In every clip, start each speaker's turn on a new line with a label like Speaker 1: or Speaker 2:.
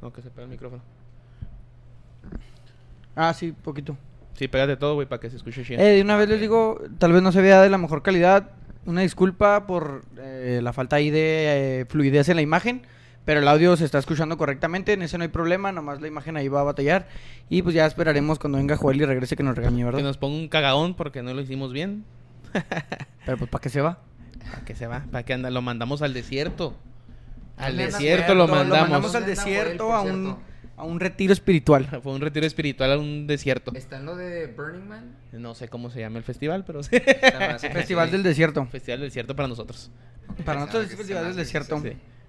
Speaker 1: No, que se pegue el micrófono.
Speaker 2: Ah, sí, poquito.
Speaker 1: Sí, pégate todo, güey, para que se escuche chido.
Speaker 2: Eh, de una vez les digo, tal vez no se vea de la mejor calidad. Una disculpa por eh, la falta ahí de eh, fluidez en la imagen. Pero el audio se está escuchando correctamente, en ese no hay problema, nomás la imagen ahí va a batallar. Y pues ya esperaremos cuando venga Joel y regrese que nos regañe,
Speaker 1: que
Speaker 2: ¿verdad?
Speaker 1: nos ponga un cagaón porque no lo hicimos bien.
Speaker 2: Pero pues, ¿para qué se va?
Speaker 1: ¿Para qué se va? ¿Para qué anda? Lo mandamos al desierto. Al
Speaker 3: Al
Speaker 1: desierto lo
Speaker 3: desierto, lo
Speaker 1: mandamos.
Speaker 3: mandamos
Speaker 2: al
Speaker 3: al
Speaker 2: desierto,
Speaker 3: desierto,
Speaker 2: a un, a un retiro espiritual.
Speaker 1: Fue un retiro espiritual a un desierto.
Speaker 3: Está en lo de Burning Man.
Speaker 1: No sé cómo se llama el festival, pero sí.
Speaker 3: Está más
Speaker 2: Festival del Desierto.
Speaker 1: Festival del desierto para nosotros.
Speaker 2: Para nosotros es
Speaker 3: que
Speaker 2: el
Speaker 3: se
Speaker 2: Festival del
Speaker 3: llama, sí,
Speaker 2: Desierto.
Speaker 1: Sí.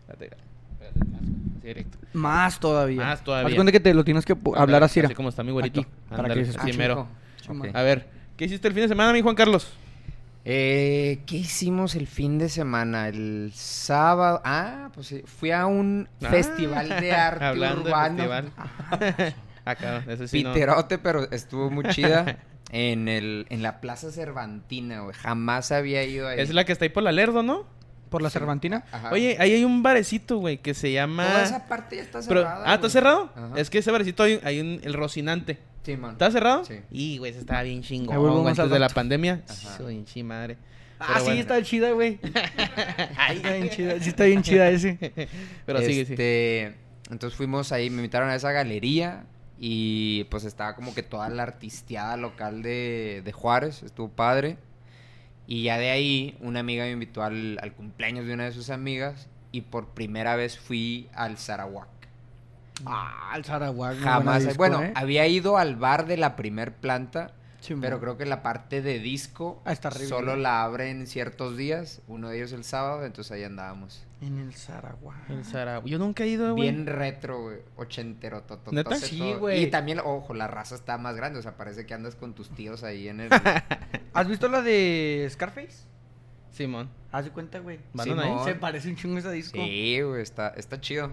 Speaker 1: Espérate, espérate, así directo.
Speaker 2: Más todavía.
Speaker 1: Más todavía.
Speaker 2: Haz cuenta que te lo tienes que pu- hablar así.
Speaker 1: Así como está mi güerito.
Speaker 2: Aquí, para
Speaker 1: Ándale,
Speaker 2: que se
Speaker 1: así
Speaker 2: escuche. Ah,
Speaker 1: mero.
Speaker 2: Chuma.
Speaker 3: Ok.
Speaker 1: A ver, ¿qué hiciste el fin de semana, mi Juan Carlos?
Speaker 3: Eh, ¿Qué hicimos el fin de semana? El sábado. Ah, pues sí, fui a un
Speaker 1: Ah,
Speaker 3: festival de arte
Speaker 1: Hablando
Speaker 3: urbano.
Speaker 1: de festival. Acá, eso sí no.
Speaker 3: Piterote, pero estuvo muy chida. en, el, en la Plaza Cervantina, güey. Jamás había ido ahí.
Speaker 1: Es la que está ahí por la Lerdo, ¿no?
Speaker 2: Por la Cervantina.
Speaker 3: Ajá.
Speaker 1: Oye, ahí hay un barecito, güey, que se llama...
Speaker 3: Toda esa parte ya está
Speaker 1: Pero-
Speaker 3: cerrada.
Speaker 1: ah, ¿está
Speaker 3: güey.
Speaker 1: cerrado?
Speaker 3: Ajá.
Speaker 1: Es que ese barecito hay, hay un, el Rocinante.
Speaker 3: Sí, man.
Speaker 1: ¿Está cerrado?
Speaker 3: Sí.
Speaker 1: Y, güey, ese estaba bien chingón,
Speaker 2: Ahí volvemos
Speaker 1: güey,
Speaker 2: al
Speaker 1: antes de la
Speaker 2: rato.
Speaker 1: pandemia.
Speaker 3: Ajá.
Speaker 1: Soy hinchi madre.
Speaker 2: Ah, sí,
Speaker 1: bueno.
Speaker 2: está chida, güey. Ay, está bien chida. Sí, está bien chida ese.
Speaker 1: Pero sigue, sí.
Speaker 3: Este, Entonces fuimos ahí, me invitaron a esa galería y pues estaba como que toda la artisteada local de, de Juárez, estuvo padre. Y ya de ahí una amiga me invitó al, al cumpleaños de una de sus amigas y por primera vez fui al Sarawak.
Speaker 2: Ah, el Sarawak.
Speaker 3: Jamás, bueno,
Speaker 2: ¿eh?
Speaker 3: había ido al bar de la primer planta, pero creo que la parte de disco
Speaker 2: Ah, está horrible.
Speaker 3: solo la abren ciertos días, uno de ellos el sábado, entonces ahí andábamos.
Speaker 2: En el Sarawak.
Speaker 1: El Saragüe. Yo nunca he ido, güey.
Speaker 3: Bien retro, güey. Ochentero, tototote,
Speaker 1: ¿Neta?
Speaker 3: todo.
Speaker 2: Sí, güey.
Speaker 3: Y también, ojo, la raza está más grande. O sea, parece que andas con tus tíos ahí en el.
Speaker 2: ¿Has visto la de Scarface?
Speaker 1: Simón.
Speaker 2: Haz de cuenta, güey.
Speaker 1: ¿Mandan
Speaker 3: Simón.
Speaker 1: ahí?
Speaker 2: Se parece un chingo a esa disco.
Speaker 3: sí, güey, está, está chido.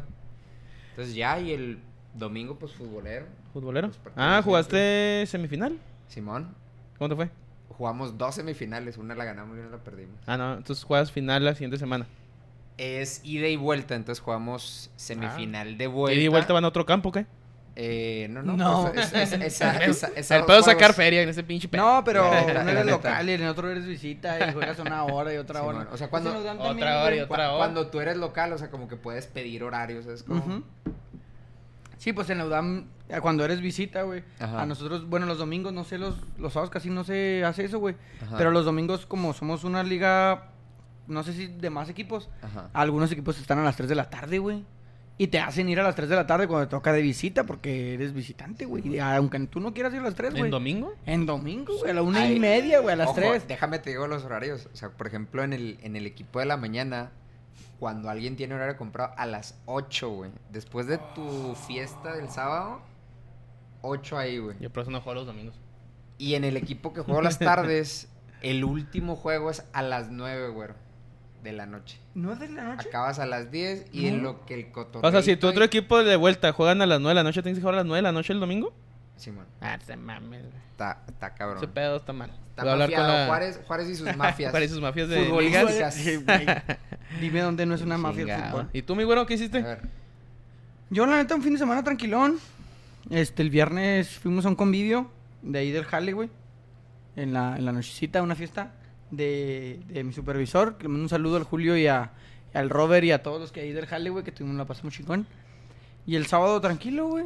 Speaker 3: Entonces, ya, y el domingo, pues futbolero.
Speaker 1: ¿Futbolero?
Speaker 2: Pues,
Speaker 3: Los partidos
Speaker 1: Ah,
Speaker 3: de
Speaker 1: ¿jugaste semifinal?
Speaker 3: Simón,
Speaker 1: ¿Cómo te fue?
Speaker 3: jugamos dos semifinales. Una la ganamos y una la perdimos.
Speaker 1: Ah, no, entonces juegas final la siguiente semana.
Speaker 3: Es ida y vuelta, entonces jugamos semifinal de vuelta.
Speaker 1: ¿Y de vuelta van a otro campo, o qué?
Speaker 3: Eh, no, no.
Speaker 2: No.
Speaker 3: pues, es- es- esa, esa, esa,
Speaker 1: El pedo
Speaker 3: dos
Speaker 1: sacar
Speaker 3: juegos.
Speaker 1: feria en ese pinche pedo.
Speaker 2: No, pero
Speaker 3: La neta,
Speaker 2: uno
Speaker 3: la
Speaker 2: eres
Speaker 3: neta.
Speaker 2: local y en el otro eres visita y juegas una hora y otra
Speaker 3: Simón,
Speaker 2: hora.
Speaker 3: o sea, cuando-
Speaker 2: Eso nos dan
Speaker 1: Otra
Speaker 2: también,
Speaker 1: hora y
Speaker 2: güey.
Speaker 1: otra.
Speaker 3: Cu- Cuando tú eres local, o sea, como que puedes pedir horarios, ¿sabes? Como...
Speaker 2: Ujú. Sí, pues en la UDAM, eh, cuando eres visita, güey.
Speaker 3: Ajá.
Speaker 2: A nosotros, bueno, los domingos, no sé, los, los sábados casi no se hace eso, güey.
Speaker 3: Ajá.
Speaker 2: Pero los domingos, como somos una liga, no sé si de más equipos,
Speaker 3: Ajá.
Speaker 2: algunos equipos están a las 3 de la tarde, güey. Y te hacen ir a las 3 de la tarde cuando te toca de visita, porque eres visitante, güey. Y Aunque tú no quieras ir a las 3, güey.
Speaker 1: ¿En domingo?
Speaker 2: En domingo, güey, a la una
Speaker 3: Ay,
Speaker 2: y media, güey, a las
Speaker 3: Ojo,
Speaker 2: 3.
Speaker 3: Déjame te digo los horarios. O sea, por ejemplo, en el, en el equipo de la mañana, cuando alguien tiene horario comprado, a las 8, güey. Después de tu fiesta del sábado, 8 ahí, güey.
Speaker 1: Yo por eso no juego los domingos.
Speaker 3: Y en el equipo que juego las tardes, el último juego es a las 9, güey. De la noche.
Speaker 2: ¿No es de la noche?
Speaker 3: Acabas a las 10 y en
Speaker 2: No.
Speaker 3: lo que el cotorreo.
Speaker 1: O sea, si tu otro equipo de vuelta juegan a las 9 de la noche, ¿tienes que jugar a las 9 de la noche el domingo?
Speaker 3: Simón,
Speaker 1: Ah, se mames. güey.
Speaker 3: está, está cabrón.
Speaker 1: Ese pedo está mal.
Speaker 3: Está
Speaker 1: Voy a hablar con
Speaker 3: mafiado.
Speaker 1: la-
Speaker 3: Juárez, Juárez y sus mafias.
Speaker 1: Juárez y sus mafias de
Speaker 3: Futbolistas.
Speaker 1: ligas. Ah.
Speaker 2: Sí, güey. Dime dónde no es una mafia el
Speaker 3: Ah, Chingado.
Speaker 2: fútbol.
Speaker 1: ¿Y tú, mi güero, qué
Speaker 3: A
Speaker 1: hiciste?
Speaker 3: ver.
Speaker 2: Yo, la neta, un fin de semana tranquilón. Este, el viernes fuimos a un convivio de ahí del Jale, güey. En la, en la nochecita, una fiesta de, de mi supervisor. Que le mando un saludo al Julio y a, y al Robert y a todos los que ahí del Jale, güey, que tuvimos la pasamos chingón. Y el sábado tranquilo, güey.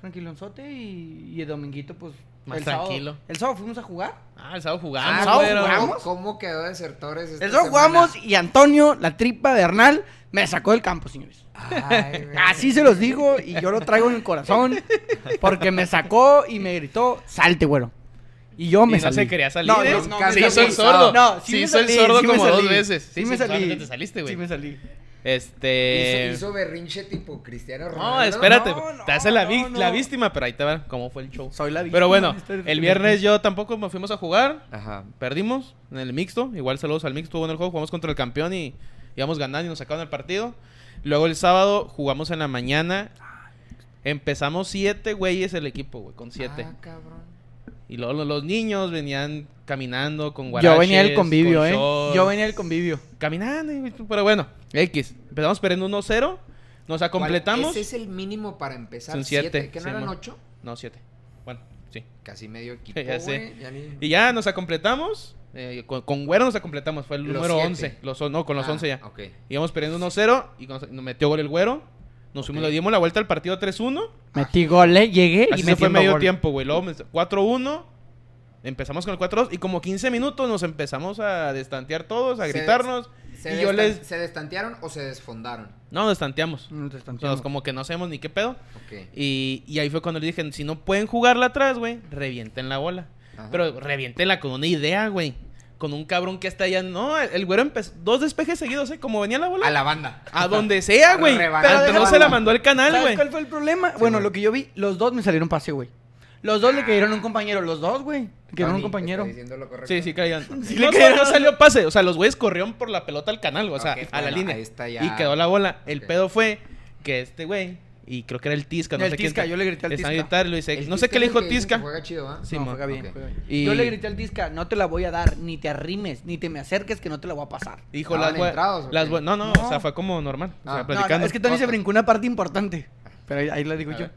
Speaker 2: Tranquilonzote y, y el dominguito, pues.
Speaker 1: Más
Speaker 2: el sábado-
Speaker 1: tranquilo.
Speaker 2: el sábado fuimos a jugar.
Speaker 1: Ah, el sábado
Speaker 3: Ah,
Speaker 1: jugamos.
Speaker 2: ¿sábado
Speaker 1: güero.
Speaker 2: jugamos?
Speaker 3: ¿Cómo, cómo quedó desertores? Pues esta
Speaker 2: El sábado
Speaker 3: semana?
Speaker 2: jugamos y Antonio, la tripa de Arnal, me sacó del campo, señores.
Speaker 3: Ay, güey.
Speaker 2: Así se los digo y yo lo traigo en el corazón porque me sacó y me gritó, salte, güero. Y yo
Speaker 1: Y
Speaker 2: me
Speaker 1: no
Speaker 2: salí.
Speaker 1: se quería salir.
Speaker 2: No,
Speaker 1: ¿eh?
Speaker 2: no, no,
Speaker 1: se
Speaker 2: me
Speaker 1: hizo
Speaker 2: salí.
Speaker 1: el sordo.
Speaker 2: No, sí
Speaker 1: se
Speaker 2: me
Speaker 1: hizo el
Speaker 2: salí,
Speaker 1: sordo
Speaker 2: sí me
Speaker 1: como
Speaker 2: salí.
Speaker 1: dos veces. Sí,
Speaker 2: Sí me salí.
Speaker 1: solamente te saliste, güey.
Speaker 2: Sí me salí.
Speaker 1: Este...
Speaker 3: Hizo, hizo berrinche tipo Cristiano Ronaldo.
Speaker 1: No, espérate.
Speaker 2: no, no,
Speaker 1: te hace la, vi-
Speaker 2: no, no.
Speaker 1: la víctima, pero ahí te va cómo fue el show.
Speaker 2: Soy la víctima
Speaker 1: Pero bueno,
Speaker 2: de este-
Speaker 1: el viernes yo tampoco nos fuimos a jugar.
Speaker 3: Ajá.
Speaker 1: Perdimos en el mixto. Igual saludos al mixto. Estuvo bueno el juego. Jugamos contra el campeón y íbamos ganando y nos sacaron el partido. Luego el sábado jugamos en la mañana. Empezamos siete güeyes el equipo, güey, con siete.
Speaker 3: Ah, cabrón.
Speaker 1: Y luego los, los niños venían caminando con guaraches,
Speaker 2: Yo venía del convivio,
Speaker 1: con
Speaker 2: ¿eh?
Speaker 1: shorts,
Speaker 2: Yo venía del convivio.
Speaker 1: Caminando, y- pero bueno, X. Empezamos perdiendo 1-0. No, o sea, completamos.
Speaker 3: Ese es el mínimo para empezar.
Speaker 1: Son
Speaker 3: siete.
Speaker 1: siete,
Speaker 3: ¿Que no
Speaker 1: sí,
Speaker 3: eran
Speaker 1: mon.
Speaker 3: ocho?
Speaker 1: No, siete. Bueno, sí.
Speaker 3: Casi medio equipo,
Speaker 1: Ya sé.
Speaker 3: güey, ya ni-
Speaker 1: Y ya nos acompletamos. eh, con, con Güero nos acompletamos. Fue el
Speaker 3: Los
Speaker 1: número
Speaker 3: siete.
Speaker 1: 11. Los, on- no, con los
Speaker 3: Ah,
Speaker 1: 11 ya.
Speaker 3: Ok.
Speaker 1: Íbamos perdiendo 1-0 y nos, nos metió gol el Güero. Nos fuimos,
Speaker 3: Ok.
Speaker 1: le dimos la vuelta al partido 3-1.
Speaker 2: Metí gol, eh, llegué
Speaker 1: Así
Speaker 2: y
Speaker 1: se
Speaker 2: metí
Speaker 1: fue medio
Speaker 2: gol.
Speaker 1: tiempo, güey. Luego me- 4-1. Empezamos con el 4-2 y como 15 minutos nos empezamos a destantear todos, a
Speaker 3: Se-
Speaker 1: gritarnos.
Speaker 3: ¿Se,
Speaker 1: y yo
Speaker 3: destan- Mm,
Speaker 1: les...
Speaker 3: ¿Se destantearon o se desfondaron?
Speaker 1: No, destanteamos.
Speaker 2: No te están
Speaker 1: O sea,
Speaker 2: tirando.
Speaker 1: como que no sabemos ni qué pedo.
Speaker 3: Ok.
Speaker 1: Y, y ahí fue cuando le dije, si no pueden jugarla atrás, güey, revienten la bola.
Speaker 3: Ajá.
Speaker 1: Pero reviéntela con una idea, güey. Con un cabrón que está allá. No, el, el güero empezó. Dos despejes seguidos, ¿eh? Como venía la bola.
Speaker 3: A
Speaker 1: A,
Speaker 3: la banda.
Speaker 1: donde sea, güey.
Speaker 3: Rebanando
Speaker 1: Pero no
Speaker 3: banda.
Speaker 1: se la mandó al canal,
Speaker 2: ¿Sabes
Speaker 1: güey.
Speaker 2: cuál fue el problema? bueno,
Speaker 3: güey.
Speaker 2: lo que yo vi, los dos me salieron pase, güey. Los dos le cayeron a un compañero, los dos, güey. Le cayeron a
Speaker 3: Tony,
Speaker 2: un compañero.
Speaker 3: ¿te estoy diciendo lo correcto?
Speaker 1: Sí, sí, caigan.
Speaker 2: Sí le
Speaker 1: no,
Speaker 2: cayeron.
Speaker 1: no salió pase. O sea, los güeyes corrieron por la pelota al canal, o sea,
Speaker 3: Ok,
Speaker 1: a la
Speaker 3: bueno,
Speaker 1: línea.
Speaker 3: ahí está ya.
Speaker 1: Y quedó la bola. El
Speaker 3: Ok.
Speaker 1: pedo fue que este güey, y creo que era el Tisca, no
Speaker 2: El
Speaker 1: sé quién.
Speaker 2: Tisca, yo le grité al
Speaker 1: le estaba
Speaker 2: Tisca.
Speaker 1: gritando, y dice-
Speaker 3: El
Speaker 1: no sé
Speaker 3: Tisca
Speaker 1: qué le
Speaker 3: es el
Speaker 1: dijo
Speaker 3: que dicen que
Speaker 1: Tisma.
Speaker 3: Juega chido, ¿ah?
Speaker 1: Sí,
Speaker 2: no,
Speaker 1: mo.
Speaker 2: juega bien,
Speaker 3: ok.
Speaker 2: juega bien.
Speaker 1: Y-
Speaker 2: Yo le grité al disca, no te la voy a dar, ni te arrimes, ni te me acerques que no te la voy a pasar.
Speaker 1: Dijo
Speaker 3: ¿Estaban
Speaker 1: las, bue-
Speaker 3: entrados o
Speaker 1: las
Speaker 3: qué?
Speaker 1: bue- no, no,
Speaker 2: No.
Speaker 1: o sea, fue como normal. o sea,
Speaker 3: Ah. No, no,
Speaker 2: No, no,
Speaker 1: platicando.
Speaker 2: es que Tony se
Speaker 3: Otra.
Speaker 2: brincó una parte importante. Pero ahí, ahí la digo
Speaker 1: A
Speaker 2: yo.
Speaker 1: ver.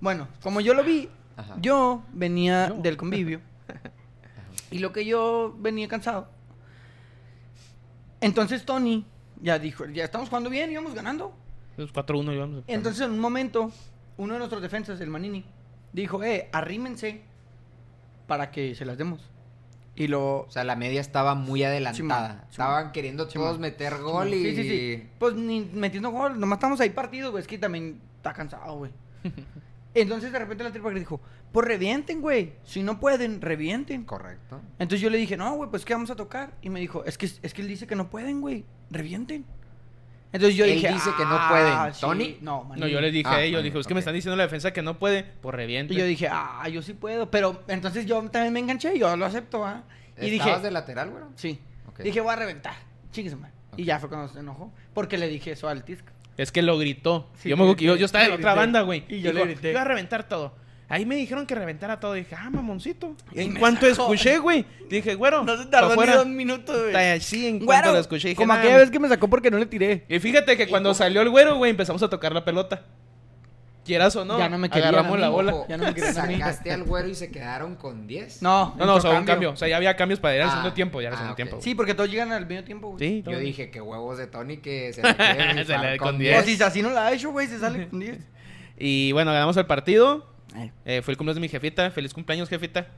Speaker 2: Bueno, como yo lo vi,
Speaker 3: Ajá.
Speaker 2: yo venía
Speaker 1: Yo.
Speaker 2: del convivio. y lo que yo venía cansado. Entonces Tony ya dijo, ya estamos jugando bien, íbamos ganando.
Speaker 1: Los 4-1 íbamos.
Speaker 2: Entonces en un momento, uno de nuestros defensas, el Manini, dijo, eh, arrímense para que se las demos. Y lo...
Speaker 3: O sea, la media estaba muy adelantada.
Speaker 2: Simón,
Speaker 3: Estaban queriendo
Speaker 2: Simón.
Speaker 3: todos meter gol y...
Speaker 2: Sí, sí, sí. Pues ni metiendo gol, nomás estamos ahí partidos, güey. Es que también está cansado, güey. Entonces de repente la tripa que dijo, pues revienten, güey. Si no pueden, revienten.
Speaker 3: Correcto.
Speaker 2: Entonces yo le dije, no, güey, pues ¿qué vamos a tocar? Y me dijo, es que, es que él dice que no pueden, güey. Revienten. Entonces yo
Speaker 3: Él
Speaker 2: dije,
Speaker 3: dice que no
Speaker 2: "Ah,
Speaker 3: pueden".
Speaker 2: sí".
Speaker 3: ¿Tony?
Speaker 2: No,
Speaker 1: No,
Speaker 2: Manini.
Speaker 1: yo les dije
Speaker 3: Ah,
Speaker 1: a ellos,
Speaker 3: vale,
Speaker 1: dije, es que
Speaker 3: ok.
Speaker 1: me están diciendo la defensa que no puede, pues reviente.
Speaker 2: Y yo dije, ah, yo sí puedo. Pero entonces yo también me enganché, yo lo acepto, ¿ah? Y
Speaker 3: ¿Estabas
Speaker 2: dije,
Speaker 3: de lateral, güey?
Speaker 2: sí.
Speaker 3: Ok.
Speaker 2: Dije, voy a reventar. Chingues, man. Y
Speaker 3: Ok.
Speaker 2: ya fue cuando se enojó. Porque le dije eso al Tisca.
Speaker 1: Es que lo gritó.
Speaker 2: Sí,
Speaker 1: yo,
Speaker 2: le
Speaker 1: me, yo,
Speaker 2: grité,
Speaker 1: yo estaba en
Speaker 2: le
Speaker 1: otra
Speaker 2: grité.
Speaker 1: banda, güey.
Speaker 2: Y yo le
Speaker 1: Dijo,
Speaker 2: grité.
Speaker 1: Iba a reventar todo. Ahí me dijeron que reventara todo. Y dije, ah, mamoncito.
Speaker 2: Y
Speaker 1: en
Speaker 2: me
Speaker 1: cuanto
Speaker 2: sacó.
Speaker 1: escuché, güey, dije, güero.
Speaker 2: No se
Speaker 1: pa'
Speaker 2: tardó ni
Speaker 1: fuera.
Speaker 2: dos minutos, güey.
Speaker 1: Ta- Sí, en cuanto
Speaker 2: Güero,
Speaker 1: lo escuché, dije,
Speaker 2: como
Speaker 1: "Nah,
Speaker 2: aquella
Speaker 1: güey".
Speaker 2: vez que me sacó porque no le tiré.
Speaker 1: Y fíjate que cuando salió el güero, güey, empezamos a tocar la pelota. Quieras o no,
Speaker 2: Ya no me querían a
Speaker 1: agarramos
Speaker 2: mí,
Speaker 1: la
Speaker 2: ojo.
Speaker 1: bola.
Speaker 3: Ojo,
Speaker 2: Ya no me querían a mí.
Speaker 3: Sacaste al güero y se quedaron con 10.
Speaker 2: No,
Speaker 1: No, no, o
Speaker 2: entró
Speaker 1: sea, un cambio. O sea, ya había cambios para ir al
Speaker 3: Ah,
Speaker 1: segundo tiempo. Ya al
Speaker 3: ah,
Speaker 1: segundo
Speaker 3: ok.
Speaker 1: tiempo. güey.
Speaker 2: Sí, porque todos llegan al medio tiempo, güey.
Speaker 1: Sí,
Speaker 3: Yo
Speaker 1: todo.
Speaker 3: dije que huevos de Tony que se la quiere
Speaker 1: Se la
Speaker 3: rifar
Speaker 1: ve con
Speaker 3: con
Speaker 2: O
Speaker 1: 10.
Speaker 3: 10.
Speaker 2: si así no la ha hecho, güey, se sale con 10.
Speaker 1: Y bueno, ganamos el partido. Eh, fue el cumpleaños de mi jefita. Feliz cumpleaños, jefita.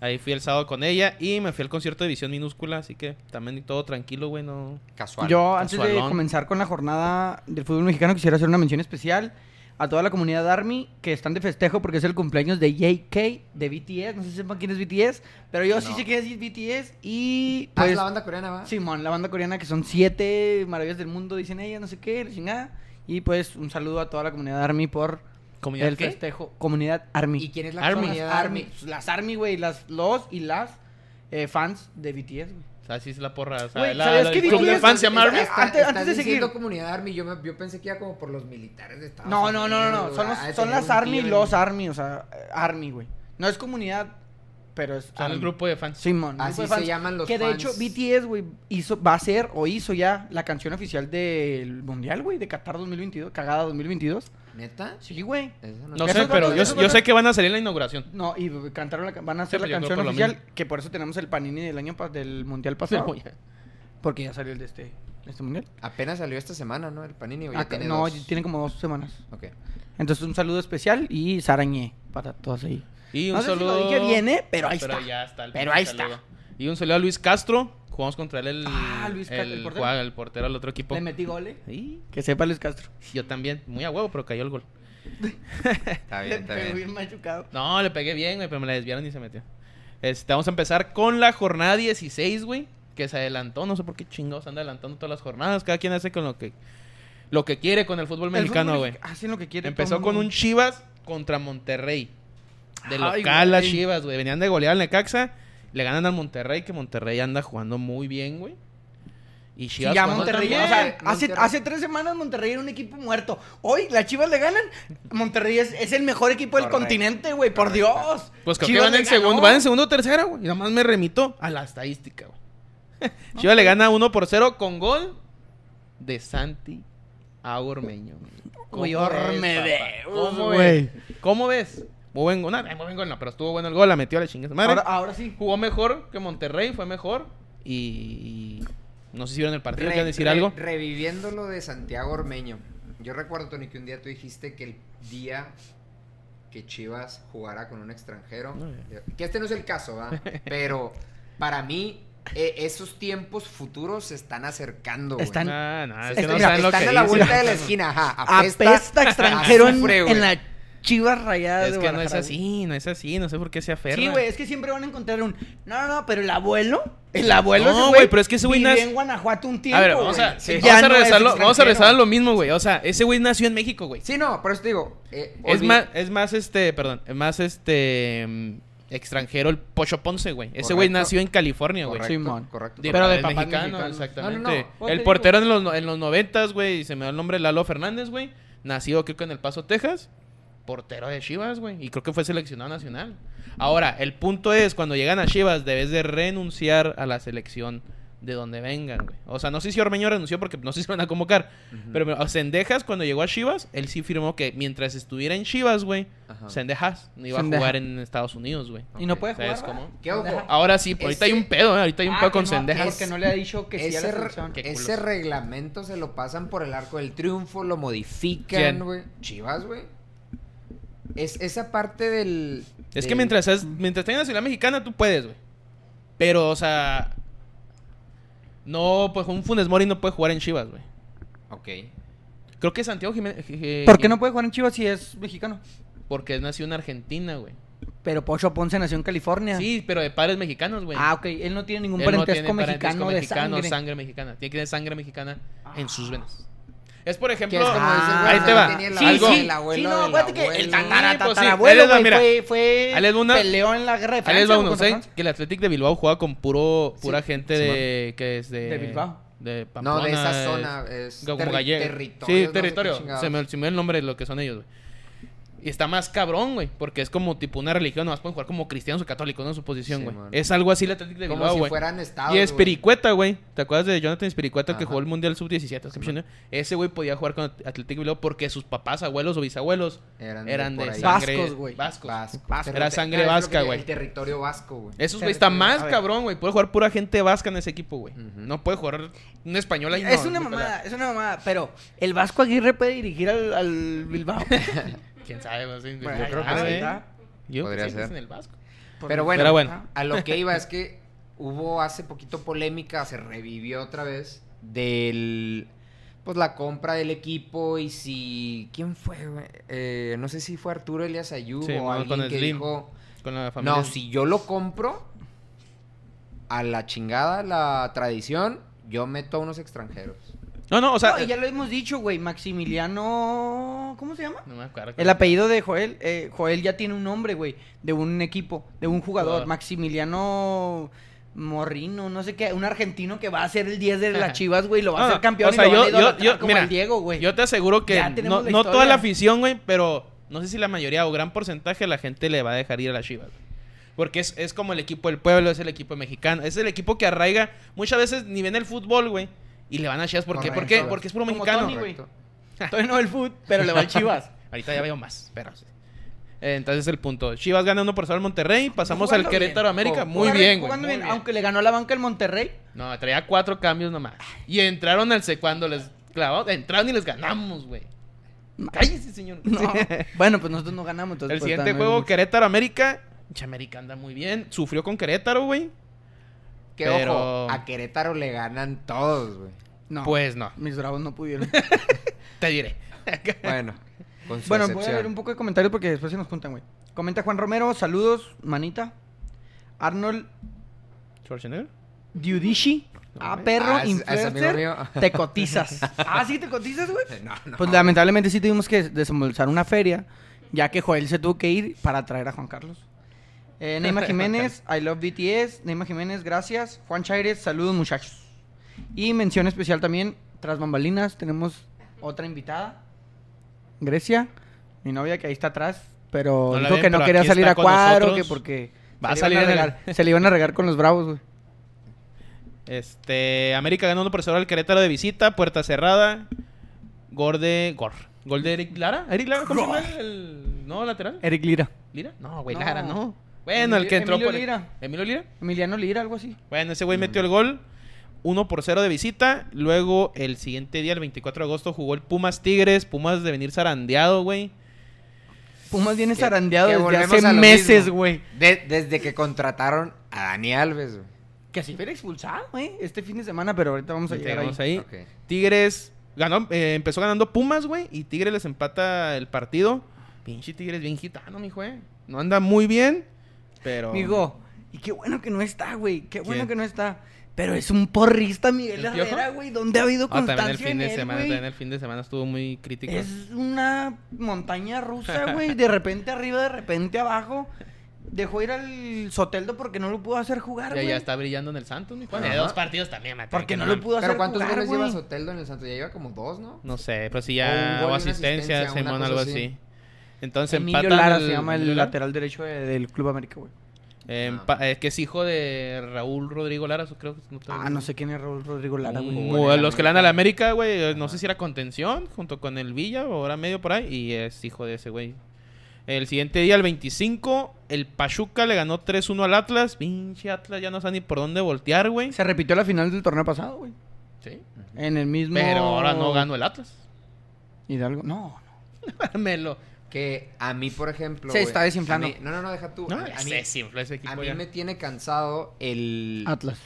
Speaker 1: Ahí fui el sábado con ella y me fui al concierto de Visión Minúscula, así que también todo tranquilo, güey, no...
Speaker 3: Casual.
Speaker 2: Yo, antes de
Speaker 1: casualón.
Speaker 2: comenzar con la jornada del fútbol mexicano, quisiera hacer una mención especial a toda la comunidad Army que están de festejo porque es el cumpleaños de JK, de BTS. No sé si sepan quién es BTS, pero yo sí
Speaker 3: No.
Speaker 2: sé quién es BTS y.
Speaker 3: Ah, es
Speaker 2: Pues,
Speaker 3: la banda coreana, ¿va?
Speaker 2: Simón, la banda coreana que son siete maravillas del mundo, dicen ella, no sé qué, la chingada. Y pues un saludo a toda la comunidad Army por
Speaker 1: ¿Comunidad
Speaker 2: el
Speaker 1: qué?
Speaker 2: festejo. Comunidad Army.
Speaker 3: ¿Y quién es la
Speaker 1: Army.
Speaker 2: Las
Speaker 3: comunidad
Speaker 2: Army. Pues, Las Army, güey. Las, los y las eh, fans de BTS, güey.
Speaker 1: O sea, así es la porra. O sea,
Speaker 2: Güey,
Speaker 1: la,
Speaker 2: ¿sabías
Speaker 1: la-
Speaker 2: que
Speaker 1: el club
Speaker 2: BTS
Speaker 1: de fans se llama Army.
Speaker 2: Está- antes- antes de
Speaker 3: de
Speaker 2: seguir.
Speaker 3: comunidad Army, yo, me- yo pensé que era como por los militares de Estados
Speaker 2: No, no,
Speaker 3: Unidos.
Speaker 2: no, no, no. Son,
Speaker 3: güey.
Speaker 2: los-
Speaker 3: Ha de
Speaker 2: son
Speaker 3: tener
Speaker 2: las
Speaker 3: ah, un
Speaker 2: Army y
Speaker 3: tío
Speaker 2: los
Speaker 3: ahí.
Speaker 2: Army. O sea, eh, Army, güey. No es comunidad, pero es.
Speaker 1: Son el
Speaker 2: Army.
Speaker 1: grupo de fans.
Speaker 2: Simón. grupo
Speaker 3: Así
Speaker 2: de
Speaker 3: se
Speaker 2: fans,
Speaker 3: llaman los
Speaker 2: Que de
Speaker 3: fans.
Speaker 2: hecho, BTS, güey, hizo, va a ser o hizo ya la canción oficial del Mundial, güey, de Qatar 2022, cagada 2022.
Speaker 3: ¿Neta?
Speaker 2: Sí, güey.
Speaker 3: Eso
Speaker 1: No
Speaker 2: Esos
Speaker 1: sé, pero
Speaker 2: vatos-
Speaker 1: yo,
Speaker 2: esos
Speaker 1: yo sé
Speaker 2: vatos-
Speaker 1: que van a salir en la inauguración.
Speaker 2: No, y güey, cantaron la, ca- van a hacer
Speaker 1: Sí,
Speaker 2: la
Speaker 1: pues yo creo
Speaker 2: canción
Speaker 1: por lo
Speaker 2: oficial,
Speaker 1: mismo.
Speaker 2: que por eso tenemos el panini del año pa- del mundial pasado. Porque ya salió el de este, de este mundial.
Speaker 3: Apenas salió esta semana, ¿no? El Panini. o ya
Speaker 2: Ah,
Speaker 3: tiene
Speaker 2: no,
Speaker 3: dos?
Speaker 2: ya tiene como dos semanas.
Speaker 3: Ok.
Speaker 2: Entonces, un saludo especial y Sarañé para todos ahí.
Speaker 1: Y un
Speaker 2: no sé
Speaker 1: saludo.
Speaker 2: si lo dije bien, ¿eh? pero ahí está.
Speaker 1: ya está. el
Speaker 2: Pero ahí
Speaker 1: saludo.
Speaker 2: está.
Speaker 1: Y un saludo a Luis Castro. Jugamos contra él el.
Speaker 2: Ah, Luis Castro, el
Speaker 1: el,
Speaker 2: portero.
Speaker 1: juega- el portero del otro equipo.
Speaker 2: Le metí gole.
Speaker 1: Sí,
Speaker 2: Que sepa Luis Castro.
Speaker 1: yo también. Muy a huevo, pero cayó el gol.
Speaker 3: Está bien, está
Speaker 2: Le pegó
Speaker 3: bien.
Speaker 2: bien machucado.
Speaker 1: No, le pegué bien, güey, pero me la desviaron y se metió. Este, vamos a empezar con la jornada 16, güey, que se adelantó. No sé por qué chingados anda adelantando todas las jornadas. Cada quien hace con lo que, lo que quiere con el fútbol
Speaker 2: El
Speaker 1: mexicano,
Speaker 2: fútbol
Speaker 1: güey.
Speaker 2: mexica- Hacen lo que quieren.
Speaker 1: Empezó
Speaker 2: todo
Speaker 1: con
Speaker 2: mundo.
Speaker 1: un Chivas contra Monterrey. De
Speaker 2: Ay,
Speaker 1: local a
Speaker 2: güey.
Speaker 1: Chivas, güey. Venían de golear al Necaxa. Le ganan al Monterrey, que Monterrey anda jugando muy bien, güey. Y
Speaker 2: Sí,
Speaker 1: Chivas
Speaker 2: ya
Speaker 1: jugando
Speaker 2: Monterrey,
Speaker 1: también.
Speaker 2: o sea, hace,
Speaker 3: Monterrey.
Speaker 2: hace tres semanas Monterrey era un equipo muerto. Hoy las Chivas le ganan. Monterrey es, es el mejor equipo del
Speaker 3: Correcto.
Speaker 2: continente, güey, por
Speaker 3: Correcto.
Speaker 2: Dios.
Speaker 1: Pues creo
Speaker 2: Chivas
Speaker 1: que van
Speaker 2: le
Speaker 1: en,
Speaker 2: ganó.
Speaker 1: segundo, van en segundo o tercera, güey. Y nada más me remito a la estadística, güey. Chivas le gana 1 por 0 con gol de Santi A Ormeño.
Speaker 2: Güey,
Speaker 1: ¿Cómo ves,
Speaker 2: Ormedeus,
Speaker 1: papá? ¿Cómo
Speaker 2: güey.
Speaker 1: ves? ¿Cómo ves? Muy buen gol. Nah, muy buen gol, no, pero estuvo bueno el gol. La metió a la chingada. Madre,
Speaker 2: Ahora, ah. ahora sí.
Speaker 1: jugó mejor que Monterrey, fue mejor. Y, y no sé si vieron el partido.
Speaker 3: Re-
Speaker 1: ¿Quieren decir
Speaker 3: re-
Speaker 1: algo?
Speaker 3: Reviviendo lo de Santiago Ormeño. Yo recuerdo, Tony, que un día tú dijiste que el día que Chivas jugara con un extranjero,
Speaker 1: No,
Speaker 3: que este no es el caso, ¿va? Pero para mí, eh, esos tiempos futuros se están acercando. güey. Ah,
Speaker 2: Están-
Speaker 1: Nah, nah, es
Speaker 2: Está-
Speaker 1: que Ah, no
Speaker 2: mira,
Speaker 1: saben lo
Speaker 3: están
Speaker 1: que
Speaker 3: a la
Speaker 1: dicen.
Speaker 3: vuelta de la esquina, ajá.
Speaker 2: Apesta, extranjero en,
Speaker 3: azufre, güey.
Speaker 2: en la chivas rayada
Speaker 1: Es
Speaker 2: de
Speaker 1: que no es
Speaker 2: Guadalajara, güey.
Speaker 1: así, no es así, no sé por qué se aferra.
Speaker 2: Sí, güey, es que siempre van a encontrar un. No, no, no, pero el abuelo. El abuelo
Speaker 1: No,
Speaker 2: ese
Speaker 1: güey, pero es que ese güey
Speaker 2: vivió
Speaker 1: nace-
Speaker 2: en Guanajuato un tiempo.
Speaker 1: A ver, vamos
Speaker 2: güey.
Speaker 1: a, sí,
Speaker 2: Ya
Speaker 1: vamos, a
Speaker 2: no es
Speaker 1: regresarlo- vamos a
Speaker 2: extranjero.
Speaker 1: regresar a lo mismo, güey. O sea, ese güey nació en México, güey.
Speaker 3: Sí, no, por eso te digo. eh,
Speaker 1: Es
Speaker 3: olvi-
Speaker 1: más, es más este, perdón, es más este mm, extranjero el Pocho Ponce, güey. Ese güey
Speaker 3: Correcto.
Speaker 1: nació en California, güey.
Speaker 3: Correcto,
Speaker 2: Simón.
Speaker 3: correcto.
Speaker 1: De
Speaker 2: Pero de
Speaker 1: padres
Speaker 2: papás
Speaker 1: mexicanos,
Speaker 2: mexicanos.
Speaker 1: exactamente.
Speaker 3: No, no, no.
Speaker 2: Pues te
Speaker 1: El
Speaker 2: digo-
Speaker 1: portero en los, no- en los noventas, güey, se me da el nombre Lalo Fernández, güey. Nacido creo que en El Paso, Texas. Portero de Chivas, güey. Y creo que fue seleccionado nacional. Ahora, el punto es, cuando llegan a Chivas, debes de renunciar a la selección de donde vengan, güey. O sea, no sé si Ormeño renunció porque no sé si lo van a convocar.
Speaker 3: Ujú.
Speaker 1: Pero mira, Sendejas, cuando llegó a Chivas, él sí firmó que mientras estuviera en Chivas, güey,
Speaker 3: Ajá.
Speaker 1: Sendejas no iba
Speaker 2: Sendejas.
Speaker 1: a jugar en Estados Unidos, güey.
Speaker 2: Y no
Speaker 3: Ok,
Speaker 2: puede jugar.
Speaker 1: ¿sabes
Speaker 2: ¿verdad?
Speaker 1: cómo?
Speaker 3: ¿Qué ojo?
Speaker 2: Deja-
Speaker 1: Ahora sí, ahorita hay un
Speaker 3: Ese-
Speaker 1: pedo, ¿eh? ahorita hay un
Speaker 2: Ah,
Speaker 1: pedo
Speaker 2: que
Speaker 1: con
Speaker 2: no,
Speaker 1: Sendejas.
Speaker 2: Porque no le ha dicho que sí a la
Speaker 3: Ese, re-
Speaker 2: selección.
Speaker 1: Qué
Speaker 3: ese
Speaker 1: culos.
Speaker 3: reglamento se lo pasan por el arco del triunfo, lo
Speaker 1: ¿Quién?
Speaker 3: modifican, güey. Chivas, güey. Es, esa parte del.
Speaker 1: Es que
Speaker 3: del-
Speaker 1: mientras, seas- mientras tengas nacionalidad mexicana, tú puedes, güey. Pero, o sea. No, pues un Funes Mori no puede jugar en Chivas, güey.
Speaker 3: Ok.
Speaker 1: Creo que Santiago Jiménez. je-
Speaker 2: ¿Por qué no puede jugar en Chivas si es mexicano?
Speaker 1: Porque es nacido en Argentina, güey.
Speaker 2: Pero Pocho Ponce nació en California.
Speaker 1: Sí, pero de padres mexicanos, güey.
Speaker 2: Ah, ok. Él no tiene ningún
Speaker 1: Él no
Speaker 2: parentesco,
Speaker 1: tiene
Speaker 2: mexicano, de sangre.
Speaker 1: mexicana. Tiene que tener sangre mexicana en sus venas.
Speaker 2: Ah.
Speaker 1: Es, por ejemplo.
Speaker 3: Que es como dice el güey,
Speaker 1: Ah, ahí te va.
Speaker 3: tenía el
Speaker 1: Sí,
Speaker 3: abuelo,
Speaker 1: sí.
Speaker 3: el abuelo
Speaker 2: sí, no,
Speaker 3: del
Speaker 2: acuérdate que el
Speaker 3: abuelo.
Speaker 2: tatara,
Speaker 1: Sí, pues sí.
Speaker 2: tatarabuelo,
Speaker 1: Ahí les va,
Speaker 2: güey,
Speaker 1: mira.
Speaker 2: fue, fue
Speaker 1: Ahí les va una-
Speaker 2: peleó en la guerra de
Speaker 1: Ahí
Speaker 2: Francia.
Speaker 1: les va
Speaker 2: güey,
Speaker 1: uno.
Speaker 2: contra
Speaker 1: ¿Saben
Speaker 2: Francia.
Speaker 1: que el Athletic de Bilbao juega con puro, pura
Speaker 3: Sí,
Speaker 1: gente
Speaker 3: Simón.
Speaker 1: de. que es de.
Speaker 2: De Bilbao.
Speaker 1: De
Speaker 3: no, de
Speaker 1: Pamplona,
Speaker 3: esa zona. Es
Speaker 1: Como
Speaker 3: terri-
Speaker 1: gallego.
Speaker 3: territorio, no sé
Speaker 1: Sí,
Speaker 3: qué
Speaker 1: territorio.
Speaker 3: chingados.
Speaker 1: Se me olvidó el nombre de lo que son ellos, güey. Y está más cabrón, güey. Porque es como tipo una religión. Nomás pueden jugar como cristianos o católicos, no es su posición,
Speaker 3: Sí,
Speaker 1: güey.
Speaker 3: man.
Speaker 1: es algo así el Atlético de
Speaker 3: Como
Speaker 1: Bilbao,
Speaker 3: si
Speaker 1: güey.
Speaker 3: fueran estados.
Speaker 1: y es
Speaker 3: güey.
Speaker 1: Pericueta, güey. ¿Te acuerdas de Jonathan Espericueta que
Speaker 3: Ajá.
Speaker 1: jugó el Mundial Sub-17? Es que me suena. Ese güey podía jugar con Atlético de Bilbao porque sus papás, abuelos o bisabuelos
Speaker 3: Eran,
Speaker 1: eran
Speaker 3: por
Speaker 1: de
Speaker 3: ahí.
Speaker 1: sangre.
Speaker 2: Vascos, güey.
Speaker 1: vascos.
Speaker 3: Vasco.
Speaker 2: Vasco.
Speaker 1: Era
Speaker 3: Terri-
Speaker 1: sangre
Speaker 3: Ah, es lo
Speaker 1: vasca,
Speaker 3: que-
Speaker 1: güey.
Speaker 3: El territorio vasco, güey.
Speaker 1: Esos güey está
Speaker 2: Territorio.
Speaker 1: más
Speaker 2: A ver.
Speaker 1: cabrón, güey. Puede jugar pura gente vasca en ese equipo, güey.
Speaker 3: Ujú.
Speaker 1: No puede jugar un español ahí.
Speaker 2: es
Speaker 1: no,
Speaker 2: una
Speaker 1: no,
Speaker 2: mamada, es una mamada. Pero el Vasco Aguirre puede dirigir al, al Bilbao.
Speaker 1: ¿Quién sabe? güey? Sí,
Speaker 2: Bueno,
Speaker 1: yo
Speaker 2: ahí
Speaker 1: creo
Speaker 2: está,
Speaker 1: que
Speaker 2: ahí
Speaker 1: sí.
Speaker 2: está.
Speaker 1: Yo
Speaker 3: Podría
Speaker 1: pensé que
Speaker 3: ser.
Speaker 1: es en el vasco.
Speaker 3: Pero bueno,
Speaker 1: Pero bueno.
Speaker 3: a lo que iba es que hubo hace poquito polémica, se revivió otra vez del pues la compra del equipo y si quién fue, güey? Eh, no sé si fue Arturo Elias Ayú
Speaker 1: Sí,
Speaker 3: o
Speaker 1: bueno,
Speaker 3: alguien
Speaker 1: con
Speaker 3: que
Speaker 1: Slim,
Speaker 3: dijo,
Speaker 1: Con la familia.
Speaker 3: no, si yo lo compro a la chingada la tradición, yo meto a unos extranjeros.
Speaker 1: No, no, o sea.
Speaker 2: No, y ya lo hemos dicho, güey. Maximiliano. ¿Cómo se llama?
Speaker 1: No me acuerdo.
Speaker 2: El apellido de Joel. eh, Joel ya tiene un nombre, güey. De un equipo, de un jugador.
Speaker 1: Jugador.
Speaker 2: Maximiliano Morrino, no sé qué. Un argentino que va a ser el 10 de
Speaker 1: Ajá.
Speaker 2: las chivas, güey. Lo va
Speaker 1: No,
Speaker 2: a
Speaker 1: no,
Speaker 2: hacer campeón
Speaker 1: o sea,
Speaker 2: y lo van
Speaker 1: yo-
Speaker 2: a
Speaker 1: yo-
Speaker 2: idolatrar
Speaker 1: yo-
Speaker 2: como
Speaker 1: mira,
Speaker 2: el Diego, güey.
Speaker 1: Yo te aseguro que
Speaker 2: Ya tenemos
Speaker 1: no,
Speaker 2: la
Speaker 1: no toda
Speaker 2: historia.
Speaker 1: la afición, güey, pero no sé si la mayoría o gran porcentaje de la gente le va a dejar ir a la Chivas. güey. Porque es, es como el equipo del pueblo, es el equipo mexicano, es el equipo que arraiga. Muchas veces ni ven el fútbol, güey, y le van a Chivas. ¿Por qué? ¿Por qué?
Speaker 3: Correcto.
Speaker 1: Porque es puro
Speaker 2: Como
Speaker 1: mexicano.
Speaker 2: Tony, güey.
Speaker 3: Correcto.
Speaker 2: Todavía no el foot, pero le va al Chivas.
Speaker 1: Ahorita ya veo más, pero sí. Eh, Entonces el punto. Chivas gana 1 por 0 al Monterrey, pasamos al
Speaker 2: Jugando bien.
Speaker 1: Querétaro América.
Speaker 3: Ju-
Speaker 1: Muy
Speaker 2: Jugando-
Speaker 1: bien, güey.
Speaker 2: Jugando
Speaker 1: muy
Speaker 2: bien,
Speaker 1: bien.
Speaker 2: aunque le ganó la banca el Monterrey.
Speaker 1: No, traía cuatro cambios nomás. Y entraron al se cuando les clavó, entraron y les ganamos, güey. Cállese, señor. Sí.
Speaker 2: bueno, pues nosotros no ganamos. Entonces,
Speaker 1: El
Speaker 2: pues,
Speaker 1: siguiente
Speaker 2: no hay
Speaker 1: juego,
Speaker 2: mucho.
Speaker 1: Querétaro América. Pinche América anda muy bien. Sufrió con Querétaro, güey.
Speaker 3: Que
Speaker 1: Pero-
Speaker 3: ojo, a Querétaro le ganan todos, güey.
Speaker 2: No,
Speaker 1: Pues no,
Speaker 2: mis bravos no pudieron.
Speaker 1: te diré.
Speaker 3: Bueno, con su
Speaker 2: Bueno, voy a
Speaker 3: excepción.
Speaker 2: leer un poco de comentarios porque después se nos juntan, güey. Comenta Juan Romero, saludos, manita. Arnold
Speaker 1: ¿Schwarzenegger?
Speaker 2: Diudishi. Ah,
Speaker 1: mames.
Speaker 2: perro,
Speaker 3: Ah, es- es amigo
Speaker 2: influencer,
Speaker 3: mío.
Speaker 2: te cotizas. ah, sí, te cotizas, güey.
Speaker 3: No, no.
Speaker 2: Pues lamentablemente sí tuvimos que desembolsar una feria, ya que Joel se tuvo que ir para traer a Juan Carlos. Eh, Neymar Jiménez, I love BTS. Neymar Jiménez, gracias. Juan Chaires, saludos muchachos. Y mención especial también, tras bambalinas, tenemos otra invitada, Grecia, mi novia que ahí está atrás, pero
Speaker 1: No la
Speaker 2: dijo
Speaker 1: ven,
Speaker 2: que no
Speaker 1: pero
Speaker 2: quería
Speaker 1: aquí
Speaker 2: salir
Speaker 1: está
Speaker 2: a
Speaker 1: con
Speaker 2: cuadro,
Speaker 1: nosotros.
Speaker 2: que porque
Speaker 1: Va
Speaker 2: se,
Speaker 1: a
Speaker 2: le iban
Speaker 1: salir en el-
Speaker 2: regar- se le iban a regar con los bravos, güey.
Speaker 1: Este, América gana 1 por 0 al Querétaro de visita, puerta cerrada. Gor de. Gor. Gol de Eric Lara. ¿Eric Lara? ¿Cómo se llama el- el no lateral?
Speaker 2: Eric Lira.
Speaker 1: ¿Lira? No, güey,
Speaker 2: No.
Speaker 1: Lara, no. Bueno, el que entró
Speaker 2: Emilio-
Speaker 1: por.
Speaker 2: Emilio Lira.
Speaker 1: ¿Emilio Lira?
Speaker 2: Emiliano Lira, algo así.
Speaker 1: Bueno, ese güey metió el gol. 1 por 0 de visita. Luego, el siguiente día, el 24 de agosto, jugó el Pumas Tigres. Pumas de venir zarandeado, güey.
Speaker 2: Pumas viene
Speaker 3: Que-
Speaker 2: zarandeado
Speaker 3: que
Speaker 2: desde
Speaker 3: volvemos
Speaker 2: hace
Speaker 3: a lo
Speaker 2: meses,
Speaker 3: mismo.
Speaker 2: güey.
Speaker 3: De- desde que contrataron a Dani Alves, güey.
Speaker 2: Que así fuera expulsado, güey. Este fin de semana, pero ahorita vamos a llegar ahí.
Speaker 1: Llegamos Este, ahí.
Speaker 3: Ok.
Speaker 1: Tigres ganó, eh, empezó ganando Pumas, güey. Y Tigres les empata el partido. Pinche Tigres, bien gitano, mi güey. No anda muy bien, pero.
Speaker 2: Amigo, y qué bueno que no está, güey. Qué bueno
Speaker 1: ¿Quién?
Speaker 2: que no está. Pero es un porrista Miguel
Speaker 1: ¿El Piojo?
Speaker 2: Herrera, güey. ¿Dónde ha habido
Speaker 1: Ah,
Speaker 2: constancia
Speaker 1: también el fin
Speaker 2: en
Speaker 1: de
Speaker 2: él,
Speaker 1: semana,
Speaker 2: güey?
Speaker 1: también el fin de semana estuvo muy crítico.
Speaker 2: Es una montaña rusa, güey. De repente arriba, de repente abajo. Dejó ir al Soteldo porque no lo pudo hacer jugar,
Speaker 1: Ya,
Speaker 2: güey.
Speaker 1: ya está brillando en el Santos, mi Juan. De
Speaker 3: Ajá.
Speaker 1: dos partidos también, mate,
Speaker 2: Porque
Speaker 1: que
Speaker 2: no
Speaker 1: mames.
Speaker 2: lo pudo hacer
Speaker 3: Pero ¿cuántos
Speaker 2: jugar,
Speaker 3: goles
Speaker 2: güey.
Speaker 3: lleva Soteldo en el Santos? Ya lleva como dos, ¿no?
Speaker 1: No sé, pero si
Speaker 3: O un
Speaker 1: ya
Speaker 3: gol y
Speaker 1: o
Speaker 3: una
Speaker 1: asistencia,
Speaker 3: asistencia,
Speaker 1: Simón,
Speaker 3: una
Speaker 1: algo
Speaker 3: cosa
Speaker 1: así.
Speaker 3: así.
Speaker 1: Entonces
Speaker 2: Emilio
Speaker 1: empatan
Speaker 2: Lara
Speaker 1: al-
Speaker 2: se llama el
Speaker 1: Emilio Lara.
Speaker 2: lateral derecho de- del Club América, güey.
Speaker 1: Eh,
Speaker 3: Ah.
Speaker 1: empa- Es que es hijo de Raúl Rodrigo Lara, su- creo que no tengo-
Speaker 2: Ah, no sé quién es Raúl Rodrigo Lara, güey.
Speaker 1: Un-
Speaker 3: jugó en el
Speaker 1: los que le dan a la América, güey, eh, no
Speaker 3: Ajá.
Speaker 1: sé si era contención, junto con el Villa o ahora medio por ahí, y es hijo de ese güey. El siguiente día, el 25, el Pachuca le ganó 3-1 al Atlas. Pinche Atlas, ya no sabe ni por dónde voltear, güey.
Speaker 2: Se repitió la final del torneo pasado, güey.
Speaker 1: Sí.
Speaker 2: En el mismo.
Speaker 1: Pero ahora no ganó el Atlas.
Speaker 2: Hidalgo. No, no.
Speaker 1: Me lo...
Speaker 3: Que a mí, por ejemplo.
Speaker 2: Se
Speaker 3: güey,
Speaker 2: está desinflando.
Speaker 3: a mí- no, no, no, deja tú.
Speaker 1: No,
Speaker 3: a, a mí,
Speaker 1: sé, sí, infló ese equipo
Speaker 3: a mí
Speaker 1: ya.
Speaker 3: me tiene cansado el,
Speaker 2: Atlas.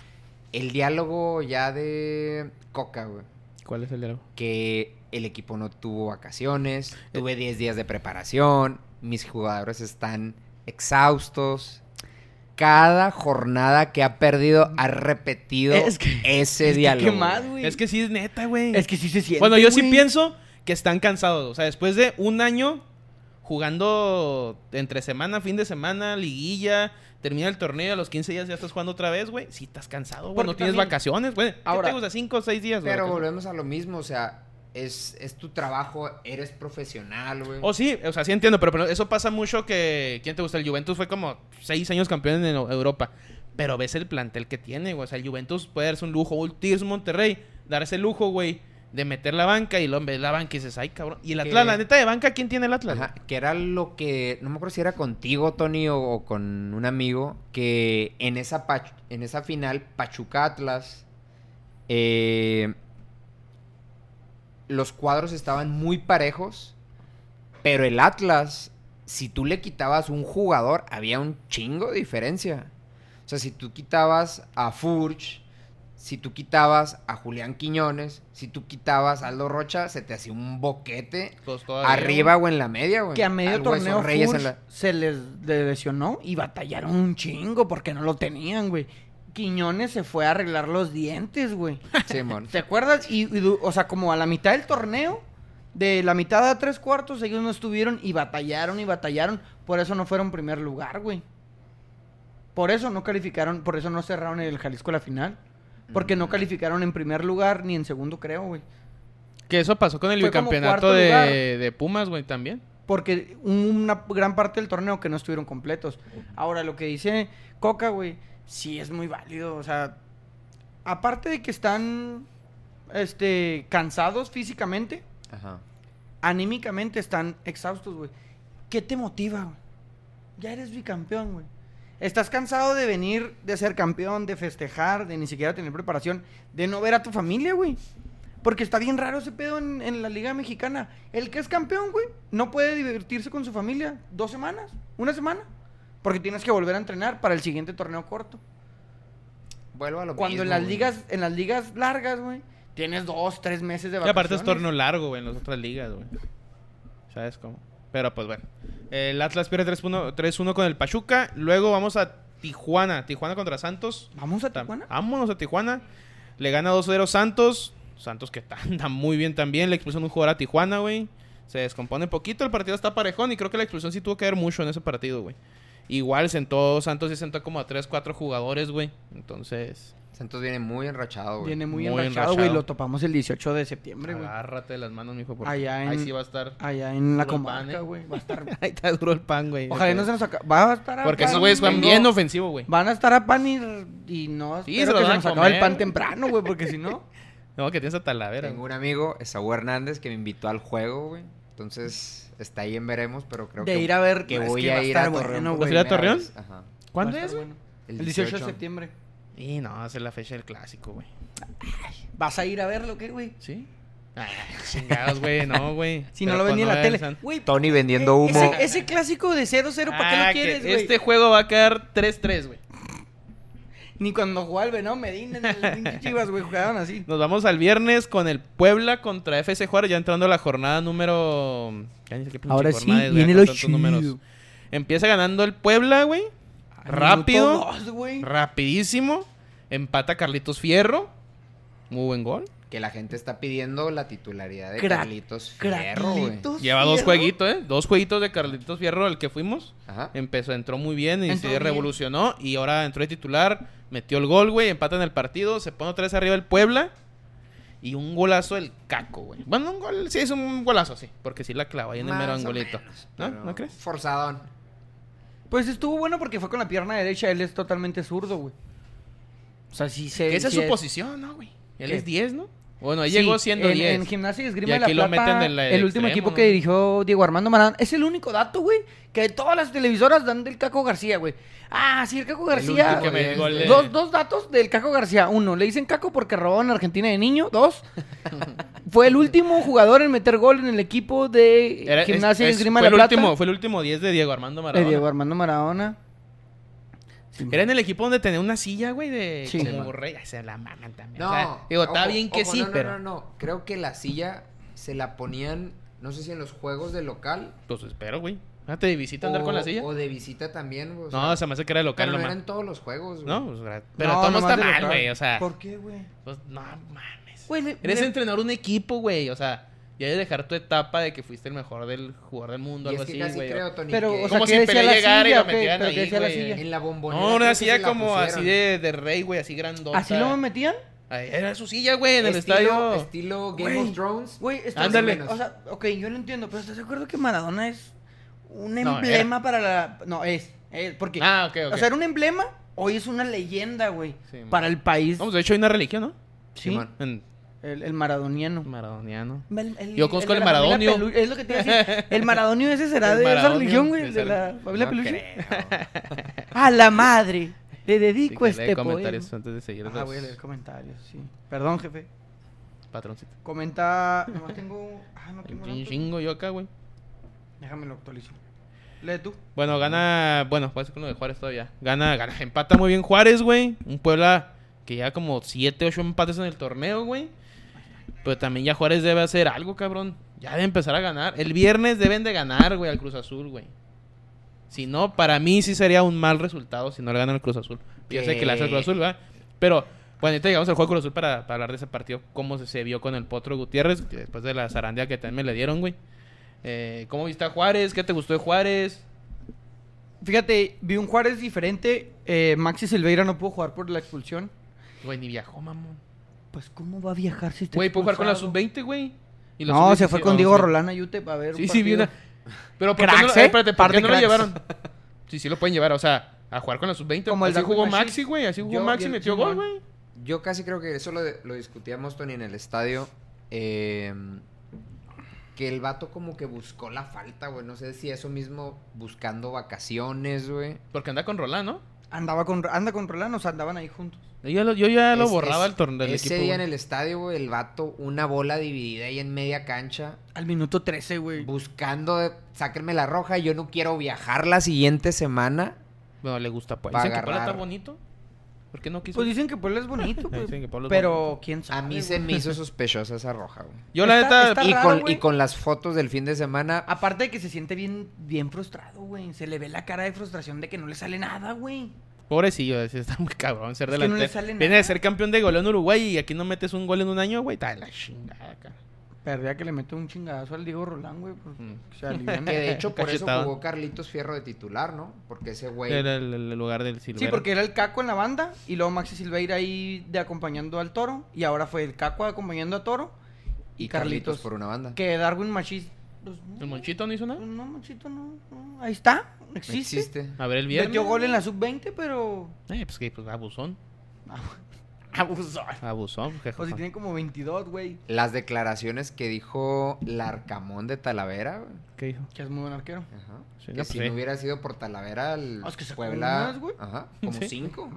Speaker 3: el diálogo ya de Coca, güey.
Speaker 1: ¿Cuál es el de
Speaker 3: que el equipo no tuvo vacaciones, tuve 10 días de preparación, mis jugadores están exhaustos. Cada jornada que ha perdido ha repetido
Speaker 2: Es que-
Speaker 3: ese
Speaker 2: es que
Speaker 3: diálogo.
Speaker 2: ¿Qué más,
Speaker 3: güey.
Speaker 2: güey?
Speaker 1: Es que sí es neta, güey.
Speaker 2: Es que sí se siente.
Speaker 1: Bueno, yo sí
Speaker 2: güey.
Speaker 1: pienso que están cansados. O sea, después de un año jugando entre semana, fin de semana, liguilla, termina el torneo, a los 15 días ya estás jugando otra vez, güey. Sí estás cansado, güey.
Speaker 2: Porque
Speaker 1: No tienes
Speaker 2: también-
Speaker 1: vacaciones, güey. ¿Qué
Speaker 2: Ahora-
Speaker 1: te gusta? ¿Cinco o seis días, güey?
Speaker 3: Pero
Speaker 1: de vacaciones?
Speaker 3: volvemos a lo mismo, o sea, es, es tu trabajo, eres profesional, güey.
Speaker 1: O Oh, sí, o sea, sí entiendo, pero, pero eso pasa mucho que... ¿Quién te gusta? El Juventus fue como seis años campeón en Eu- Europa. Pero ves el plantel que tiene, güey. O sea, el Juventus puede darse un lujo. O el Tigres Monterrey, darse el lujo, güey, de meter la banca y luego ves la banca y dices, ay, cabrón. Y el
Speaker 3: Que-
Speaker 1: Atlas, la neta de banca, ¿quién tiene el Atlas?
Speaker 3: Ajá, que era lo que, no me acuerdo si era contigo, Tony, o, o con un amigo, que en esa, Pach- en esa final, Pachuca Atlas, eh, los cuadros estaban muy parejos, pero el Atlas, si tú le quitabas un jugador, había un chingo de diferencia. O sea, si tú quitabas a Furch, si tú quitabas a Julián Quiñones, si tú quitabas a Aldo Rocha, se te hacía un boquete
Speaker 1: Pues todavía,
Speaker 3: arriba o en la media, güey.
Speaker 2: Que a medio
Speaker 3: Al Hueso
Speaker 2: torneo
Speaker 3: Reyes en
Speaker 2: Furch
Speaker 3: la-
Speaker 2: se les le lesionó y batallaron un chingo porque no lo tenían, güey. Quiñones se fue a arreglar los dientes, güey.
Speaker 3: Simón.
Speaker 2: ¿Te acuerdas? Y, y du- o sea, como a la mitad del torneo, de la mitad a tres cuartos, ellos no estuvieron y batallaron y batallaron. Por eso no fueron primer lugar, güey. Por eso no calificaron, por eso no cerraron el Jalisco la final. Porque no calificaron en primer lugar ni en segundo, creo, güey.
Speaker 1: Que eso pasó con el
Speaker 2: Fue como
Speaker 1: bicampeonato
Speaker 2: cuarto lugar.
Speaker 1: de, de Pumas, güey, también.
Speaker 2: Porque una gran parte del torneo que no estuvieron completos. Ahora, lo que dice Coca, güey, sí es muy válido. O sea, aparte de que están este, cansados físicamente,
Speaker 3: Ajá.
Speaker 2: anímicamente están exhaustos, güey. ¿Qué te motiva, güey? Ya eres bicampeón, güey. Estás cansado de venir, de ser campeón, de festejar, de ni siquiera tener preparación, de no ver a tu familia, güey. Porque está bien raro ese pedo en, en la Liga Mexicana. El que es campeón, güey, no puede divertirse con su familia dos semanas, una semana. Porque tienes que volver a entrenar para el siguiente torneo corto.
Speaker 3: Vuelvo a lo
Speaker 2: Cuando en
Speaker 3: mismo,
Speaker 2: las
Speaker 3: güey.
Speaker 2: ligas, en las ligas largas, güey, tienes dos, tres meses de
Speaker 1: Y aparte es
Speaker 2: vacaciones.
Speaker 1: torneo largo, güey, en las otras ligas, güey. ¿Sabes cómo? Pero pues bueno. El Atlas pierde 3-1 3-1 con el Pachuca. Luego vamos a Tijuana. Tijuana contra Santos.
Speaker 2: Vamos a
Speaker 1: Tam-
Speaker 2: Tijuana.
Speaker 1: Vámonos a Tijuana. Le gana 2-0 Santos. Santos que ta- anda muy bien también. Le expulsan un jugador a Tijuana, güey. Se descompone poquito. El partido está parejón. Y creo que la expulsión sí tuvo que ver mucho en ese partido, güey. Igual sentó Santos y sentó como a 3, 4 jugadores, güey. Entonces,
Speaker 3: Santos viene muy enrachado, güey.
Speaker 2: Viene muy,
Speaker 1: Muy
Speaker 2: enrachado, güey.
Speaker 1: enrachado.
Speaker 2: Lo topamos el 18 de septiembre, güey.
Speaker 1: agárrate de las manos, mijo. Porque
Speaker 2: Allá en-
Speaker 1: Ahí sí va a estar.
Speaker 2: Allá en la
Speaker 1: Puro pan,
Speaker 2: comarca,
Speaker 1: ¿eh?
Speaker 2: güey. Va a estar...
Speaker 1: Ahí está duro el pan, güey.
Speaker 2: Ojalá y no se nos acabe. Va a estar a
Speaker 1: Porque esos
Speaker 2: pan,
Speaker 1: güeyes van
Speaker 2: tengo-
Speaker 1: bien ofensivos, güey.
Speaker 2: Van a estar a pan y, y no
Speaker 1: Sí,
Speaker 2: espero
Speaker 1: se lo van
Speaker 2: que se
Speaker 1: a
Speaker 2: nos acabe el
Speaker 1: comer,
Speaker 2: pan
Speaker 1: güey.
Speaker 2: temprano, güey. Porque si no...
Speaker 1: No, que tienes a Talavera.
Speaker 3: Tengo un amigo, Esaú Hernández, que me invitó al juego, güey. Entonces, está ahí en veremos, pero creo
Speaker 2: De
Speaker 3: que,
Speaker 2: ir a ver,
Speaker 3: que
Speaker 2: es
Speaker 3: voy
Speaker 2: que va
Speaker 3: a
Speaker 2: a
Speaker 3: ir
Speaker 2: estar
Speaker 3: a Torreón.
Speaker 2: bueno,
Speaker 3: por
Speaker 2: güey.
Speaker 1: ¿Vas a ir a
Speaker 3: primera
Speaker 1: Torreón?
Speaker 3: vez. Ajá.
Speaker 1: ¿Cuándo
Speaker 2: Va a
Speaker 1: es,
Speaker 2: estar
Speaker 1: güey?
Speaker 2: bueno. El 18 de septiembre.
Speaker 1: Y no, es la fecha del clásico, güey.
Speaker 2: ¿Vas a ir a verlo qué, güey?
Speaker 1: ¿Sí? Ah, chingados, güey, no, güey.
Speaker 2: Si no
Speaker 1: Pero
Speaker 2: lo ven ni en
Speaker 1: cuando
Speaker 2: la
Speaker 1: vean
Speaker 2: tele.
Speaker 1: San-
Speaker 2: Güey,
Speaker 3: Tony vendiendo humo.
Speaker 2: E-, Ese, ese clásico de 0-0, ¿para qué
Speaker 1: Ah,
Speaker 2: lo
Speaker 1: que
Speaker 2: quieres, güey?
Speaker 1: Este juego va a quedar 3-3, güey.
Speaker 2: Ni cuando jugaba el Venado Medina en el pinche Chivas, güey, jugaban así.
Speaker 1: Nos vamos al viernes con el Puebla contra FC Juárez, ya entrando a la jornada número... Ya ni sé qué pinche
Speaker 2: Ahora sí,
Speaker 1: jornada es, güey,
Speaker 2: viene
Speaker 1: con
Speaker 2: lo
Speaker 1: tantos
Speaker 2: chido.
Speaker 1: números. Empieza ganando el Puebla, güey. Rápido.
Speaker 2: Minuto dos, güey.
Speaker 1: Rapidísimo. Empata Carlitos Fierro. Muy buen gol.
Speaker 3: Que la gente está pidiendo la titularidad de
Speaker 2: Crack-
Speaker 3: Carlitos Fierro, güey.
Speaker 2: Craquilitos
Speaker 1: Lleva dos
Speaker 2: Fierro.
Speaker 1: jueguitos, ¿eh? Dos jueguitos de Carlitos Fierro, el que fuimos.
Speaker 3: Ajá.
Speaker 1: Empezó, entró muy bien y
Speaker 2: Entró
Speaker 1: se
Speaker 2: bien.
Speaker 1: revolucionó. Y ahora entró de titular, metió el gol, güey. Empata en el partido, se pone otra vez arriba el Puebla. Y un golazo el caco, güey. Bueno, un gol, sí, es un golazo, sí. Porque sí la clava ahí en el
Speaker 3: Más
Speaker 1: mero
Speaker 3: o
Speaker 1: angolito.
Speaker 3: menos,
Speaker 1: ¿No?
Speaker 3: pero
Speaker 1: ¿No crees?
Speaker 3: Forzadón.
Speaker 2: Pues estuvo bueno porque fue con la pierna derecha, él es totalmente zurdo, güey. O sea, sí se...
Speaker 1: Que esa es
Speaker 2: sí
Speaker 1: su posición, ¿no, güey? Él
Speaker 2: ¿Qué?
Speaker 1: es 10, ¿no? Bueno, él
Speaker 2: Sí,
Speaker 1: llegó siendo
Speaker 2: en,
Speaker 1: 10.
Speaker 2: En gimnasia y esgrima
Speaker 1: Y
Speaker 2: de la
Speaker 1: aquí lo
Speaker 2: Plata,
Speaker 1: meten del, eh,
Speaker 2: el último
Speaker 1: extremo,
Speaker 2: equipo
Speaker 1: ¿no?
Speaker 2: que dirigió Diego Armando Maradona. Es el único dato, güey, que de todas las televisoras dan del Caco García, güey. Ah, sí, el Caco García.
Speaker 1: último que me-
Speaker 3: es-
Speaker 1: gol de-
Speaker 2: Dos, dos datos del Caco García. Uno, le dicen Caco porque robó en Argentina de niño. Dos, fue el último jugador en meter gol en el equipo de
Speaker 1: Era- es-
Speaker 2: Gimnasia
Speaker 1: es-
Speaker 2: y Esgrima
Speaker 1: fue
Speaker 2: de la
Speaker 1: el
Speaker 2: Plata.
Speaker 1: último, fue el último 10 de Diego Armando Maradona.
Speaker 2: De Diego Armando Maradona. Sí.
Speaker 1: Era en el equipo donde tenía una silla, güey, de
Speaker 2: Sí.
Speaker 1: como
Speaker 2: Sí,
Speaker 1: rey. Se la maman también.
Speaker 3: No.
Speaker 1: o sea, digo, está
Speaker 3: ojo,
Speaker 1: bien que
Speaker 3: ojo,
Speaker 1: sí,
Speaker 3: no, no,
Speaker 1: pero.
Speaker 3: No, no, no. Creo que la silla se la ponían, no sé si en los juegos de local.
Speaker 1: Pues espero, güey. Ah, te visita andar
Speaker 3: o-
Speaker 1: con la silla.
Speaker 3: O de visita también, güey. o sea,
Speaker 1: no, se me hace que era de local
Speaker 3: pero no
Speaker 1: nomás.
Speaker 3: eran todos los juegos, güey.
Speaker 1: No, pues, gra- pero
Speaker 2: No,
Speaker 1: todo no
Speaker 2: nomás
Speaker 1: está
Speaker 2: de
Speaker 1: mal,
Speaker 2: local.
Speaker 1: güey. O sea,
Speaker 2: ¿Por qué, güey?
Speaker 1: pues, no mames.
Speaker 2: Güey, le-
Speaker 1: Eres
Speaker 2: le-
Speaker 1: entrenador de un equipo, güey. O sea, ya de dejar tu etapa de que fuiste el mejor del jugador del mundo,
Speaker 3: Y es
Speaker 1: algo
Speaker 3: que
Speaker 1: así,
Speaker 3: casi
Speaker 1: güey.
Speaker 3: creo, Tony,
Speaker 2: Pero,
Speaker 3: que
Speaker 2: o sea,
Speaker 1: como
Speaker 2: ¿qué
Speaker 1: si
Speaker 2: decía la
Speaker 1: Pelé llegara y
Speaker 2: silla
Speaker 1: lo
Speaker 2: o qué?
Speaker 1: metían
Speaker 2: ¿Pero qué
Speaker 1: ahí,
Speaker 2: decía la
Speaker 1: güey.
Speaker 2: silla?
Speaker 3: en la bombonera.
Speaker 1: No, una
Speaker 3: creo que se
Speaker 1: silla
Speaker 3: la
Speaker 1: como así
Speaker 3: pusieron.
Speaker 1: de, de rey, güey, así grandota.
Speaker 2: ¿Así lo metían?
Speaker 1: Ahí Era su silla, güey, en el
Speaker 3: Estilo-
Speaker 1: estadio.
Speaker 3: Estilo Game
Speaker 2: Güey,
Speaker 3: of Thrones.
Speaker 2: Güey, estás-
Speaker 1: Ándale.
Speaker 2: O sea, ok, yo lo entiendo, pero ¿estás de acuerdo que Maradona es un
Speaker 1: No, eh.
Speaker 2: emblema para la. No, es. es, porque.
Speaker 1: Ah, ok, ok.
Speaker 2: O sea, era un emblema, hoy es una leyenda, güey.
Speaker 1: Sí, man.
Speaker 2: para el país.
Speaker 1: Vamos, pues, de hecho hay una religión, ¿no?
Speaker 2: sí,
Speaker 3: Simón.
Speaker 1: En
Speaker 2: el, el maradoniano.
Speaker 1: maradoniano.
Speaker 2: El- el-
Speaker 1: Yo conozco
Speaker 2: de
Speaker 1: el
Speaker 2: la familia
Speaker 1: maradonio.
Speaker 2: Pelu- Es lo que te iba a decir. El maradonio ese será
Speaker 1: El
Speaker 2: de esa
Speaker 1: maradonio,
Speaker 2: religión, güey,
Speaker 1: de
Speaker 2: el de
Speaker 1: esa-
Speaker 2: la familia
Speaker 3: No
Speaker 2: Peluche.
Speaker 3: creo.
Speaker 2: A la madre. Le
Speaker 1: Sí, que
Speaker 2: dedico
Speaker 1: lee
Speaker 2: este poema.
Speaker 1: comentarios antes de seguir.
Speaker 2: Ah,
Speaker 1: los
Speaker 2: voy a leer comentarios, sí. Perdón, jefe.
Speaker 1: Patroncito.
Speaker 2: Comenta. No tengo. Ah, no tengo.
Speaker 1: Un
Speaker 2: datos.
Speaker 1: chingo yo acá, güey.
Speaker 2: Déjame lo actualizo. Lee tú.
Speaker 1: Bueno, gana. Bueno, puede ser que uno de Juárez todavía. Gana, gana. Empata muy bien Juárez, güey. Un Puebla que ya como 7, 8 empates en el torneo, güey. Pero también ya Juárez debe hacer algo, cabrón. Ya debe empezar a ganar. El viernes deben de ganar, güey, al Cruz Azul, güey. Si no, para mí sí sería un mal resultado si no le ganan al Cruz Azul. Yo sé que le hace al Cruz Azul, ¿verdad? Pero, bueno, ahorita llegamos al juego del Cruz Azul para, para hablar de ese partido. Cómo se, se vio con el Potro Gutiérrez, que después de la zarandea que también me le dieron, güey. Eh, ¿Cómo viste a Juárez? ¿Qué te gustó de Juárez?
Speaker 2: Fíjate, vi un Juárez diferente. eh, Maxi Silveira no pudo jugar por la expulsión.
Speaker 1: Güey, ni viajó, mamón.
Speaker 2: Pues, ¿cómo va a viajar si está
Speaker 1: Güey, puedo jugar con la
Speaker 2: expulsado?
Speaker 1: sub-20, güey. Y la
Speaker 2: No,
Speaker 1: sub-17,
Speaker 2: se fue con
Speaker 1: vamos,
Speaker 2: Diego
Speaker 1: güey.
Speaker 2: Rolana Yute para ver. un
Speaker 1: Sí, sí, vi una.
Speaker 2: partido.
Speaker 1: Pero ¿por qué no,
Speaker 2: Cracks,
Speaker 1: eh,
Speaker 2: ¿eh?
Speaker 1: espérate, ¿por
Speaker 2: Par
Speaker 1: qué
Speaker 2: de
Speaker 1: no lo
Speaker 2: cracks.
Speaker 1: llevaron? Sí, sí lo pueden llevar, o sea, a jugar con la sub-20.
Speaker 2: Como el
Speaker 1: así
Speaker 2: Darwin
Speaker 1: jugó
Speaker 2: Machís.
Speaker 1: Maxi, güey. Así jugó
Speaker 2: Yo-
Speaker 1: Maxi y
Speaker 2: yo-
Speaker 1: metió gol,
Speaker 2: Simón.
Speaker 1: güey.
Speaker 3: Yo casi creo que eso lo, lo discutíamos, Tony, en el estadio. eh, que el vato como que buscó la falta, güey. No sé si eso mismo buscando vacaciones, güey.
Speaker 1: Porque anda con Rolán, ¿no?
Speaker 2: Andaba con, anda con Rolana, o sea, andaban ahí juntos.
Speaker 1: Yo ya lo, yo ya lo
Speaker 3: Es-
Speaker 1: borraba
Speaker 3: es-
Speaker 1: el torneo del
Speaker 3: Ese
Speaker 1: equipo.
Speaker 3: día en
Speaker 1: güey.
Speaker 3: el estadio, güey, el vato, una bola dividida ahí en media cancha.
Speaker 2: Al minuto 13, güey.
Speaker 3: Buscando, de- sáquenme la roja, yo no quiero viajar la siguiente semana.
Speaker 1: Bueno, le gusta, pues.
Speaker 3: Va a
Speaker 1: Dicen que Puebla está
Speaker 3: agarrar.
Speaker 1: bonito. ¿Por qué no quiso?
Speaker 2: Pues dicen que Puebla es bonito,
Speaker 1: Ahí
Speaker 2: pues.
Speaker 1: dicen que Puebla es
Speaker 2: Pero, ¿quién sabe?
Speaker 3: A mí se
Speaker 2: güey?
Speaker 3: me hizo sospechosa esa roja, güey.
Speaker 1: yo, la neta,
Speaker 2: está- está
Speaker 3: Y,
Speaker 2: raro,
Speaker 3: con,
Speaker 2: güey.
Speaker 3: y con las fotos del fin de semana,
Speaker 2: Aparte de que se siente bien, bien frustrado, güey. Se le ve la cara de frustración de que no le sale nada, güey.
Speaker 1: pobrecillo, es- está muy cabrón ser
Speaker 2: Es que no le
Speaker 1: delantero.
Speaker 2: sale
Speaker 1: Viene
Speaker 2: nada.
Speaker 1: de ser campeón de goleo en Uruguay y aquí no metes un gol en un año, güey. Está de la chingada, cara.
Speaker 2: Perdía que le mete un chingadazo al Diego Rolán, güey. pues,
Speaker 1: Mm.
Speaker 2: que se aliviane.
Speaker 3: Que de hecho por eso
Speaker 1: Cachetado.
Speaker 3: jugó Carlitos Fierro de titular, ¿no? Porque ese güey.
Speaker 1: Era el, el lugar del Silvera.
Speaker 2: Sí, porque era el Caco en la banda y luego Maxi Silveira ahí de acompañando al Toro y ahora fue el Caco acompañando a Toro y, Carlitos.
Speaker 3: por una banda.
Speaker 2: Que Darwin Machis... pues, no,
Speaker 1: ¿El Monchito no hizo
Speaker 2: pues,
Speaker 1: nada?
Speaker 2: No, Monchito, no, no. Ahí está,
Speaker 3: No
Speaker 2: existe.
Speaker 3: existe.
Speaker 1: A ver, el viernes.
Speaker 2: Metió gol en la sub-20, pero...
Speaker 1: Eh, pues que pues, abusón.
Speaker 2: Abusó.
Speaker 1: Abusón, pues, jeje.
Speaker 2: O si tiene como 22, güey.
Speaker 3: Las declaraciones que dijo Larcamón de Talavera, güey.
Speaker 1: ¿Qué dijo?
Speaker 2: Que es muy buen arquero.
Speaker 3: Ajá.
Speaker 1: Sí,
Speaker 3: que
Speaker 1: no,
Speaker 3: si
Speaker 1: pues sí.
Speaker 3: no hubiera sido por Talavera el
Speaker 2: Ah, es que sacó
Speaker 3: Puebla.
Speaker 2: unas, güey.
Speaker 3: Ajá. Como
Speaker 1: Sí.
Speaker 3: cinco.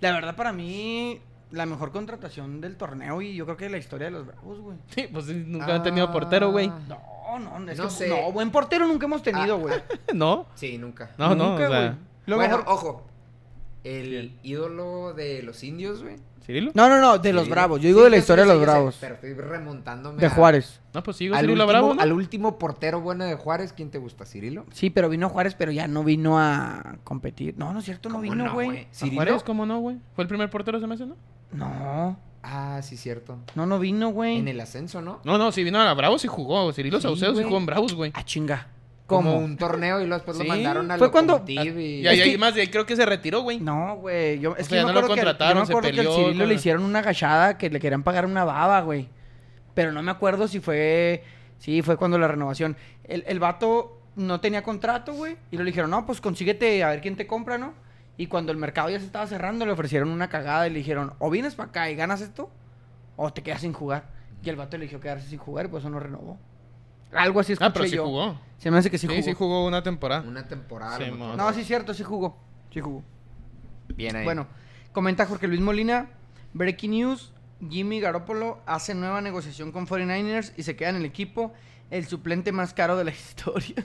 Speaker 2: La verdad, para mí, la mejor contratación del torneo y yo creo que de la historia de los Bravos, güey.
Speaker 1: Sí, pues sí, nunca han tenido portero, güey.
Speaker 3: Ah.
Speaker 2: No, no, es
Speaker 3: No
Speaker 2: que
Speaker 3: sé.
Speaker 2: no, buen portero nunca hemos tenido, güey.
Speaker 1: ¿No?
Speaker 3: Sí, nunca.
Speaker 1: No, no,
Speaker 2: Nunca,
Speaker 1: o sea,
Speaker 2: güey. Lo
Speaker 3: bueno,
Speaker 2: mejor-
Speaker 3: ojo. El
Speaker 1: ¿Quién?
Speaker 3: ídolo de los indios, güey.
Speaker 1: ¿Cirilo?
Speaker 2: No, no, no, de los
Speaker 3: Sí.
Speaker 2: Bravos. Yo
Speaker 3: Sí,
Speaker 2: digo de la
Speaker 3: sé,
Speaker 2: historia de
Speaker 3: sé,
Speaker 2: los
Speaker 3: yo sé,
Speaker 2: Bravos.
Speaker 3: Pero estoy remontándome.
Speaker 2: De
Speaker 3: a-
Speaker 2: Juárez.
Speaker 1: No, pues sigo
Speaker 3: Al
Speaker 1: Cirilo
Speaker 3: último,
Speaker 1: Bravo, ¿no?
Speaker 3: al último portero bueno de Juárez, ¿quién te gusta? ¿Cirilo?
Speaker 2: Sí, pero vino Juárez, pero ya no vino a competir. No, no es cierto, no
Speaker 3: ¿Cómo
Speaker 2: vino,
Speaker 3: no,
Speaker 2: güey.
Speaker 3: güey?
Speaker 1: ¿A Juárez? ¿Cómo no, güey? ¿Fue el primer portero ese mes, no?
Speaker 2: No,
Speaker 3: Ah, sí, cierto.
Speaker 2: no, no vino, güey.
Speaker 3: En el ascenso, ¿no?
Speaker 1: No, no, si vino a Bravos y jugó. Cirilo
Speaker 3: Sí,
Speaker 1: Saucedo sí
Speaker 3: güey.
Speaker 1: jugó en Bravos, güey.
Speaker 2: Ah, chinga.
Speaker 3: Como
Speaker 2: ¿Cómo?
Speaker 3: un torneo y luego después
Speaker 1: Sí,
Speaker 3: lo mandaron al
Speaker 2: fue cuando-
Speaker 3: Lokomotiv y...
Speaker 1: Y ahí
Speaker 2: Es que-
Speaker 1: ahí más de ahí creo que se retiró, güey.
Speaker 2: No, güey. Yo,
Speaker 1: sea,
Speaker 2: es que yo
Speaker 1: no
Speaker 2: me
Speaker 1: lo
Speaker 2: acuerdo que, yo me
Speaker 1: contrataron, se
Speaker 2: acuerdo que al
Speaker 1: peleó
Speaker 2: Cirilo
Speaker 1: con
Speaker 2: le
Speaker 1: el-
Speaker 2: hicieron una gachada que le querían pagar una baba, güey. Pero no me acuerdo si fue. Sí, fue cuando la renovación. El, el vato no tenía contrato, güey. Y le dijeron, no, pues consíguete a ver quién te compra, ¿no? Y cuando el mercado ya se estaba cerrando, le ofrecieron una cagada y le dijeron, o vienes para acá y ganas esto, o te quedas sin jugar. Y el vato eligió quedarse sin jugar y por eso no renovó. Algo así escuché
Speaker 1: Ah, pero sí
Speaker 2: yo.
Speaker 1: jugó.
Speaker 2: Se me hace que sí,
Speaker 1: Sí,
Speaker 2: jugó.
Speaker 1: sí jugó una temporada.
Speaker 3: Una temporada. a lo
Speaker 1: Sí,
Speaker 3: mejor.
Speaker 1: mon.
Speaker 2: No, sí, cierto, sí jugó. Sí jugó.
Speaker 3: Bien ahí.
Speaker 2: Bueno, comenta Jorge Luis Molina, Breaking News, Jimmy Garoppolo hace nueva negociación con 49ers y se queda en el equipo el suplente más caro de la historia.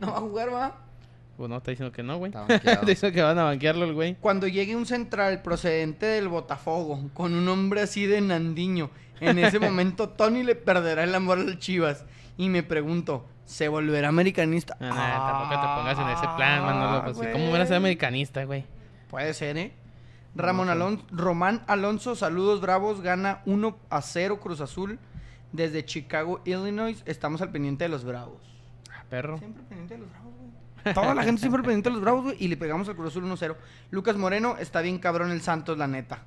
Speaker 2: No va a jugar, va.
Speaker 1: Pues no, está diciendo que no, güey.
Speaker 3: Está banqueado.
Speaker 1: Te dice que van a banquearlo el güey.
Speaker 2: Cuando llegue un central procedente del Botafogo con un hombre así de Nandiño, en ese momento Tony le perderá el amor al Chivas. Y me pregunto, ¿se volverá americanista?
Speaker 1: Ah, No, no, tampoco te pongas en ese plan, Manolo. Pues,
Speaker 2: Ah,
Speaker 1: ¿Cómo van a ser
Speaker 2: güey.
Speaker 1: americanista, güey?
Speaker 2: Puede ser, ¿eh? Ramón Alonso, Román Alonso, saludos bravos, gana 1 a 0 Cruz Azul desde Chicago, Illinois. Estamos al pendiente de los bravos.
Speaker 1: Ah, perro.
Speaker 2: Siempre pendiente de los bravos, güey. Toda la gente siempre pendiente de los bravos, güey. Y le pegamos al Cruz Azul 1 a 0. Lucas Moreno, está bien cabrón el Santos, la neta.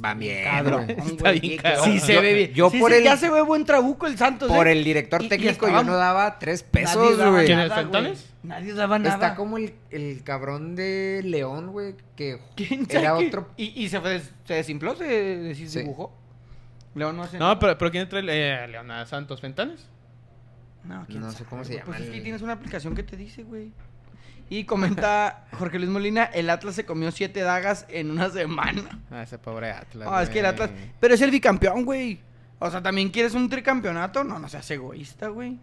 Speaker 3: Van bien.
Speaker 2: Cabrón,
Speaker 3: güey.
Speaker 1: Está bien,
Speaker 2: Eh, güey.
Speaker 1: cabrón.
Speaker 2: Yo- Sí se
Speaker 3: Yo-
Speaker 2: ve bien.
Speaker 3: yo
Speaker 2: Sí
Speaker 3: por
Speaker 2: se-
Speaker 3: el-
Speaker 2: ya se ve buen trabuco el Santos,
Speaker 3: Por
Speaker 2: ¿eh?
Speaker 3: el director
Speaker 2: Y- y
Speaker 3: técnico yo
Speaker 2: estaban-
Speaker 3: no daba tres
Speaker 2: Nadie
Speaker 3: pesos,
Speaker 2: daba
Speaker 3: güey.
Speaker 1: ¿Quién es,
Speaker 2: nada,
Speaker 1: Fentanes?
Speaker 2: güey. Nadie daba nada.
Speaker 3: Está como el, el cabrón de León, güey, que
Speaker 2: ¿Quién sabe
Speaker 3: era
Speaker 2: qué?
Speaker 3: otro...
Speaker 2: Y, y se, fue- se desimpló, se desdibujó. León no hace
Speaker 1: No, pero, pero ¿quién trae eh, Leona Santos Fentanes?
Speaker 2: No, quién
Speaker 3: No sé
Speaker 2: sabe,
Speaker 3: cómo se
Speaker 2: güey.
Speaker 3: llama
Speaker 2: Pues es que
Speaker 3: el-
Speaker 2: tienes una aplicación que te dice, güey. Y comenta Jorge Luis Molina, el Atlas se comió siete dagas en una semana.
Speaker 1: Ah, ese pobre Atlas.
Speaker 2: Ah, es que el
Speaker 1: güey.
Speaker 2: Atlas... Pero es el bicampeón, güey. O sea, ¿también quieres un tricampeonato? No, no seas egoísta, güey.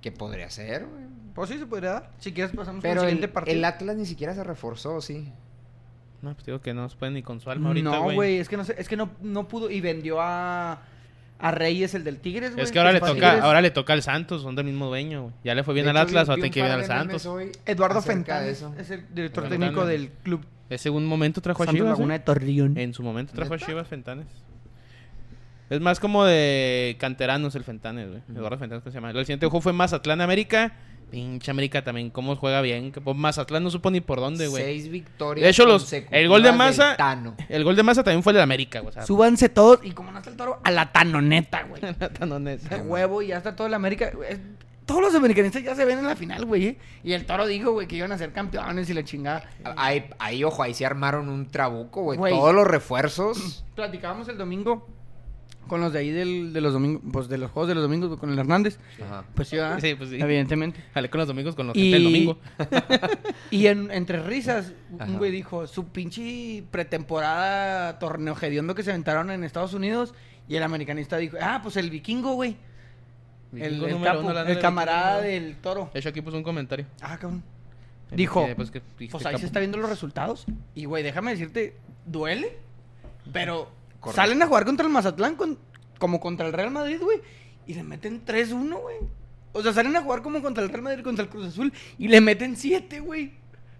Speaker 3: Que podría ser, güey.
Speaker 2: Pues sí se podría dar. Si quieres pasamos al
Speaker 3: Pero
Speaker 2: siguiente
Speaker 3: el,
Speaker 2: partido.
Speaker 3: el Atlas ni siquiera se reforzó, sí.
Speaker 1: No, pues digo que no se puede ni con su alma ahorita,
Speaker 2: no,
Speaker 1: güey.
Speaker 2: güey, es que no sé, es que no, no pudo y vendió a, a Reyes el del Tigres, güey.
Speaker 1: Es que ahora le
Speaker 2: se fue a
Speaker 1: toca,
Speaker 2: Tigres.
Speaker 1: ahora le toca al Santos, son del mismo dueño, güey. Ya le fue bien
Speaker 3: De
Speaker 1: al
Speaker 3: hecho,
Speaker 1: Pues Atlas,
Speaker 3: vi-
Speaker 1: ahora tiene
Speaker 3: vi un
Speaker 1: que ir
Speaker 3: par
Speaker 1: al
Speaker 3: de memes
Speaker 1: Santos.
Speaker 3: hoy
Speaker 2: Eduardo
Speaker 3: acerca de
Speaker 2: Fentanes
Speaker 3: eso.
Speaker 2: es el director
Speaker 1: Fentanes.
Speaker 2: técnico del club
Speaker 1: Ese un momento trajo a
Speaker 2: Santos
Speaker 1: Chivas.
Speaker 2: Laguna
Speaker 1: ¿eh?
Speaker 2: de Torreón.
Speaker 1: En su momento trajo
Speaker 3: ¿Neta?
Speaker 1: a Chivas Fentanes. Es más como de canteranos el Fentanes, güey. Eduardo Fentanes que se llama. El siguiente juego fue Mazatlán América. Pinche América también, cómo juega bien. que- pues, Mazatlán no supo ni por dónde, güey.
Speaker 3: Seis victorias.
Speaker 1: De hecho, los,
Speaker 3: consecutivas
Speaker 1: el gol de
Speaker 3: del
Speaker 1: Maza.
Speaker 3: Tano.
Speaker 1: El gol de Maza también fue el de América, güey. O sea,
Speaker 2: Súbanse todos y como no está el toro, a la tanoneta, güey.
Speaker 1: tan honesto.
Speaker 2: De huevo y ya está toda la América. güey. Es- Todos los americanistas ya se ven en la final, güey. ¿eh? Y el toro dijo, güey, que iban a ser campeones y la chingada.
Speaker 3: Ahí, ahí, ojo, ahí se armaron un trabuco, güey.
Speaker 2: Güey.
Speaker 3: Todos los refuerzos.
Speaker 2: Platicábamos el domingo con los de ahí del, de los domingos, pues de los juegos de los domingos güey, con el Hernández.
Speaker 3: Ajá.
Speaker 2: Pues sí, ¿verdad?
Speaker 1: Sí, pues sí.
Speaker 2: Evidentemente.
Speaker 1: Jale con los domingos con los
Speaker 2: Y-
Speaker 1: gente del domingo.
Speaker 2: Y en- entre risas, un
Speaker 3: Ajá.
Speaker 2: güey dijo, su pinche pretemporada torneo hediondo que se aventaron en Estados Unidos. Y el americanista dijo, ah, pues el vikingo, güey. El,
Speaker 1: Vikingo
Speaker 2: el
Speaker 1: número
Speaker 2: capo,
Speaker 1: uno, hablando
Speaker 2: el
Speaker 1: de
Speaker 2: camarada
Speaker 1: vikingo.
Speaker 2: del toro.
Speaker 1: De hecho, aquí puso un comentario.
Speaker 2: Ah, cabrón. Dijo,
Speaker 1: Eh, pues, que dijiste
Speaker 2: pues ahí
Speaker 1: capo.
Speaker 2: se está viendo los resultados. Y, güey, déjame decirte, duele. Pero
Speaker 3: Correcto.
Speaker 2: salen a jugar contra el Mazatlán con- como contra el Real Madrid, güey. Y le meten 3-1, güey. O sea, salen a jugar como contra el Real Madrid, contra el Cruz Azul. Y le meten 7, güey.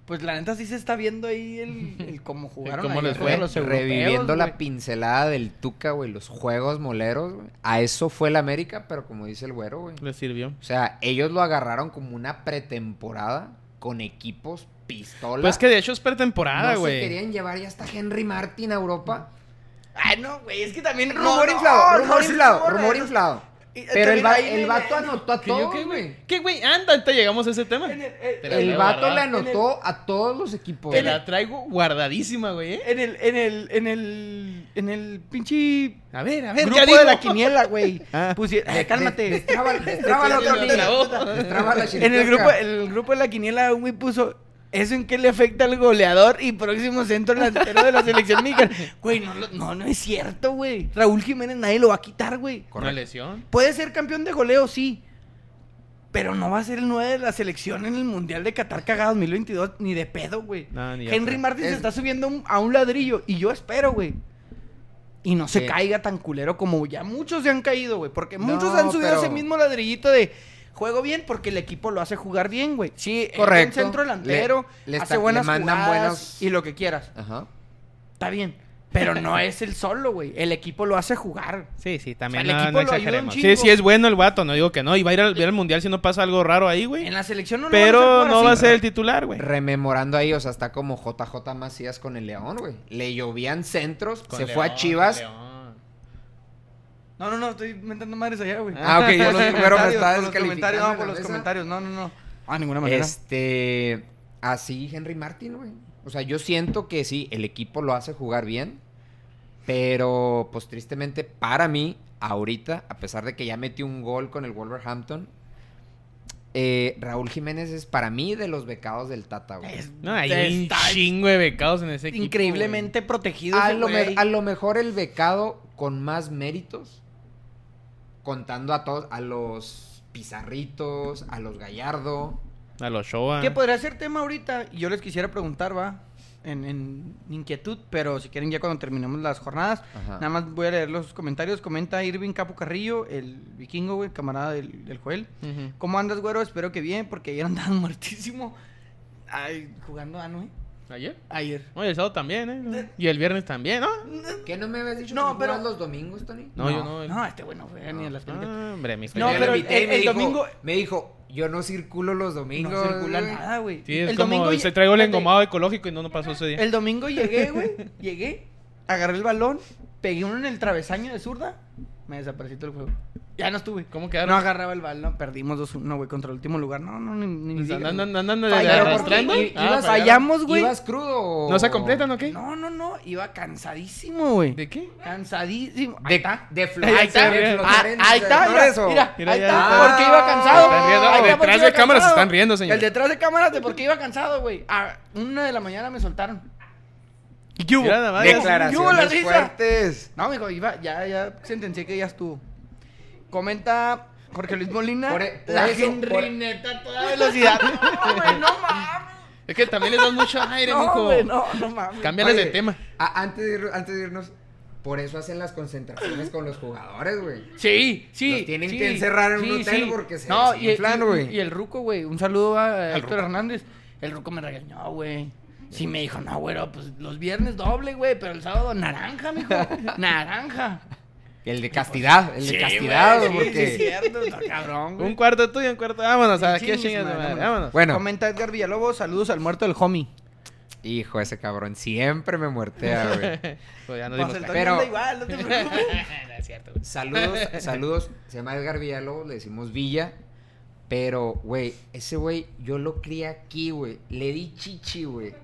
Speaker 2: Pues la neta sí se está viendo ahí el, el cómo jugaron.
Speaker 1: cómo
Speaker 2: ayer
Speaker 1: les
Speaker 2: contra
Speaker 1: fue.
Speaker 2: los europeos,
Speaker 3: Reviviendo
Speaker 2: güey.
Speaker 3: la pincelada del Tuca, güey. Los juegos moleros, güey. A eso fue el América, pero como dice el güero, güey.
Speaker 1: Le sirvió.
Speaker 3: O sea, ellos lo agarraron como una pretemporada con equipos pistola.
Speaker 1: Pues que de hecho es pretemporada,
Speaker 3: no se
Speaker 1: güey.
Speaker 3: querían llevar ya hasta Henry Martin a Europa.
Speaker 2: Ay, no, güey, es que también...
Speaker 3: Rumor
Speaker 2: no,
Speaker 3: inflado,
Speaker 2: no,
Speaker 3: rumor
Speaker 2: sí,
Speaker 3: inflado,
Speaker 2: rumor,
Speaker 3: rumor
Speaker 2: eh,
Speaker 3: inflado. Pero el, va- el vato anotó a
Speaker 2: que yo
Speaker 3: todos,
Speaker 2: qué, güey.
Speaker 3: güey.
Speaker 1: ¿Qué, güey? Anda, ahorita llegamos a ese tema.
Speaker 2: En el, eh,
Speaker 1: Te la
Speaker 3: El
Speaker 1: traigo
Speaker 3: vato le
Speaker 1: guardada.
Speaker 3: anotó a todos los equipos.
Speaker 1: Te
Speaker 3: güey.
Speaker 1: la traigo guardadísima, güey. ¿eh?
Speaker 2: en el, en el, en el, en el pinche
Speaker 1: A ver, a ver,
Speaker 2: grupo
Speaker 1: ya digo.
Speaker 2: de la quiniela, güey.
Speaker 1: Ah.
Speaker 2: Pusie- eh, cálmate.
Speaker 3: Destraba, destraba
Speaker 1: Ya
Speaker 3: la otra
Speaker 1: lo
Speaker 3: liga.
Speaker 1: trabó.
Speaker 3: Destraba
Speaker 2: En
Speaker 3: la
Speaker 2: el
Speaker 3: chiripiorca.
Speaker 2: grupo, en el grupo de la quiniela, un güey puso. ¿Eso en qué le afecta al goleador y próximo centro delantero de la selección mexicana? Güey, no, lo- no, no es cierto, güey. Raúl Jiménez nadie lo va a quitar, güey.
Speaker 1: Una lesión.
Speaker 2: Puede ser campeón de goleo, sí. Pero no va a ser el 9 de la selección en el Mundial de Qatar cagado 2022, ni de pedo, güey.
Speaker 1: No, ni de
Speaker 2: Henry
Speaker 1: pedo.
Speaker 2: Martin se
Speaker 3: Es-
Speaker 2: está subiendo un- a un ladrillo y yo espero, güey. Y no se
Speaker 3: Sí.
Speaker 2: caiga tan culero como ya muchos se han caído, güey. Porque
Speaker 3: No,
Speaker 2: muchos han subido
Speaker 3: pero-
Speaker 2: ese mismo ladrillito de juego bien porque el equipo lo hace jugar bien, güey. Sí, es buen
Speaker 3: Correcto.
Speaker 2: centro delantero,
Speaker 3: Le- le
Speaker 2: hace
Speaker 3: está- le
Speaker 2: buenas
Speaker 3: mandan
Speaker 2: jugadas
Speaker 3: buenos-
Speaker 2: y lo que quieras.
Speaker 3: Ajá.
Speaker 2: Está bien. Pero no es el solo, güey. El equipo lo hace jugar.
Speaker 1: Sí, sí, también
Speaker 2: O sea, el
Speaker 1: no, no
Speaker 2: equipo lo ayuda un
Speaker 1: exageremos.
Speaker 2: chingo.
Speaker 1: Sí, sí, es bueno el vato, no digo que no. Y va a ir al, ir al mundial si no pasa algo raro ahí, güey.
Speaker 2: En la selección no lo van a hacer
Speaker 1: Pero
Speaker 2: jugar
Speaker 1: no
Speaker 2: así,
Speaker 1: va a ser
Speaker 2: güey.
Speaker 1: el titular, güey.
Speaker 3: Rememorando ahí, o sea, está como JJ Macías con el León, güey. Le llovían centros,
Speaker 1: Con
Speaker 3: se
Speaker 1: León,
Speaker 3: fue a Chivas.
Speaker 1: León.
Speaker 2: No, no, no, estoy inventando madres allá, güey.
Speaker 3: Ah, ok,
Speaker 2: Por los
Speaker 3: yo lo- pero me
Speaker 2: comentarios,
Speaker 3: estaba
Speaker 2: por los comentarios,
Speaker 3: descalificando
Speaker 2: no,
Speaker 3: en
Speaker 2: por
Speaker 3: la
Speaker 2: los
Speaker 3: mesa.
Speaker 2: comentarios, no, no, no. Ah, ninguna manera.
Speaker 3: Este, así Henry Martin, güey. O sea, yo siento que sí, el equipo lo hace jugar bien, pero pues tristemente para mí, ahorita, a pesar de que ya metió un gol con el Wolverhampton, eh, Raúl Jiménez es para mí de los becados del Tata, güey.
Speaker 2: Es-
Speaker 1: No, hay un
Speaker 2: está
Speaker 1: chingo de becados en ese equipo.
Speaker 2: increíblemente protegido.
Speaker 3: A
Speaker 2: ese
Speaker 3: lo, me-
Speaker 2: güey.
Speaker 3: a lo mejor el becado con más méritos, contando a todos, a los Pizarritos, a los Gallardo.
Speaker 1: güey. A los Shoa.
Speaker 2: Que podría ser tema ahorita. Y yo les quisiera preguntar, va, en, en inquietud, pero si quieren ya cuando terminemos las jornadas.
Speaker 3: Ajá.
Speaker 2: Nada más voy a leer los comentarios. Comenta Irving Capo Carrillo, el vikingo, güey, camarada del, del Joel.
Speaker 1: Ujú.
Speaker 2: ¿Cómo andas, güero? Espero que bien, porque ayer andaban muertísimo. Ay, jugando a güey.
Speaker 1: ¿Ayer?
Speaker 2: Ayer.
Speaker 1: No, y el sábado también, ¿eh? Y el viernes también, ¿no?
Speaker 3: ¿Qué no me habías dicho
Speaker 2: No,
Speaker 3: que jugabas
Speaker 2: pero-
Speaker 3: los domingos, Tony?
Speaker 1: No, yo no.
Speaker 2: No, este güey no fue ni a las películas.
Speaker 1: Ah, hombre, mis
Speaker 2: No,
Speaker 3: Yo
Speaker 1: colegas.
Speaker 3: lo
Speaker 2: pero
Speaker 3: invité y
Speaker 2: el-
Speaker 3: me
Speaker 2: el
Speaker 3: dijo-
Speaker 2: domingo-
Speaker 3: Me dijo, yo no circulo los domingos.
Speaker 2: No circula
Speaker 3: güey".
Speaker 2: nada, güey.
Speaker 1: Sí, es como, se traigo el
Speaker 2: fíjate,
Speaker 1: engomado ecológico y no, no pasó ese día.
Speaker 2: El domingo llegué, güey. Llegué, agarré el balón, pegué uno en el travesaño de zurda, me desapareció todo el juego. Ya no estuve.
Speaker 1: ¿Cómo
Speaker 2: No
Speaker 1: quedaron?
Speaker 2: agarraba el balón, perdimos 2-1, güey, contra el último lugar. No, no, ni, ni
Speaker 1: Pues
Speaker 2: digas,
Speaker 1: andan,
Speaker 2: güey.
Speaker 1: andan, andan,
Speaker 2: Fallaron
Speaker 3: porque
Speaker 1: arrastrando.
Speaker 3: i-
Speaker 1: Ah,
Speaker 3: ibas-
Speaker 1: fallaron.
Speaker 2: Fallamos, güey.
Speaker 3: ¿Ibas crudo o-
Speaker 1: ¿No se completan o qué?
Speaker 2: No, no, no, iba cansadísimo, güey.
Speaker 1: ¿De qué?
Speaker 2: Cansadísimo. Ahí
Speaker 3: De,
Speaker 2: está.
Speaker 3: de flor-
Speaker 1: Ahí está,
Speaker 3: de
Speaker 1: mira.
Speaker 3: flotar
Speaker 2: Ah,
Speaker 3: en
Speaker 2: ahí
Speaker 3: el
Speaker 2: está, mira,
Speaker 3: regreso.
Speaker 2: mira,
Speaker 1: Mira,
Speaker 2: ahí
Speaker 1: ya
Speaker 2: está,
Speaker 3: está.
Speaker 2: porque iba cansado.
Speaker 1: Se están riendo.
Speaker 2: Ahí está,
Speaker 1: Detrás
Speaker 2: porque
Speaker 1: de
Speaker 2: iba
Speaker 1: cámaras se
Speaker 2: cansado.
Speaker 1: están riendo, señores.
Speaker 2: El detrás de cámaras de porque iba cansado, güey. A una de la mañana me soltaron. ¿Y qué hubo?
Speaker 1: Mira nada más.
Speaker 2: ¿Qué hubo? ¿Qué hubo la
Speaker 3: Declaraciones
Speaker 2: risa?
Speaker 3: fuertes.
Speaker 2: No, mijo, iba, ya, ya sentencié que ya estuvo. Comenta Jorge Luis Molina.
Speaker 3: Por e- por
Speaker 2: la
Speaker 3: eso,
Speaker 2: Henry
Speaker 3: por-
Speaker 2: neta a toda velocidad. No, güey, no mames.
Speaker 1: Es que también les das mucho aire,
Speaker 2: No,
Speaker 1: mijo.
Speaker 2: güey, no, no mames.
Speaker 1: Cámbiales de
Speaker 3: Oye,
Speaker 1: tema.
Speaker 3: a- antes, de ir- antes de irnos, por eso hacen las concentraciones con los jugadores, güey.
Speaker 2: Sí, sí.
Speaker 3: Los tienen
Speaker 2: sí,
Speaker 3: que encerrar en un hotel porque se desinflan,
Speaker 2: y- y-
Speaker 3: güey.
Speaker 2: Y, el ruco, güey. Un saludo a
Speaker 1: Al
Speaker 2: Héctor
Speaker 1: ruco.
Speaker 2: Hernández. El ruco me regañó, güey. Sí, me dijo, no, güero, pues los viernes doble, güey, pero el sábado naranja, mijo. naranja.
Speaker 3: El de castidad, el de
Speaker 2: Sí,
Speaker 3: castidad,
Speaker 2: güey, sí,
Speaker 3: porque...
Speaker 2: sí, es cierto, está cabrón, güey.
Speaker 1: Un cuarto tuyo, un cuarto. Vámonos,
Speaker 2: Sí,
Speaker 1: aquí a
Speaker 2: chingues,
Speaker 1: chingas de
Speaker 2: madre,
Speaker 1: madre.
Speaker 2: vámonos.
Speaker 1: Vámonos.
Speaker 3: Bueno,
Speaker 2: Comenta Edgar Villalobos, saludos al muerto del homie.
Speaker 3: hijo, ese cabrón siempre me muertea, güey.
Speaker 1: Pues ya nos
Speaker 2: Pues
Speaker 1: dimos cuenta.
Speaker 2: el Toño
Speaker 3: Pero-
Speaker 2: anda igual, no te preocupes.
Speaker 1: No es cierto, güey.
Speaker 3: Saludos, saludos. Se llama Edgar Villalobos, le decimos Villa. Pero, güey, ese güey, yo lo crié aquí, güey. Le di chichi, güey.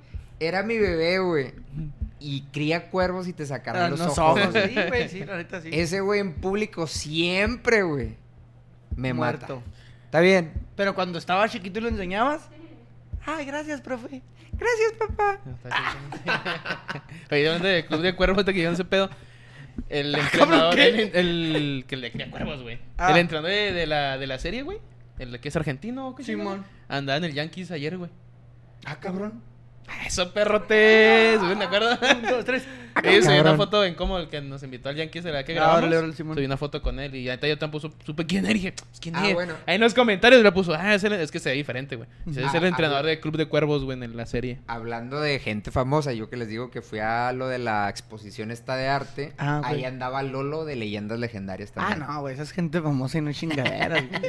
Speaker 3: Era mi bebé, güey. Y cría cuervos y te sacarán los
Speaker 2: Los
Speaker 3: ojos. güey.
Speaker 2: Sí, güey, sí, la neta sí.
Speaker 3: Ese güey en público siempre, güey. Me
Speaker 2: Muerto.
Speaker 3: mata. Está bien.
Speaker 2: Pero cuando estaba chiquito y lo enseñabas. Ay, gracias, profe. Gracias, papá.
Speaker 1: Está chingón. Oye, ¿dónde de Club de Cuervos hasta que llevan ese pedo? El
Speaker 2: cabrón,
Speaker 1: entrenador,
Speaker 2: ¿qué?
Speaker 1: el, el- que le cría cuervos, güey.
Speaker 2: Ah.
Speaker 1: El entrenador de, de la, de la serie, güey. El que es argentino, ¿qué
Speaker 2: Simón.
Speaker 1: chingada? Andaba en el Yankees ayer, güey.
Speaker 2: Ah, cabrón.
Speaker 1: Ah, Eso perrotes, güey, ¿me acuerdo?
Speaker 2: Un, dos, tres.
Speaker 1: Sí, subí una
Speaker 3: cabrón.
Speaker 1: foto en cómo el que nos invitó al Yankees, ¿verdad? Que
Speaker 2: Ah,
Speaker 1: grabamos.
Speaker 2: órale, órale, Simón.
Speaker 1: subí una foto con él y ahorita yo tampoco sup- supe quién era. y dije, "Pues, ¿quién
Speaker 3: Ah,
Speaker 1: es?"
Speaker 3: bueno.
Speaker 1: Ahí en los comentarios le puso, ah, es, el- es que se ve diferente, güey. Es
Speaker 3: Ah,
Speaker 1: el
Speaker 3: ah,
Speaker 1: entrenador
Speaker 3: güey.
Speaker 1: del Club de Cuervos, güey, en la serie.
Speaker 3: Hablando de gente famosa, yo que les digo que fui a lo de la exposición esta de arte.
Speaker 2: Ah, güey.
Speaker 3: Ahí andaba Lolo de leyendas legendarias
Speaker 2: Ah,
Speaker 3: también.
Speaker 2: no, güey, esa es gente famosa y no chingaderas. güey.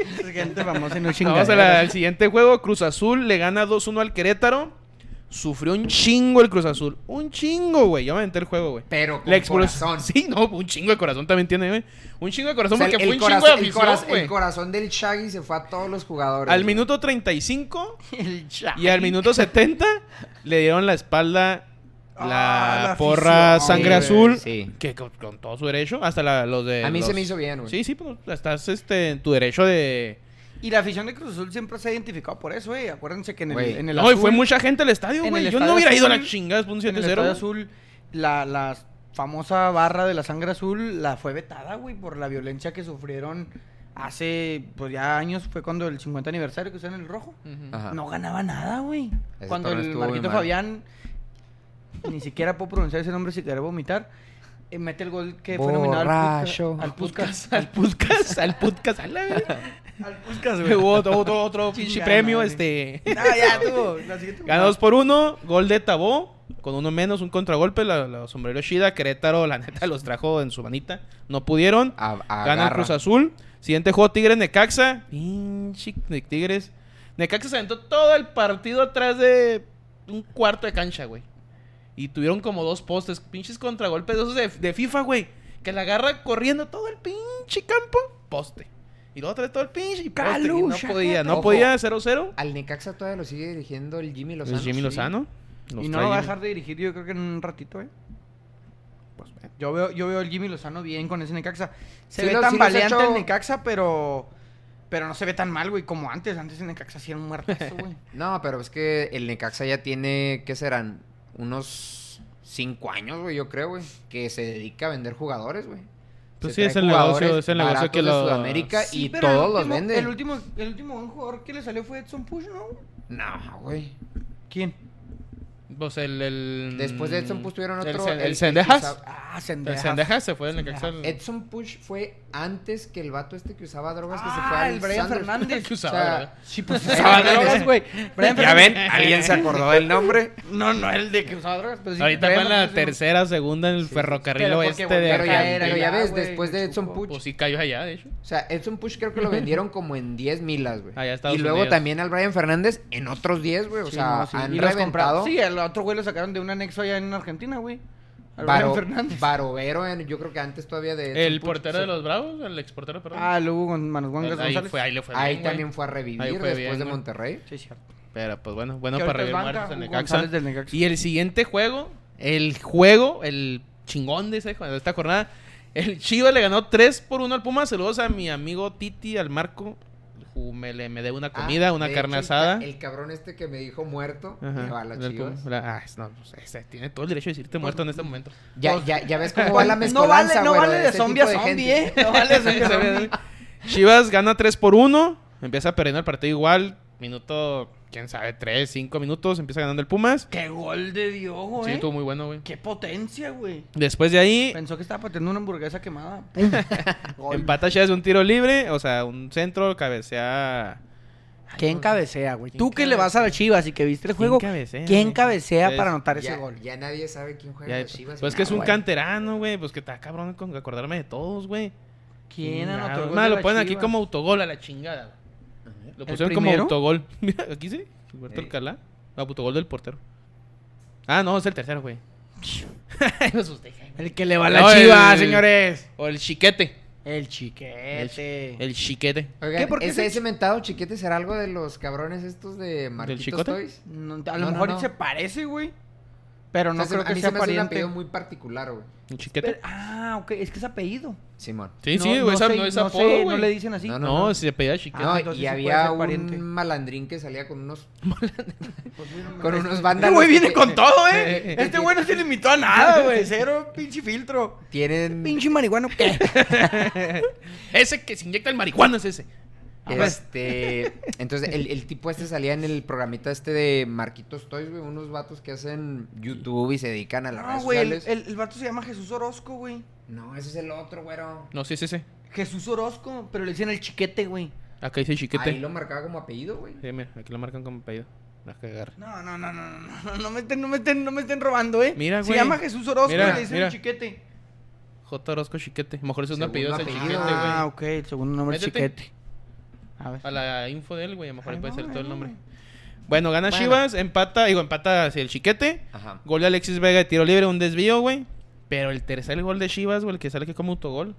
Speaker 2: Esa es gente famosa y no
Speaker 1: Vamos
Speaker 2: chingaderas.
Speaker 1: a la- al siguiente juego. Cruz Azul le gana 2-1 al Querétaro. Sufrió un chingo el Cruz Azul. Un chingo, güey. Yo me aventé el juego, güey.
Speaker 3: Pero con
Speaker 1: La expulsión.
Speaker 3: corazón.
Speaker 1: Sí, no, un chingo de corazón también tiene, güey. Un chingo de corazón
Speaker 3: O sea,
Speaker 1: porque fue un
Speaker 3: corazón-
Speaker 1: chingo de
Speaker 3: el
Speaker 1: afición,
Speaker 3: corazón-
Speaker 1: güey.
Speaker 3: el corazón del Shaggy se fue a todos los jugadores.
Speaker 1: Al
Speaker 3: güey.
Speaker 1: minuto 35
Speaker 2: El
Speaker 1: y al minuto 70 le dieron la espalda la,
Speaker 2: Ah, la
Speaker 1: porra
Speaker 2: afición,
Speaker 1: sangre
Speaker 3: güey.
Speaker 1: azul.
Speaker 3: Sí.
Speaker 1: Que con, con todo su derecho, hasta la- los de.
Speaker 3: A mí se
Speaker 1: los-
Speaker 3: me hizo bien, güey.
Speaker 1: Sí, sí, pues estás este, en tu derecho de.
Speaker 2: Y la afición de Cruz Azul siempre se ha identificado por eso, güey. Acuérdense que en el,
Speaker 3: Güey.
Speaker 2: en el
Speaker 1: No, y fue
Speaker 2: azul-
Speaker 1: mucha gente al estadio,
Speaker 2: en
Speaker 1: güey.
Speaker 2: el
Speaker 1: Yo no
Speaker 2: estadio
Speaker 1: hubiera ido a
Speaker 2: azul-
Speaker 1: la chingada, fue un
Speaker 2: En el
Speaker 1: 7-0.
Speaker 2: Estadio
Speaker 1: güey.
Speaker 2: Azul, la, la famosa barra de la sangre azul la fue vetada, güey, por la violencia que sufrieron hace, pues ya años, fue cuando el 50 aniversario que usaron el rojo.
Speaker 1: Ujú.
Speaker 3: Ajá.
Speaker 2: No ganaba nada, güey.
Speaker 3: Ah. Ese
Speaker 2: Cuando
Speaker 3: torneo
Speaker 2: el
Speaker 3: estuvo muy
Speaker 2: Marquito
Speaker 3: mal.
Speaker 2: Fabián, ni siquiera puedo pronunciar ese nombre si quería vomitar, eh, mete el gol que
Speaker 3: Borracho.
Speaker 2: fue nominado al Puskas.
Speaker 1: Al podcast, al podcast, a la verga.
Speaker 2: Al Puskas,
Speaker 1: Hubo otro, otro, otro pinche
Speaker 2: Chingada
Speaker 1: premio,
Speaker 2: madre.
Speaker 1: este.
Speaker 2: No, Ah, ya tuvo. La siguiente-
Speaker 1: Gana 2 por 1, gol de Tabó, con uno menos, un contragolpe, la, la sombrero Shida, Querétaro, la neta, los trajo en su manita, no pudieron.
Speaker 3: A-
Speaker 1: Gana el
Speaker 3: agarra.
Speaker 1: Cruz Azul. Siguiente juego, Tigres Necaxa. Pinche de Tigres. Necaxa se aventó todo el partido atrás de un cuarto de cancha, güey. Y tuvieron como dos postes, pinches contragolpes de esos de, de FIFA, güey. Que la agarra corriendo todo el pinche campo, poste. Y luego trae todo el pinche y poste. y no
Speaker 2: Calucha,
Speaker 1: podía, no
Speaker 3: Ojo.
Speaker 1: podía, 0-0.
Speaker 3: Al Necaxa todavía lo sigue dirigiendo el Jimmy Lozano.
Speaker 1: Es Jimmy
Speaker 3: sí.
Speaker 1: Lozano. Los
Speaker 2: Y no
Speaker 1: trae
Speaker 2: lo va a
Speaker 1: Jimmy.
Speaker 2: dejar de dirigir yo creo que en un ratito, eh.
Speaker 1: Pues, eh,
Speaker 2: Yo veo, yo veo al Jimmy Lozano bien con ese Necaxa. Se
Speaker 3: Sí
Speaker 2: ve
Speaker 3: lo-
Speaker 2: tan
Speaker 3: sí los he
Speaker 2: valiente
Speaker 3: hecho-
Speaker 2: el Necaxa, pero. Pero no se ve tan mal, güey, como antes. Antes el Necaxa hacía un muertazo, güey.
Speaker 3: No, pero es que el Necaxa ya tiene, ¿qué serán? Unos cinco años, güey, yo creo, güey. Que se dedica a vender jugadores, güey.
Speaker 1: Pues
Speaker 3: Se
Speaker 1: sí, es
Speaker 3: trae
Speaker 1: el negocio-
Speaker 3: jugadores
Speaker 1: es el negocio
Speaker 3: baratos
Speaker 1: que
Speaker 3: de
Speaker 1: lo-
Speaker 3: Sudamérica
Speaker 2: Sí,
Speaker 3: y
Speaker 2: pero el
Speaker 3: todos los
Speaker 2: último-
Speaker 3: venden.
Speaker 2: El último, el último buen jugador que le salió fue Edson Push, ¿no?
Speaker 3: No, güey.
Speaker 2: ¿Quién?
Speaker 1: Pues el, el-
Speaker 3: Después de Edson Push tuvieron
Speaker 1: el
Speaker 3: otro.
Speaker 1: Sen- El,
Speaker 3: que
Speaker 1: Sendejas.
Speaker 3: usaba-
Speaker 2: Ah,
Speaker 1: El
Speaker 2: Sendejas.
Speaker 1: Sendejas se fue del
Speaker 2: Sendejas.
Speaker 1: Necaxa. al-
Speaker 3: Edson Push fue antes que el vato este que usaba drogas que se
Speaker 2: Ah,
Speaker 3: fue al
Speaker 2: el Brian
Speaker 3: Sanders.
Speaker 2: Fernández.
Speaker 1: que usaba,
Speaker 3: O sea,
Speaker 1: ¿verdad?
Speaker 2: Sí, pues
Speaker 1: Usaba
Speaker 2: usaba drogas,
Speaker 1: drogas.
Speaker 2: güey. Brian
Speaker 3: Ya
Speaker 2: Fernández-
Speaker 3: ven, alguien se acordó del nombre.
Speaker 2: No, no, el de que usaba drogas, pero sí.
Speaker 1: Ahorita
Speaker 2: Brian
Speaker 1: fue en la
Speaker 2: Fernández,
Speaker 1: tercera, segunda en el ferrocarril
Speaker 2: pero porque
Speaker 1: oeste de
Speaker 2: volvieron
Speaker 3: Pero
Speaker 2: a
Speaker 3: ya,
Speaker 2: caer
Speaker 1: Argentina.
Speaker 3: pero ya
Speaker 2: allá,
Speaker 3: ves,
Speaker 2: güey,
Speaker 3: después de
Speaker 2: me
Speaker 3: Edson
Speaker 2: chupó.
Speaker 3: Puch.
Speaker 1: Pues sí cayó allá, de hecho.
Speaker 3: O sea, Edson Push creo que lo vendieron como en 10 milas, güey.
Speaker 1: Allá a Estados
Speaker 3: Y luego
Speaker 1: Unidos.
Speaker 3: también al Brian Fernández en otros 10, güey. O
Speaker 2: Sí,
Speaker 3: sea,
Speaker 2: no, sí.
Speaker 3: han
Speaker 2: Y los
Speaker 3: reventado.
Speaker 2: comprados. Sí, al otro güey lo sacaron de un anexo allá en Argentina, güey. Al
Speaker 3: Varo-
Speaker 2: Brian Fernández.
Speaker 3: Barovero, en- yo creo que antes todavía de Edson
Speaker 1: El
Speaker 3: Puch,
Speaker 1: portero
Speaker 3: sí.
Speaker 1: de los Bravos, el exportero, perdón.
Speaker 2: Ah, luego con Manos
Speaker 1: El-
Speaker 2: Guangas
Speaker 1: ahí,
Speaker 2: González.
Speaker 1: fue, ahí le fue
Speaker 3: Ahí
Speaker 1: bien, güey.
Speaker 3: también fue a revivir
Speaker 1: Ahí fue
Speaker 3: después
Speaker 1: bien,
Speaker 3: de
Speaker 1: güey.
Speaker 3: Monterrey.
Speaker 2: Sí, cierto.
Speaker 1: Pero pues bueno, bueno
Speaker 2: Que
Speaker 1: para
Speaker 2: ahorita
Speaker 1: revivir
Speaker 2: es banca,
Speaker 1: muertos en
Speaker 2: Hugo
Speaker 1: Necaxa.
Speaker 2: González del Necaxa.
Speaker 1: Y el siguiente juego, el juego, el chingón de, ese- de esta jornada. El Chivas le ganó 3 por 1 al Puma. Saludos a mi amigo Titi, al Marco. Ju- Me, le- me dé una comida,
Speaker 3: Ah,
Speaker 1: una
Speaker 3: de
Speaker 1: carne
Speaker 3: hecho, el ca-
Speaker 1: asada.
Speaker 3: El cabrón este que me dijo muerto,
Speaker 1: Ajá,
Speaker 3: le va a las
Speaker 1: del Puma.
Speaker 3: chivas.
Speaker 1: La- ah, es- no, pues, ese tiene todo el derecho de decirte muerto en este momento.
Speaker 3: Ya, ya, ya ves cómo va la
Speaker 2: no vale,
Speaker 3: mezcolanza,
Speaker 2: no
Speaker 3: güero,
Speaker 2: vale de
Speaker 3: ese
Speaker 2: zombie
Speaker 3: tipo
Speaker 2: a zombie,
Speaker 3: gente.
Speaker 2: eh. No vale de zombie a zombie.
Speaker 1: Chivas gana 3 por 1. Empieza perdiendo el partido igual. Minuto, quién sabe, 3, 5 minutos. Empieza ganando el Pumas.
Speaker 2: Qué gol de Diogo,
Speaker 1: Sí,
Speaker 2: eh.
Speaker 1: estuvo muy bueno, güey.
Speaker 2: Qué potencia, güey.
Speaker 1: Después de ahí,
Speaker 2: Pensó que estaba pateando una hamburguesa quemada. Gol.
Speaker 1: empata Chivas de un tiro libre. O sea, un centro, cabecea.
Speaker 2: ¿Quién cabecea, güey?
Speaker 1: ¿Quién
Speaker 2: Tú que le vas a las Chivas y que viste el
Speaker 1: ¿Quién
Speaker 2: juego.
Speaker 1: cabecea,
Speaker 2: ¿Quién
Speaker 1: güey?
Speaker 2: cabecea
Speaker 1: Es-
Speaker 2: para anotar ese
Speaker 3: Ya,
Speaker 2: gol?
Speaker 3: ya nadie sabe quién juega
Speaker 1: Ya,
Speaker 3: en las chivas.
Speaker 1: pues que es
Speaker 3: güey.
Speaker 1: un
Speaker 2: güey.
Speaker 1: canterano, güey. Pues que está cabrón con acordarme de todos, güey.
Speaker 2: ¿Quién anotó el
Speaker 1: Nada
Speaker 2: gol?
Speaker 1: más
Speaker 2: de
Speaker 1: lo
Speaker 2: las
Speaker 1: ponen pues, aquí
Speaker 2: Chivas?
Speaker 1: como autogol a la chingada. güey. Lo
Speaker 2: ¿El
Speaker 1: pusieron como
Speaker 2: primero?
Speaker 1: autogol. Mira, aquí sí. Gilberto
Speaker 3: Ey.
Speaker 1: Alcalá. No, autogol del portero. Ah, no, es el tercero, güey. Me asusté.
Speaker 2: El que le va a
Speaker 1: No,
Speaker 2: la
Speaker 1: el-
Speaker 2: Chivas, señores.
Speaker 1: O el chiquete.
Speaker 2: El chiquete.
Speaker 1: El chiquete.
Speaker 3: Oigan,
Speaker 2: ¿Qué? ¿Por qué
Speaker 3: ese,
Speaker 2: se-
Speaker 3: ese mentado chiquete será algo de los cabrones estos de Marquitos
Speaker 1: chicote?
Speaker 3: Toys?
Speaker 2: No, a
Speaker 3: No,
Speaker 2: lo
Speaker 3: no,
Speaker 2: mejor
Speaker 3: no.
Speaker 2: se parece, güey. Pero
Speaker 3: O
Speaker 2: no
Speaker 3: sea, se-
Speaker 2: creo
Speaker 3: a
Speaker 2: que
Speaker 3: mí
Speaker 2: sea
Speaker 3: se me hace un
Speaker 2: pariente.
Speaker 3: apellido muy particular, güey.
Speaker 1: El chiquete.
Speaker 2: Pero- ah, ok, es que es apellido.
Speaker 3: Simón.
Speaker 1: Sí, sí, güey, esa-
Speaker 2: sé-
Speaker 1: no es
Speaker 2: sé,
Speaker 1: apodo, güey.
Speaker 2: No le Ah. dicen así.
Speaker 3: No,
Speaker 1: No, se apellida chiquete.
Speaker 3: No,
Speaker 2: entonces sí
Speaker 3: y
Speaker 2: puede
Speaker 3: había
Speaker 2: ser
Speaker 3: un
Speaker 2: pariente.
Speaker 3: malandrín que salía con unos
Speaker 2: Pues, mira, me
Speaker 3: con
Speaker 2: parece.
Speaker 3: unos
Speaker 2: Este
Speaker 3: vándalos.
Speaker 2: güey viene
Speaker 3: que-
Speaker 2: con todo, eh.
Speaker 1: Eh,
Speaker 2: Este güey no se limitó a nada, güey. Cero pinche filtro.
Speaker 3: Tienen
Speaker 2: Pinche marihuano. ¿qué?
Speaker 1: Ese que se inyecta el marihuana es ese. Ah, pues,
Speaker 3: este entonces el, el tipo este salía en el programita este de Marquitos Toys, güey, unos vatos que hacen YouTube y se dedican a las
Speaker 2: No,
Speaker 3: redes
Speaker 2: güey. El,
Speaker 3: sociales.
Speaker 2: el- el vato se llama Jesús Orozco, güey.
Speaker 3: No, ese es el otro, güero.
Speaker 1: No, sí es ese.
Speaker 2: Jesús Orozco, pero le dicen el chiquete, güey.
Speaker 1: Acá dice chiquete.
Speaker 3: Ahí lo marcaba como apellido, güey.
Speaker 1: Sí, mira, aquí lo marcan como apellido. La cagar.
Speaker 2: No, no, no, no, no, no, no me estén, no me estén, no me estén robando, eh.
Speaker 1: Mira,
Speaker 2: Se
Speaker 1: güey.
Speaker 2: llama Jesús Orozco
Speaker 1: Mira,
Speaker 2: y le dicen
Speaker 1: mira.
Speaker 2: el chiquete.
Speaker 1: J. Orozco Chiquete. A lo mejor ese es un apellido,
Speaker 3: Segundo
Speaker 1: es el
Speaker 3: apellido.
Speaker 1: chiquete, güey.
Speaker 2: Ah, ok, el segundo nombre es
Speaker 1: Métete.
Speaker 2: chiquete. A ver.
Speaker 1: A la info de él, güey. A lo mejor ahí
Speaker 2: Ay,
Speaker 1: puede
Speaker 2: no,
Speaker 1: ser todo el
Speaker 2: güey, no,
Speaker 1: nombre. Bueno, gana
Speaker 3: Bueno.
Speaker 1: Chivas, empata, digo, empata hacia el chiquete.
Speaker 3: Ajá.
Speaker 1: Gol de Alexis Vega de tiro libre, un desvío, güey. Pero el tercer gol de Chivas, güey, el que sale que como autogol.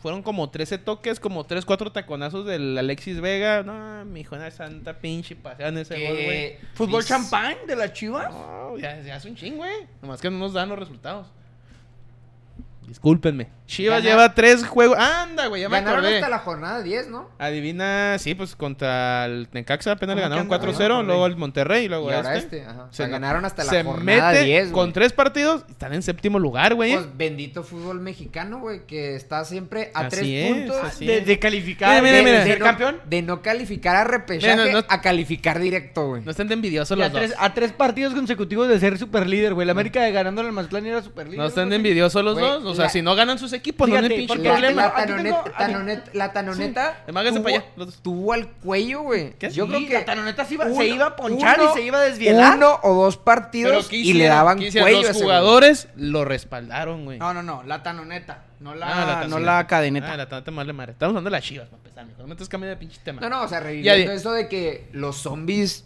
Speaker 1: Fueron como 13 toques, como 3, 4 taconazos del Alexis Vega. No, mi hijo de la santa pinche pasean ese gol, güey.
Speaker 3: Que-
Speaker 2: ¿Fútbol
Speaker 3: Dis-
Speaker 2: champán de las chivas?
Speaker 1: No, ya, ya es un ching, güey. Nomás que no nos dan los resultados. Discúlpenme. Chivas
Speaker 3: Gana-
Speaker 1: lleva 3 juegos. Anda, güey, ya me
Speaker 3: Ganaron
Speaker 1: acordé.
Speaker 3: hasta la jornada 10, ¿no?
Speaker 1: Adivina, sí, pues contra el Necaxa apenas le
Speaker 2: ¿Cómo
Speaker 1: ganaron
Speaker 2: que anda?
Speaker 1: 4-0, luego el Monterrey y
Speaker 3: Y
Speaker 1: luego
Speaker 3: ahora
Speaker 1: este.
Speaker 3: este, ajá. O
Speaker 1: Se
Speaker 3: sea,
Speaker 1: no-
Speaker 3: ganaron hasta la
Speaker 1: se
Speaker 3: jornada
Speaker 1: mete
Speaker 3: 10,
Speaker 1: con
Speaker 3: güey.
Speaker 1: tres partidos, están en séptimo lugar, güey. ¿eh?
Speaker 3: Pues bendito fútbol mexicano, güey, que está siempre a
Speaker 1: Así
Speaker 3: tres
Speaker 1: es,
Speaker 3: puntos
Speaker 1: así
Speaker 2: De,
Speaker 1: es.
Speaker 2: de calificar,
Speaker 1: Mira,
Speaker 2: de,
Speaker 1: mira,
Speaker 2: de
Speaker 1: mira.
Speaker 2: ser
Speaker 3: no,
Speaker 2: campeón.
Speaker 3: de no calificar a repechaje
Speaker 1: Mira, no- no-
Speaker 3: a calificar directo, güey.
Speaker 1: No están de envidiosos
Speaker 2: Y
Speaker 1: los
Speaker 2: a, tres,
Speaker 3: ah,
Speaker 1: dos.
Speaker 2: a tres partidos consecutivos de ser superlíder, güey. La América de ganándole al Mazatlán era superlíder.
Speaker 1: No están de
Speaker 2: güey.
Speaker 1: envidiosos los
Speaker 3: pues, Güey,
Speaker 1: dos. O sea,
Speaker 3: la-
Speaker 1: si no ganan sus equipos, no
Speaker 2: Fíjate,
Speaker 1: tienen pinche
Speaker 2: porque-
Speaker 3: La,
Speaker 1: problema.
Speaker 3: la
Speaker 2: Aquí tengo-
Speaker 3: tanonet-
Speaker 2: aquí-
Speaker 3: tanonet- la tanoneta
Speaker 1: Sí. Hágase
Speaker 3: tuvo-
Speaker 1: para allá, los dos.
Speaker 3: tuvo al cuello, güey.
Speaker 1: ¿Qué?
Speaker 3: Yo
Speaker 2: Sí,
Speaker 3: creo que
Speaker 2: la tanoneta se iba,
Speaker 3: uno-
Speaker 2: se iba a ponchar
Speaker 3: uno-
Speaker 2: y se iba a desvielar.
Speaker 3: Uno o dos
Speaker 1: Pero
Speaker 3: partidos
Speaker 1: ¿qué
Speaker 3: y
Speaker 1: hicieron?
Speaker 3: le daban
Speaker 1: ¿Qué
Speaker 3: cuello
Speaker 1: hicieron?
Speaker 3: a
Speaker 1: Los
Speaker 3: ese güey.
Speaker 1: jugadores lo respaldaron, güey.
Speaker 2: No, no, no, la tanoneta. No la,
Speaker 1: Ah,
Speaker 2: no
Speaker 1: sí.
Speaker 2: la cadeneta.
Speaker 1: Ah, la tanta madre madre. Estamos hablando de las chivas, para empezar, mijo. No metes cambio de pinche tema.
Speaker 3: No, no, o sea,
Speaker 1: Ya
Speaker 3: reviviendo
Speaker 1: di-
Speaker 3: eso de que los zombies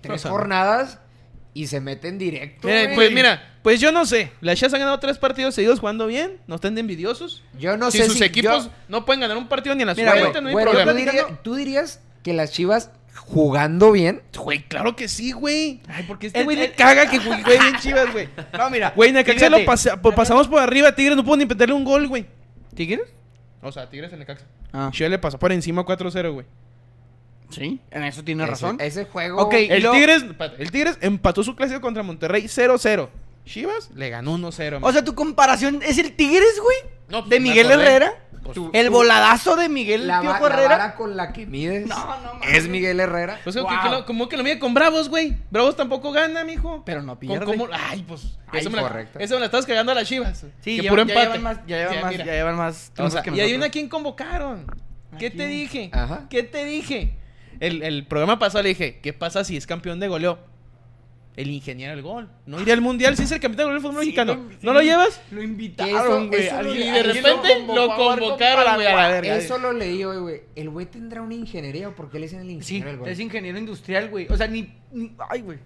Speaker 3: tres
Speaker 1: Rosa.
Speaker 3: jornadas y se meten directo.
Speaker 1: Mira,
Speaker 3: güey.
Speaker 1: pues mira, pues yo no sé. Las Chivas han ganado tres partidos seguidos jugando bien. No están de envidiosos.
Speaker 3: yo no
Speaker 1: si
Speaker 3: sé
Speaker 1: sus
Speaker 3: si
Speaker 1: equipos
Speaker 3: yo-
Speaker 1: no pueden ganar un partido ni en la
Speaker 2: Mira,
Speaker 1: suerte,
Speaker 2: güey,
Speaker 1: no hay
Speaker 3: güero,
Speaker 1: problema.
Speaker 3: ¿tú, dirías, tú dirías que las Chivas jugando bien?
Speaker 1: Güey, claro que sí, güey. Ay, porque este
Speaker 2: El-
Speaker 1: güey le
Speaker 2: el-
Speaker 1: caga que juegue bien chivas, güey.
Speaker 2: No, mira.
Speaker 1: Güey, Necaxa lo
Speaker 2: fíjate.
Speaker 1: pasa- po- pasamos por arriba, Tigres no pudo ni meterle un gol, güey.
Speaker 2: ¿Tigres?
Speaker 1: O sea, Tigres en Necaxa.
Speaker 2: Ah.
Speaker 1: Chivas le pasó por encima 4-0, güey.
Speaker 2: Sí, en eso tiene
Speaker 3: Ese-
Speaker 2: razón.
Speaker 3: Ese, juego.
Speaker 2: Ok,
Speaker 1: El,
Speaker 2: luego-
Speaker 1: Tigres, el Tigres empató su clásico contra Monterrey 0-0. Chivas le ganó 1-0.
Speaker 2: O sea, tu comparación es el Tigres, güey.
Speaker 1: No, pues,
Speaker 2: de
Speaker 1: me
Speaker 2: Miguel
Speaker 1: acordé.
Speaker 2: Herrera.
Speaker 1: Pues,
Speaker 3: tú-
Speaker 2: El voladazo de Miguel
Speaker 3: la, va-
Speaker 2: Piojo
Speaker 3: la
Speaker 2: Herrera.
Speaker 3: vara con la que mides
Speaker 2: No, no mames.
Speaker 3: es Miguel Herrera.
Speaker 1: pues, ¿qué-
Speaker 2: Wow.
Speaker 1: qué lo- ¿Cómo que lo mide con Bravos, güey? Bravos tampoco gana, mijo.
Speaker 2: Pero no
Speaker 1: ¿Con
Speaker 2: pierde.
Speaker 1: cómo- Ay, pues.
Speaker 3: Ay,
Speaker 1: eso, me la,
Speaker 3: correcto.
Speaker 1: eso me la estás cagando a las chivas.
Speaker 2: Sí,
Speaker 1: Que
Speaker 2: ya,
Speaker 1: puro
Speaker 2: ya
Speaker 1: empate.
Speaker 2: llevan más, ya llevan
Speaker 1: Sí,
Speaker 2: más,
Speaker 1: mira.
Speaker 2: ya llevan más
Speaker 1: O
Speaker 2: triunfos
Speaker 1: sea,
Speaker 2: que
Speaker 1: y hay
Speaker 2: nosotros.
Speaker 1: una quien convocaron.
Speaker 2: ¿A
Speaker 1: ¿Qué te
Speaker 2: quién?
Speaker 1: dije?
Speaker 3: Ajá.
Speaker 1: ¿Qué te dije? El, el programa pasado le dije, ¿qué pasa si es campeón de goleo? El ingeniero del gol. No iría al mundial si es el campeón del gol del fútbol
Speaker 2: Sí,
Speaker 1: mexicano.
Speaker 2: güey, sí.
Speaker 1: ¿No lo llevas?
Speaker 2: Lo
Speaker 3: Eso-
Speaker 2: invitaron,
Speaker 3: eso
Speaker 2: güey.
Speaker 3: lo
Speaker 1: Y
Speaker 2: alguien-
Speaker 3: leí.
Speaker 1: de
Speaker 2: alguien
Speaker 1: repente lo
Speaker 2: convocó a ver con
Speaker 1: convocaron, güey, a la
Speaker 2: Paraguay.
Speaker 1: verga. eh.
Speaker 3: Eso lo leí hoy, güey. El güey tendrá una ingeniería o por qué le dicen el
Speaker 2: Sí,
Speaker 3: ingeniero del gol?
Speaker 2: es ingeniero industrial, güey. O sea, ni. ni- ay, güey.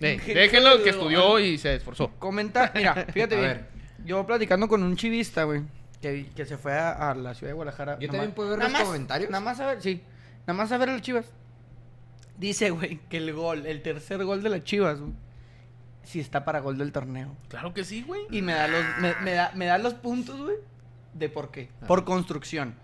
Speaker 1: Eh,
Speaker 2: Ingeniero
Speaker 1: déjenlo
Speaker 2: de-
Speaker 1: que estudió y se esforzó.
Speaker 2: Comenta, mira, fíjate
Speaker 3: A
Speaker 2: bien.
Speaker 3: ver.
Speaker 2: Yo platicando con un chivista, güey, que, que se fue a, a la ciudad de Guadalajara. nada
Speaker 3: Yo también
Speaker 2: más-
Speaker 3: puedo ver
Speaker 2: nada
Speaker 3: los
Speaker 2: más-
Speaker 3: comentarios.
Speaker 2: Nada más a ver, sí. Nada más a ver las chivas. Dice, güey, que el gol, el tercer gol de las chivas, güey, sí está para gol del torneo.
Speaker 1: Claro que sí, güey.
Speaker 2: Y me da los, me, me da, me da los puntos, güey, de por qué.
Speaker 3: Ah.
Speaker 2: Por construcción,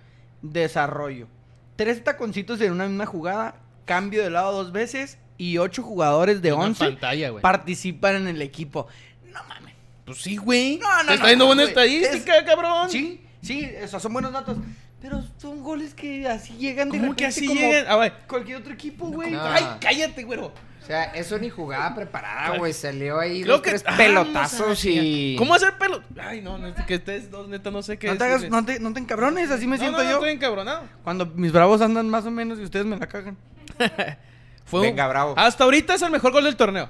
Speaker 2: desarrollo, tres taconcitos en una misma jugada, cambio de lado dos veces y ocho jugadores de
Speaker 1: Una
Speaker 2: once
Speaker 1: pantalla, güey.
Speaker 2: participan en el equipo. No mames.
Speaker 1: Pues sí, güey.
Speaker 2: No, no,
Speaker 1: Te está
Speaker 2: no,
Speaker 1: yendo buena
Speaker 2: güey.
Speaker 1: estadística, cabrón.
Speaker 2: Sí, sí, o sea, son buenos datos. Pero son goles que así llegan de
Speaker 1: ¿Cómo que
Speaker 2: repente
Speaker 1: así
Speaker 2: como
Speaker 1: llegan? Ah, güey.
Speaker 2: Cualquier otro equipo, güey.
Speaker 3: No.
Speaker 1: Ay, cállate, güero.
Speaker 3: O sea, eso ni jugada preparada, güey. Salió
Speaker 1: Pues,
Speaker 3: ahí
Speaker 1: Creo
Speaker 3: dos,
Speaker 1: que
Speaker 3: tres
Speaker 1: Ah, vamos
Speaker 3: pelotazos
Speaker 1: a la
Speaker 3: y.
Speaker 1: chingada. ¿Cómo hacer pelo? Ay, no, no, que ustedes dos, neta, no sé qué
Speaker 2: No te, hagas,
Speaker 1: decirles.
Speaker 2: no, te, no te encabrones, así me
Speaker 1: No,
Speaker 2: siento
Speaker 1: no, no,
Speaker 2: yo.
Speaker 1: estoy encabronado.
Speaker 2: Cuando mis bravos andan más o menos y ustedes me la cagan.
Speaker 1: Fue
Speaker 3: Venga,
Speaker 1: un-
Speaker 3: bravo.
Speaker 1: Hasta ahorita es el mejor gol del torneo.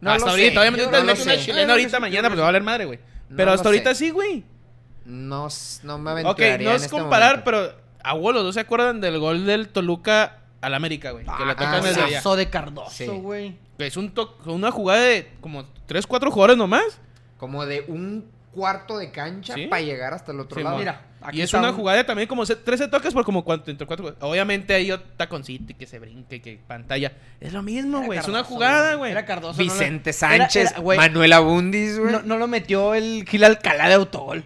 Speaker 3: No
Speaker 1: hasta
Speaker 3: lo
Speaker 1: ahorita,
Speaker 3: sé,
Speaker 1: obviamente
Speaker 3: yo
Speaker 1: te
Speaker 3: no lo
Speaker 1: metes una
Speaker 3: sé.
Speaker 1: chilena ahorita mañana, pues va a valer madre, güey.
Speaker 3: No
Speaker 1: Pero
Speaker 3: lo
Speaker 1: hasta ahorita
Speaker 3: sé.
Speaker 1: sí, güey.
Speaker 3: No, s- no me
Speaker 1: Ok,
Speaker 3: aventuraría
Speaker 1: no
Speaker 3: en
Speaker 1: es
Speaker 3: este
Speaker 1: comparar,
Speaker 3: momento.
Speaker 1: pero abuelos, ¿no se acuerdan del gol del Toluca al América, güey?
Speaker 3: Ah,
Speaker 1: Que la tocan desde allá.
Speaker 2: Cabezazo de Cardoso,
Speaker 3: Sí.
Speaker 2: güey.
Speaker 1: Es un to- una jugada de como 3, 4 jugadores nomás.
Speaker 3: Como de un cuarto de cancha
Speaker 1: Sí.
Speaker 3: para llegar hasta el otro
Speaker 1: Sí,
Speaker 3: lado.
Speaker 1: mo.
Speaker 2: Mira, aquí
Speaker 1: y es
Speaker 2: está
Speaker 1: una
Speaker 2: un-
Speaker 1: jugada también como se- 13 toques por como cuánto, entre cuatro. Obviamente hay otro taconcito y que se brinque y que pantalla. Es lo mismo,
Speaker 2: Era
Speaker 1: güey. Es una
Speaker 2: Cardoso,
Speaker 1: jugada, güey.
Speaker 2: Era Cardoso. no lo-
Speaker 3: Vicente
Speaker 2: era-
Speaker 3: Sánchez,
Speaker 2: era- güey,
Speaker 3: Manuel Abundis, güey.
Speaker 2: No, no lo metió el Gil Alcalá de autogol.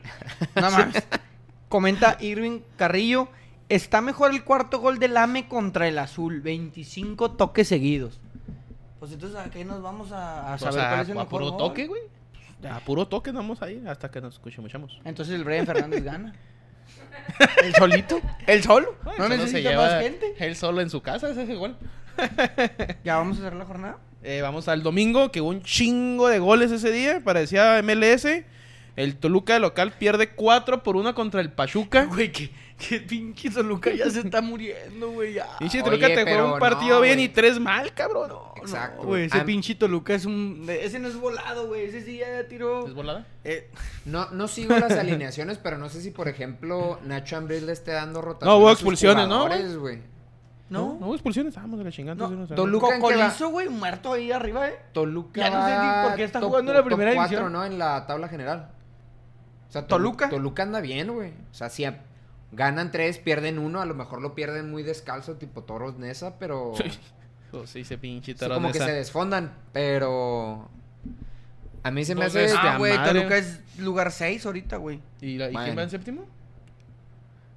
Speaker 2: No mames. Comenta Irving Carrillo. Está mejor el cuarto gol del AME contra el Azul. 25 toques seguidos. Pues entonces, ¿a qué nos vamos a, a
Speaker 1: O
Speaker 2: saber
Speaker 1: sea,
Speaker 2: cuál es el
Speaker 1: Pues a
Speaker 2: mejor
Speaker 1: puro
Speaker 2: gol?
Speaker 1: toque, güey. A puro toque vamos ahí hasta que nos escuchemos.
Speaker 2: Entonces el Brian Fernández gana. ¿El solito? ¿El solo?
Speaker 1: Bueno,
Speaker 2: No
Speaker 1: solo
Speaker 2: necesita
Speaker 1: lleva
Speaker 2: más gente.
Speaker 1: Él solo en su casa, ese es el gol.
Speaker 2: ¿Ya vamos a hacer la jornada?
Speaker 1: Eh, vamos al domingo, que hubo un chingo de goles ese día. Parecía MLS. El Toluca de local pierde 4 por 1 contra el Pachuca.
Speaker 2: Güey, que, que pinche Soluca ya se está muriendo, güey. ya.
Speaker 1: Pinche
Speaker 3: Oye,
Speaker 1: Toluca te
Speaker 3: pero
Speaker 1: juega un partido
Speaker 3: no,
Speaker 1: bien
Speaker 3: güey.
Speaker 1: y tres mal, cabrón.
Speaker 3: Exacto.
Speaker 2: Güey, ese
Speaker 3: Am-
Speaker 2: pinche Toluca es un... Ese no es volado, güey. Ese sí ya tiró...
Speaker 1: ¿Es volada?
Speaker 2: Eh,
Speaker 3: No, no sigo las alineaciones, pero no sé si, por ejemplo, Nacho Ambriz le esté dando rotación.
Speaker 1: No, hubo
Speaker 3: a sus
Speaker 1: expulsiones, ¿no,
Speaker 3: jugadores, güey?
Speaker 2: No.
Speaker 1: No, hubo expulsiones. Vamos a la chingada.
Speaker 2: No,
Speaker 1: entonces, no, sé.
Speaker 3: Toluca- Luca, ¿en qué va?
Speaker 2: Cocolizo, güey, muerto ahí arriba, eh.
Speaker 3: Toluca.
Speaker 2: Ya no sé
Speaker 3: va
Speaker 2: ni por qué está
Speaker 3: top-
Speaker 2: jugando en la
Speaker 3: top
Speaker 2: primera
Speaker 3: cuatro,
Speaker 2: división.
Speaker 3: ¿no? En la tabla general. O sea, Tolu-
Speaker 2: Toluca.
Speaker 3: Toluca anda bien, güey. O sea, si a- ganan tres, pierden uno. A lo mejor lo pierden muy descalzo, tipo Toros Nesa, pero.
Speaker 1: Sí. Oh, sí, ese pinche
Speaker 3: sí,
Speaker 1: tarón
Speaker 3: como que
Speaker 1: esa.
Speaker 3: se desfondan, pero. A mí se me
Speaker 1: Dos
Speaker 3: hace.
Speaker 1: veces.
Speaker 2: Ah,
Speaker 1: a
Speaker 2: güey,
Speaker 1: madre.
Speaker 2: Toluca es lugar 6 ahorita, güey.
Speaker 1: ¿Y, la- y quién
Speaker 3: Bueno.
Speaker 1: va en séptimo?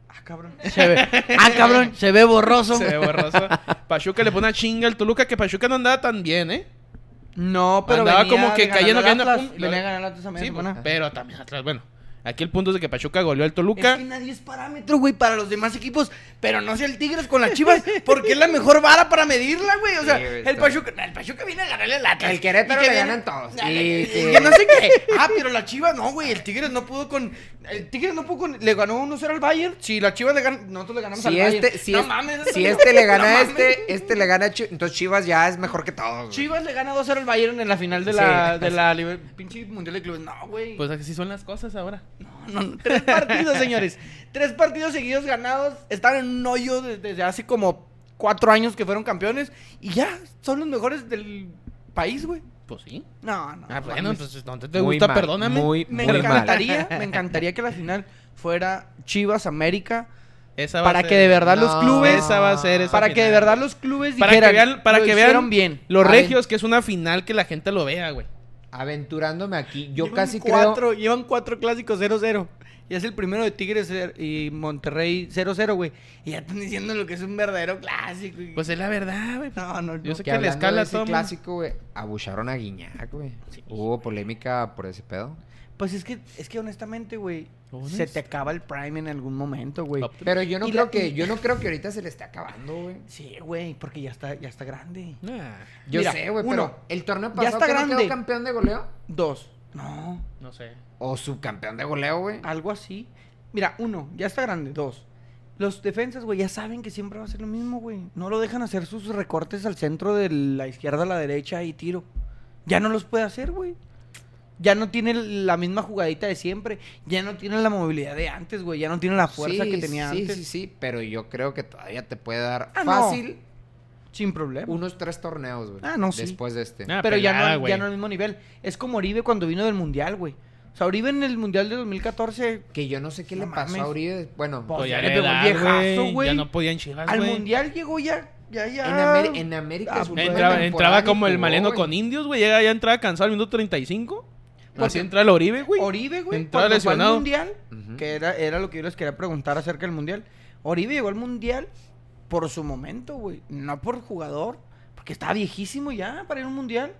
Speaker 2: Ah, cabrón. Se ve. Ah, cabrón, se ve borroso.
Speaker 1: Se ve borroso. Pachuca le pone una chinga al Toluca, que Pachuca no andaba tan bien, ¿eh?
Speaker 2: No, pero
Speaker 1: Andaba
Speaker 2: venía
Speaker 1: como que
Speaker 2: de ganar
Speaker 1: cayendo,
Speaker 2: al
Speaker 1: cayendo,
Speaker 2: Atlas.
Speaker 1: pum, y luego-
Speaker 2: Venía a ganar al Atlas a media
Speaker 1: Sí,
Speaker 2: semana.
Speaker 1: pues, pero también atrás. Bueno, aquí el punto es de que Pachuca goleó al Toluca.
Speaker 2: Es que nadie es parámetro, güey, para los demás equipos, pero no sea el Tigres con las Chivas, porque es la mejor vara para medirla, güey. O sea,
Speaker 3: Sí, güey,
Speaker 2: el
Speaker 3: está
Speaker 2: Pachuca, el Pachuca viene a ganarle al Atlas.
Speaker 3: El Querétaro
Speaker 2: Y que
Speaker 3: le
Speaker 2: viene-
Speaker 3: ganan todos.
Speaker 2: Ah,
Speaker 3: Sí, sí.
Speaker 2: que no sé qué. Ah, pero la Chivas no, güey, el Tigres no pudo con el Tigres no pudo con le ganó 1-0 al Bayern. Si la Chivas le gana, nosotros le ganamos
Speaker 3: Si
Speaker 2: al
Speaker 3: este,
Speaker 2: Bayern.
Speaker 3: si
Speaker 2: no
Speaker 3: es-
Speaker 2: mames, eso
Speaker 3: si
Speaker 2: no-
Speaker 3: este le
Speaker 2: no
Speaker 3: gana a
Speaker 2: mames.
Speaker 3: este, este le gana a Chivas. Entonces Chivas ya es mejor que todos. güey.
Speaker 2: Chivas le gana 2-0 al Bayern en la final de la
Speaker 3: Sí.
Speaker 2: de la liber- pinche Mundial de Clubes. No, güey.
Speaker 1: Pues así son las cosas ahora.
Speaker 2: No, no, tres partidos, señores. Tres partidos seguidos ganados. Están en un hoyo de- desde, hace como cuatro años que fueron campeones. Y ya, son los mejores del país, güey.
Speaker 1: Pues sí.
Speaker 2: No, no.
Speaker 1: Ah,
Speaker 2: no
Speaker 1: bueno,
Speaker 2: mames.
Speaker 1: entonces donde te
Speaker 3: Muy
Speaker 1: gusta,
Speaker 3: mal,
Speaker 1: perdóname.
Speaker 3: Muy,
Speaker 2: me
Speaker 3: muy mal.
Speaker 2: encantaría, me encantaría que la final fuera Chivas América.
Speaker 1: Esa va a
Speaker 2: Para
Speaker 1: ser-
Speaker 2: que de verdad los
Speaker 3: No.
Speaker 2: clubes.
Speaker 1: Esa va a ser esa
Speaker 2: Para que de
Speaker 1: final.
Speaker 2: verdad los clubes
Speaker 1: Para
Speaker 2: dijeran,
Speaker 1: que vean, para
Speaker 2: "Lo
Speaker 1: que vean
Speaker 2: hicieron bien.
Speaker 1: los
Speaker 3: A ver.
Speaker 1: regios, que es una final que la gente lo vea, güey.
Speaker 3: Aventurándome aquí, yo
Speaker 2: Llevan
Speaker 3: casi creo.
Speaker 2: cuatro, Llevan cuatro clásicos 0-0. Y es el primero de Tigres eh, y Monterrey 0-0, güey. Y ya están diciendo lo que es un verdadero clásico. y-
Speaker 1: Pues es la verdad, güey.
Speaker 2: no, no, no.
Speaker 1: Yo sé
Speaker 3: Que
Speaker 1: que la
Speaker 3: hablando
Speaker 1: escala
Speaker 3: de
Speaker 1: todo
Speaker 3: ese
Speaker 1: mundo-
Speaker 3: clásico, güey, abucharon a Guiñac, güey. Hubo polémica por ese pedo.
Speaker 2: Pues es que, es que honestamente, güey,
Speaker 1: Honest-
Speaker 2: se te acaba el prime en algún momento, güey.
Speaker 1: Top.
Speaker 3: Pero yo no
Speaker 2: Y
Speaker 3: creo
Speaker 2: la-
Speaker 3: que
Speaker 2: y-
Speaker 3: yo no creo que ahorita se le esté acabando, güey.
Speaker 2: Sí, güey, porque ya está, ya está grande.
Speaker 1: Nah,
Speaker 3: Yo
Speaker 2: Mira,
Speaker 3: sé, güey,
Speaker 2: uno,
Speaker 3: pero el torneo
Speaker 2: ya
Speaker 3: pasado
Speaker 2: está
Speaker 3: que no
Speaker 2: grande.
Speaker 3: quedó campeón de goleo
Speaker 2: Dos. No,
Speaker 1: no sé.
Speaker 3: o subcampeón de goleo, güey.
Speaker 2: algo así. Mira, uno, ya está grande. Dos. Los defensas, güey, ya saben que siempre va a ser lo mismo, güey. No lo dejan hacer sus recortes al centro de la izquierda a la derecha y tiro. Ya no los puede hacer, güey. Ya no tiene la misma jugadita de siempre. Ya no tiene la movilidad de antes, güey. Ya no tiene la fuerza
Speaker 3: Sí,
Speaker 2: que tenía
Speaker 3: sí,
Speaker 2: antes.
Speaker 3: Sí, sí, pero yo creo que todavía te puede dar
Speaker 2: Ah, no.
Speaker 3: fácil
Speaker 2: Sin problema.
Speaker 3: unos tres torneos, güey.
Speaker 2: Ah, no, sí.
Speaker 3: Después de este.
Speaker 1: Nah,
Speaker 2: pero
Speaker 1: pelada,
Speaker 2: ya, no,
Speaker 1: güey.
Speaker 2: ya no al mismo nivel. Es como Oribe cuando vino del Mundial, güey. O sea, Oribe en el Mundial de 2014
Speaker 3: Que yo no sé qué
Speaker 2: No
Speaker 3: le pasó
Speaker 2: mames.
Speaker 3: a Uribe. Bueno,
Speaker 2: Pues
Speaker 1: Pues
Speaker 2: ya
Speaker 1: ya
Speaker 2: le
Speaker 1: le
Speaker 2: pegó un
Speaker 1: da,
Speaker 2: viejazo, güey.
Speaker 1: güey. Ya no podían chivas,
Speaker 2: al
Speaker 1: güey.
Speaker 2: Mundial llegó ya, ya, ya.
Speaker 3: en, Amer- en América
Speaker 2: Ah,
Speaker 3: su
Speaker 2: pues,
Speaker 3: nueva
Speaker 1: Entraba,
Speaker 3: temporada
Speaker 1: entraba
Speaker 3: ni
Speaker 1: como el
Speaker 3: jugó,
Speaker 1: maleno
Speaker 3: güey.
Speaker 1: con indios, güey. Llega ya entraba cansado al minuto 35.
Speaker 2: Porque-
Speaker 1: Así entra el Oribe, güey.
Speaker 2: Oribe, güey,
Speaker 1: Entraba
Speaker 2: cuando fue al
Speaker 1: lesionado.
Speaker 2: Mundial,
Speaker 3: Ujú.
Speaker 2: que era, era lo que yo les quería preguntar acerca del Mundial. Oribe llegó al Mundial por su momento, güey, no por jugador, porque estaba viejísimo ya para ir a un Mundial.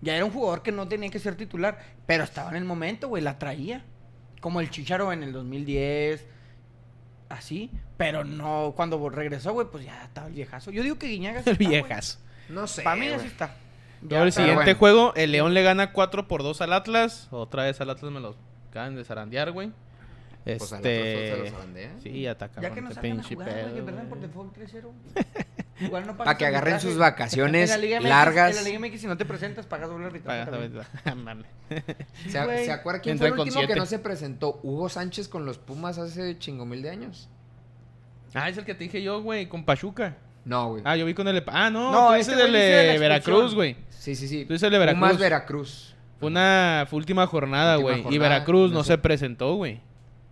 Speaker 2: Ya era un jugador que no tenía que ser titular, pero estaba en el momento, güey, la traía. Como el Chicharo en el 2010, así, pero no, cuando regresó, güey, pues ya estaba el viejazo. Yo digo que Guiñaga
Speaker 1: El viejas.
Speaker 3: No sé.
Speaker 2: Para mí
Speaker 3: güey.
Speaker 2: así está.
Speaker 1: Luego el
Speaker 3: pero
Speaker 1: siguiente
Speaker 3: bueno.
Speaker 1: juego, el León le gana 4 por 2 al Atlas. Otra vez al Atlas me los acaban de zarandear, güey. Este.
Speaker 3: Pues a los otros se los zarandean.
Speaker 1: sí, ataca.
Speaker 2: Ya que nos sacan a jugar, güey, que pierdan por default 3-0. Igual no pagas
Speaker 3: Para que agarren
Speaker 2: arbitraje.
Speaker 3: sus
Speaker 2: En
Speaker 3: vacaciones
Speaker 2: la Liga MX,
Speaker 3: largas.
Speaker 2: En la Liga MX, si no te presentas, pagas doble arbitraje. también.
Speaker 1: ah,
Speaker 3: ¿Se, a-
Speaker 2: Güey.
Speaker 3: se acuerda quién
Speaker 1: Entré
Speaker 3: fue el
Speaker 1: con
Speaker 3: último que
Speaker 1: siete.
Speaker 3: no se presentó? Hugo Sánchez con los Pumas hace chingomil de años.
Speaker 1: Ah, es el que te dije yo, güey, con Pachuca.
Speaker 3: No, güey.
Speaker 1: Ah, yo vi con el... Ah, no,
Speaker 2: No,
Speaker 1: tú
Speaker 2: este
Speaker 1: dices el
Speaker 2: güey dice de la
Speaker 1: de
Speaker 2: expulsión.
Speaker 1: Veracruz, güey.
Speaker 3: sí, sí, sí.
Speaker 1: tú dices el de Veracruz.
Speaker 3: Pumas Veracruz.
Speaker 1: Fue una... Fue última jornada,
Speaker 3: Última
Speaker 1: güey. Y
Speaker 3: jornada,
Speaker 1: Veracruz
Speaker 3: no
Speaker 1: no
Speaker 3: sé.
Speaker 1: se presentó, güey.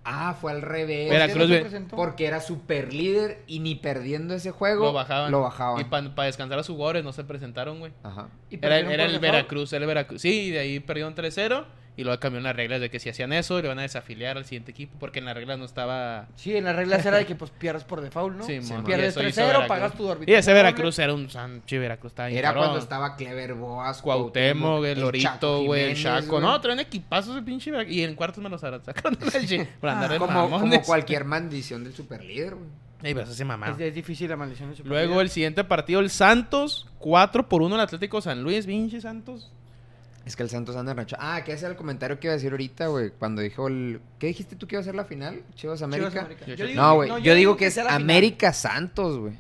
Speaker 3: Ah, fue al
Speaker 2: ¿Por
Speaker 3: revés.
Speaker 2: qué
Speaker 1: Veracruz,
Speaker 2: no se
Speaker 1: ve-
Speaker 2: presentó?
Speaker 3: Porque era super líder y ni perdiendo ese juego.
Speaker 1: Lo bajaban.
Speaker 3: Lo bajaban.
Speaker 1: Y para descansar a sus jugadores no se presentaron, güey.
Speaker 3: Ajá.
Speaker 2: Y
Speaker 1: Era,
Speaker 2: perdieron
Speaker 1: era
Speaker 2: por
Speaker 1: el
Speaker 2: default.
Speaker 1: Veracruz, era el Veracruz. Sí, y de ahí perdieron 3-0 y luego cambiaron las reglas de que si hacían eso le van a desafiliar al siguiente equipo porque en las reglas no estaba...
Speaker 2: Sí, en las reglas era de que pues pierdas por default, ¿no?
Speaker 1: Sí,
Speaker 2: Si
Speaker 1: mon.
Speaker 2: pierdes
Speaker 1: Y eso hizo
Speaker 2: 3-0,
Speaker 1: Veracruz.
Speaker 2: pagas tu
Speaker 1: Y
Speaker 2: arbitraje.
Speaker 1: ese Veracruz era un Sanchi Veracruz. Estaba bien
Speaker 3: Era
Speaker 1: cabrón.
Speaker 3: cuando estaba Clever Boas,
Speaker 1: Cuauhtémoc, el
Speaker 3: Chaco
Speaker 1: Lorito, güey, el
Speaker 3: Jiménez,
Speaker 1: Chaco.
Speaker 3: güey.
Speaker 1: No, traen equipazos de pinche Veracruz. Y en cuartos me los harán- sacaron del chi- por andar de
Speaker 3: Ah, como, como
Speaker 1: mamones.
Speaker 3: cualquier maldición del superlíder, güey.
Speaker 1: Ey, pero eso sí mamaron.
Speaker 2: Es, es difícil la maldición. de su
Speaker 1: Luego
Speaker 2: partida.
Speaker 1: el siguiente partido, el Santos, 4 por 1 el Atlético San Luis, pinche Santos.
Speaker 3: Es que el Santos anda en rancho. Ah, que ese era el comentario que iba a decir ahorita, güey. Cuando dijo el. ¿Qué dijiste tú que iba a ser la final? Chivas América.
Speaker 2: Chivas América.
Speaker 1: Yo
Speaker 3: No, güey. yo, digo que es
Speaker 2: sea la final.
Speaker 3: América Santos, güey.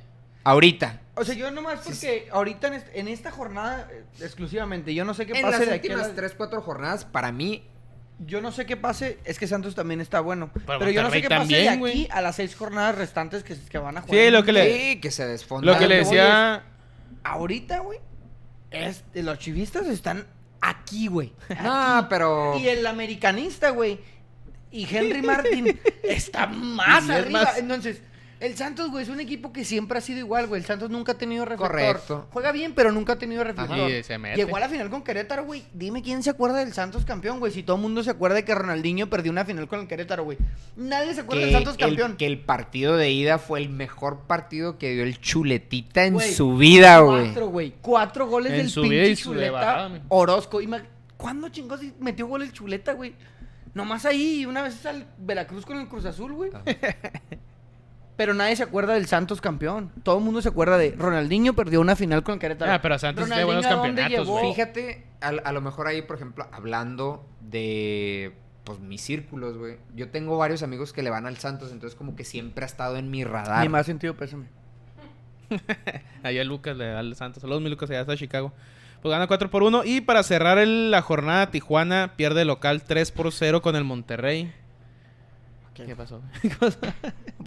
Speaker 3: Ahorita.
Speaker 2: O sea, yo nomás porque ahorita en, est- en esta jornada eh, exclusivamente, yo no sé qué
Speaker 3: En
Speaker 2: pasa
Speaker 3: las
Speaker 2: de aquí a
Speaker 3: últimas
Speaker 2: la-
Speaker 3: 3, 4 jornadas, para mí,
Speaker 2: Yo no sé qué pase, es que Santos también está bueno. Pero,
Speaker 1: Pero
Speaker 2: yo no sé
Speaker 1: Monterrey
Speaker 2: qué pase de
Speaker 1: también,
Speaker 2: aquí
Speaker 1: güey.
Speaker 2: a las seis jornadas restantes que, que van a
Speaker 1: Sí,
Speaker 2: jugar.
Speaker 1: lo que le-
Speaker 3: Sí, que se desfonda.
Speaker 1: Lo que le decía.
Speaker 2: Ahorita, güey, este, los chivistas están aquí, güey.
Speaker 3: No, pero.
Speaker 2: Y el americanista, güey. Y Henry Martin está más
Speaker 1: Y es
Speaker 2: arriba.
Speaker 1: más-
Speaker 2: Entonces, el Santos, güey, es un equipo que siempre ha sido igual, güey. El Santos nunca ha tenido reflector.
Speaker 3: Correcto.
Speaker 2: Juega bien, pero nunca ha tenido reflector.
Speaker 1: Y se mete.
Speaker 2: Llegó a la final con Querétaro, güey. Dime quién se acuerda del Santos campeón, güey. Si todo el mundo se acuerda de que Ronaldinho perdió una final con el Querétaro, güey. Nadie se acuerda
Speaker 3: Que
Speaker 2: del Santos
Speaker 3: el-
Speaker 2: campeón.
Speaker 3: que el partido de ida fue el mejor partido que dio el chuletita en
Speaker 2: Güey,
Speaker 3: su vida, güey.
Speaker 2: Cuatro, güey. Cuatro goles
Speaker 1: En
Speaker 2: del
Speaker 1: su vida
Speaker 2: pinche
Speaker 1: y su
Speaker 2: Chuleta
Speaker 1: debajada, mijo.
Speaker 2: Orozco. Ima- ¿Cuándo chingos metió gol el Chuleta, güey? Nomás ahí, una vez al Veracruz con el Cruz Azul, güey. Pero nadie se acuerda del Santos campeón. Todo el mundo se acuerda de Ronaldinho perdió una final con el Querétaro.
Speaker 1: Ah, pero Santos tiene
Speaker 2: Ronaldinho,
Speaker 1: buenos
Speaker 2: ¿a dónde
Speaker 1: campeonatos,
Speaker 2: llevó?
Speaker 1: güey.
Speaker 3: Fíjate, a, a lo mejor ahí, por ejemplo, hablando de pues mis círculos, güey. Yo tengo varios amigos que le van al Santos, entonces como que siempre ha estado en mi radar.
Speaker 2: Ni más sentido, pésame.
Speaker 1: Allá Lucas le da al Santos. Saludos, mi Lucas, allá está Chicago. Pues gana 4 por 1. Y para cerrar el- la jornada, Tijuana pierde local 3 por 0 con el Monterrey.
Speaker 2: ¿Qué?
Speaker 1: ¿Qué pasó?
Speaker 2: Pues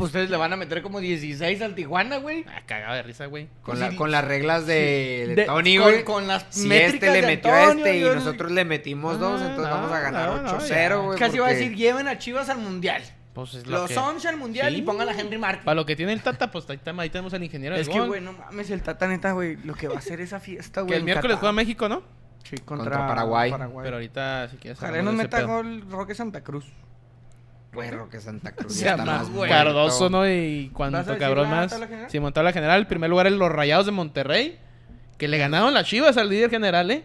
Speaker 2: ustedes le van a meter como 16 al Tijuana, güey.
Speaker 1: Ah, cagado de risa, güey.
Speaker 3: Con, la-
Speaker 2: Sí.
Speaker 3: con las reglas de, de
Speaker 2: De-
Speaker 3: Tony,
Speaker 2: con-
Speaker 3: güey.
Speaker 2: con las
Speaker 3: si
Speaker 2: métricas
Speaker 3: este
Speaker 2: de
Speaker 3: le metió
Speaker 2: Antonio,
Speaker 3: a este y
Speaker 2: yo-
Speaker 3: nosotros le metimos dos,
Speaker 1: Ah,
Speaker 3: entonces
Speaker 1: no,
Speaker 3: vamos a ganar
Speaker 1: no, no,
Speaker 3: 8-0,
Speaker 1: ya.
Speaker 3: güey.
Speaker 2: Casi iba a
Speaker 3: porque-
Speaker 2: decir, lleven a Chivas al Mundial.
Speaker 1: Pues es lo
Speaker 2: Los
Speaker 1: que-
Speaker 2: 11 al Mundial
Speaker 1: Sí.
Speaker 2: y pongan a Henry Martin.
Speaker 1: Para lo que tiene el Tata, pues ahí, tam- ahí tenemos al ingeniero
Speaker 2: Es
Speaker 1: del
Speaker 2: que,
Speaker 1: gol.
Speaker 2: güey, no mames, el Tata neta, güey, lo que va a hacer esa fiesta, güey.
Speaker 1: que el
Speaker 2: en
Speaker 1: miércoles
Speaker 2: Qatar.
Speaker 1: juega México, ¿no?
Speaker 2: Sí,
Speaker 3: Contra Paraguay.
Speaker 1: Pero ahorita, si quieres...
Speaker 2: Ojalá
Speaker 1: hablamos
Speaker 2: nos
Speaker 1: de ese
Speaker 2: meta
Speaker 1: pedo.
Speaker 2: gol Roque Santa Cruz.
Speaker 3: Perro que Santa
Speaker 1: O
Speaker 3: Cruz. ya
Speaker 1: sea,
Speaker 3: está
Speaker 1: más
Speaker 3: más muerto.
Speaker 1: Cardoso, ¿no? Y
Speaker 2: ¿Vas a
Speaker 1: cuanto
Speaker 2: decir
Speaker 1: cabrón
Speaker 2: la
Speaker 1: más.
Speaker 2: tabla general?
Speaker 1: Si montó la general, en primer lugar en los rayados de Monterrey, que le ganaron las chivas al líder general, ¿eh?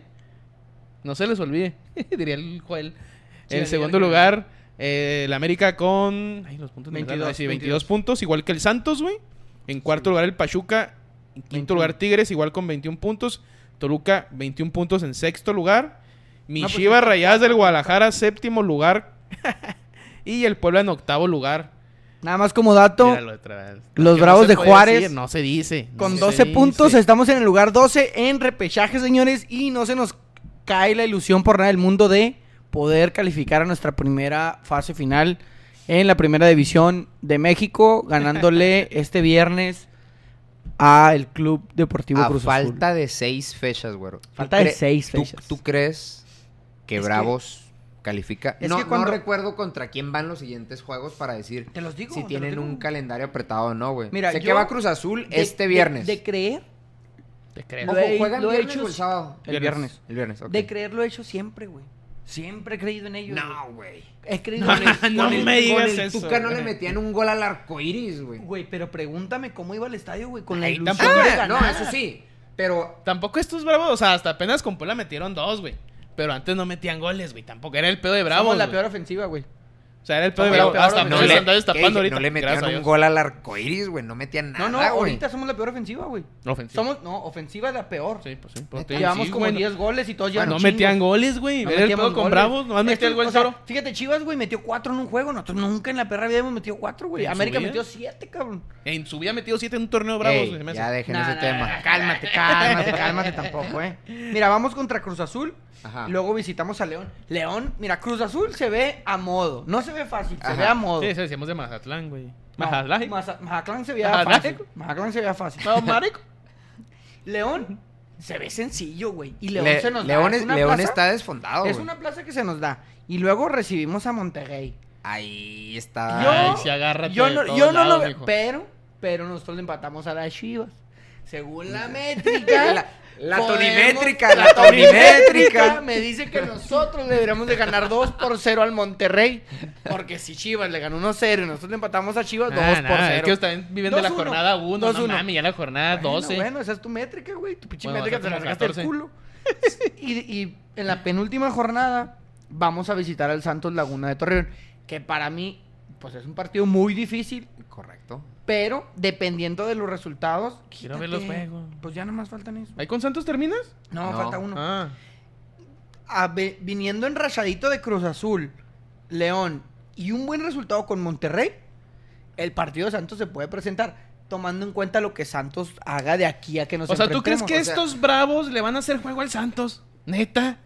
Speaker 1: No se les olvide, diría el Joel.
Speaker 2: Sí,
Speaker 1: en
Speaker 2: al
Speaker 1: segundo
Speaker 2: líder
Speaker 1: lugar, eh, el América con. Ay, los puntos me
Speaker 2: 22,
Speaker 1: salen, sí, 22
Speaker 2: 22.
Speaker 1: puntos, igual que el Santos, güey. En cuarto lugar, el Pachuca. En quinto
Speaker 2: 21.
Speaker 1: lugar, Tigres, igual con 21 puntos. Toluca, 21 puntos en sexto lugar. Mi
Speaker 2: Ah, pues
Speaker 1: Chivas
Speaker 2: sí.
Speaker 1: Rayadas del Guadalajara, séptimo lugar. y el Puebla en octavo lugar.
Speaker 2: Nada más como dato,
Speaker 1: Míralo otra vez.
Speaker 2: los
Speaker 1: que
Speaker 2: Bravos
Speaker 1: se
Speaker 2: de
Speaker 1: puede
Speaker 2: Juárez,
Speaker 1: decir, no se dice. no
Speaker 2: con
Speaker 1: se
Speaker 2: 12
Speaker 1: dice.
Speaker 2: puntos estamos en el lugar 12 en repechaje, señores, y no se nos cae la ilusión por nada del mundo de poder calificar a nuestra primera fase final en la primera división de México, ganándole este viernes a el Club Deportivo
Speaker 3: A
Speaker 2: Cruz Azul.
Speaker 3: falta de seis fechas, güero. ¿Tú
Speaker 2: Falta de
Speaker 3: cre-
Speaker 2: seis
Speaker 3: tú-
Speaker 2: fechas.
Speaker 3: ¿Tú, crees que
Speaker 2: Es que-
Speaker 3: Bravos califica?
Speaker 2: es
Speaker 3: no,
Speaker 2: que
Speaker 3: no
Speaker 2: cuando-
Speaker 3: recuerdo contra quién van los siguientes juegos para decir
Speaker 2: Te los digo, te
Speaker 3: si
Speaker 2: los
Speaker 3: tienen
Speaker 2: digo.
Speaker 3: un calendario apretado o no, güey.
Speaker 2: Mira,
Speaker 3: sé
Speaker 2: yo-
Speaker 3: que va Cruz Azul
Speaker 2: De-
Speaker 3: este
Speaker 2: de-
Speaker 3: viernes.
Speaker 2: De, creer
Speaker 1: Te creo.
Speaker 2: Lo
Speaker 3: Ojo,
Speaker 2: he-
Speaker 3: ¿Juegan
Speaker 2: lo he
Speaker 3: viernes
Speaker 2: hecho
Speaker 3: o el
Speaker 2: si-
Speaker 3: sábado?
Speaker 2: el viernes.
Speaker 3: El viernes, ok.
Speaker 2: De creer lo he hecho siempre, güey. Siempre he creído en ellos. güey.
Speaker 3: No, güey.
Speaker 2: He creído
Speaker 1: No,
Speaker 2: en ellos.
Speaker 1: no
Speaker 2: Con el-
Speaker 1: me digas
Speaker 2: con el-
Speaker 1: eso.
Speaker 3: Tuca no le
Speaker 1: güey.
Speaker 3: metían un gol al arco iris, güey.
Speaker 2: Güey, pero pregúntame cómo iba al estadio, güey, con la
Speaker 1: Ahí
Speaker 2: ilusión
Speaker 1: tampoco-
Speaker 2: de
Speaker 3: Ah,
Speaker 2: ganar.
Speaker 3: no, eso sí. Pero
Speaker 1: Tampoco estos bravos, o sea, hasta apenas con Puebla metieron dos, güey. Pero antes no metían goles, güey. Tampoco era el pedo de bravos.
Speaker 2: Somos la
Speaker 1: güey.
Speaker 2: peor ofensiva, güey.
Speaker 1: O sea, era el pedo de
Speaker 2: Somos
Speaker 1: bravos.
Speaker 2: la peor
Speaker 1: Hasta
Speaker 2: ofensiva.
Speaker 1: no le,
Speaker 2: No
Speaker 1: andáis
Speaker 3: ¿qué
Speaker 1: tapando
Speaker 3: dije?
Speaker 1: ahorita.
Speaker 3: No le metían
Speaker 1: gracias a
Speaker 3: un
Speaker 1: Dios.
Speaker 3: gol al arco iris, güey. No metían
Speaker 2: No,
Speaker 3: nada,
Speaker 2: no,
Speaker 3: güey.
Speaker 2: ahorita somos la peor ofensiva, güey.
Speaker 1: No, ofensivo.
Speaker 2: Somos, no, ofensiva la peor.
Speaker 1: Sí, pues sí. pues, sí,
Speaker 2: Llevamos
Speaker 1: sí,
Speaker 2: como
Speaker 1: güey, no-
Speaker 2: 10 goles y todos llevan
Speaker 1: No
Speaker 2: chingos.
Speaker 1: metían goles, güey. Era
Speaker 2: No
Speaker 1: el pedo
Speaker 2: metíamos
Speaker 1: con
Speaker 2: goles.
Speaker 1: bravos. Nomás metía
Speaker 2: Estos-
Speaker 1: el gol
Speaker 2: o sea,
Speaker 1: cero.
Speaker 2: Fíjate, Chivas, güey, metió 4 en un juego. Nosotros nunca en la perra vida hemos metido 4, güey.
Speaker 1: En su
Speaker 2: América
Speaker 1: vida.
Speaker 2: metió 7, cabrón.
Speaker 1: En su vida metido siete en un torneo bravos,
Speaker 3: Ey,
Speaker 1: güey. se me hace.
Speaker 3: ya dejen
Speaker 2: Nah,
Speaker 3: ese
Speaker 2: nah,
Speaker 3: tema.
Speaker 2: nah, Cálmate, cálmate, cálmate tampoco, eh. Mira, vamos contra Cruz Azul.
Speaker 3: Ajá.
Speaker 2: Luego visitamos a León. León, mira, Cruz Azul se ve a modo. No se ve fácil,
Speaker 3: Ajá.
Speaker 2: se ve a modo.
Speaker 1: Sí, eso decíamos de Mazatlán, güey.
Speaker 2: No,
Speaker 1: Mazatlán.
Speaker 2: Maza- Mazatlán se veía
Speaker 1: Mazatlán.
Speaker 2: fácil. Mazatlán se veía fácil.
Speaker 1: No, marico.
Speaker 2: León se ve sencillo, güey. Y León
Speaker 3: Le-
Speaker 2: se nos
Speaker 3: León
Speaker 2: da.
Speaker 3: es-
Speaker 2: una
Speaker 3: León
Speaker 2: plaza-
Speaker 3: está desfondado,
Speaker 2: Es
Speaker 3: güey.
Speaker 2: una plaza que se nos da. Y luego recibimos a Monterrey.
Speaker 3: Ahí
Speaker 1: Yo-
Speaker 3: está.
Speaker 1: Ay, sí, agárrate
Speaker 2: yo
Speaker 1: de
Speaker 2: no,
Speaker 1: todos
Speaker 2: yo no
Speaker 1: lados,
Speaker 2: lo
Speaker 1: mijo.
Speaker 2: veo. Pero, pero nosotros le empatamos a las Chivas. Según la
Speaker 3: La-
Speaker 2: métrica.
Speaker 3: la
Speaker 2: podemos-
Speaker 3: tonimétrica, la tonimétrica.
Speaker 2: Me dice que nosotros le deberíamos de ganar 2 por 0 al Monterrey. Porque si Chivas le ganó 1-0 y nosotros le empatamos a Chivas 2
Speaker 1: Ah,
Speaker 2: por
Speaker 1: nah,
Speaker 2: 0.
Speaker 1: Es que están viviendo la
Speaker 2: 2-1,
Speaker 1: jornada 1, no
Speaker 2: 2-1.
Speaker 1: mames, ya la jornada
Speaker 2: Bueno,
Speaker 1: 12.
Speaker 2: Bueno, esa es tu métrica, güey. Tu pinche
Speaker 1: Bueno,
Speaker 2: métrica
Speaker 1: va a
Speaker 2: te la
Speaker 1: ser como
Speaker 2: sacaste del
Speaker 1: 14.
Speaker 2: culo. y, y en la penúltima jornada vamos a visitar al Santos Laguna de Torreón. Que para mí, pues es un partido muy difícil.
Speaker 3: Correcto.
Speaker 2: Pero dependiendo de los resultados.
Speaker 1: Quiero ver los juegos.
Speaker 2: Pues ya nomás faltan eso.
Speaker 1: ¿Ahí con Santos terminas?
Speaker 2: No,
Speaker 3: No.
Speaker 2: falta uno.
Speaker 1: Ah.
Speaker 2: A ve- viniendo enrachadito de Cruz Azul, León y un buen resultado con Monterrey, el partido de Santos se puede presentar. Tomando en cuenta lo que Santos haga de aquí a que nos
Speaker 1: O sea, ¿tú crees
Speaker 2: enfrentemos.
Speaker 1: que
Speaker 2: O sea,
Speaker 1: estos bravos le van a hacer juego al Santos? Neta.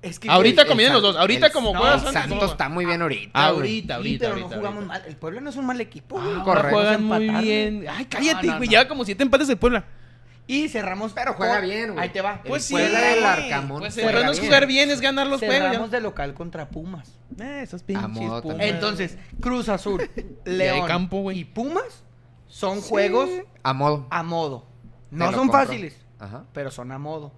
Speaker 2: Es que,
Speaker 1: Ahorita
Speaker 2: güey,
Speaker 3: como
Speaker 1: convienen los dos. Ahorita como
Speaker 3: no,
Speaker 1: juega
Speaker 3: el
Speaker 1: Santos,
Speaker 3: Santos
Speaker 1: ¿cómo Ah,
Speaker 3: está muy bien ahorita. güey.
Speaker 1: Ahorita, ahorita,
Speaker 2: sí,
Speaker 1: ahorita.
Speaker 2: pero no
Speaker 1: ahorita.
Speaker 2: jugamos mal. El Puebla no es un mal equipo, güey.
Speaker 3: Ah,
Speaker 1: Ahora
Speaker 3: correcto.
Speaker 1: juegan
Speaker 2: Vamos a
Speaker 1: muy
Speaker 2: empatarle.
Speaker 1: bien. Ay, cállate,
Speaker 2: No, no,
Speaker 1: güey.
Speaker 2: no.
Speaker 1: Lleva como siete empates el Puebla.
Speaker 2: Y cerramos.
Speaker 3: Pero juega
Speaker 2: con-
Speaker 3: bien, güey.
Speaker 2: Ahí te va.
Speaker 3: El
Speaker 1: Pues sí,
Speaker 3: Puebla del
Speaker 1: güey.
Speaker 3: Arcamón
Speaker 1: Pues
Speaker 3: juega
Speaker 1: cerrando es
Speaker 3: bien.
Speaker 1: jugar bien, es ganar los juegos.
Speaker 2: cerramos
Speaker 1: ya.
Speaker 2: de local contra Pumas.
Speaker 1: Eh, esos
Speaker 3: A modo
Speaker 1: pinches Pumas.
Speaker 3: también.
Speaker 2: Entonces, Cruz Azul,
Speaker 1: Y
Speaker 2: León
Speaker 1: de campo, güey.
Speaker 2: y Pumas son juegos
Speaker 3: A modo.
Speaker 2: a modo.
Speaker 3: Te
Speaker 2: No
Speaker 3: lo
Speaker 2: son
Speaker 3: compro.
Speaker 2: fáciles,
Speaker 3: Ajá.
Speaker 2: pero son a modo.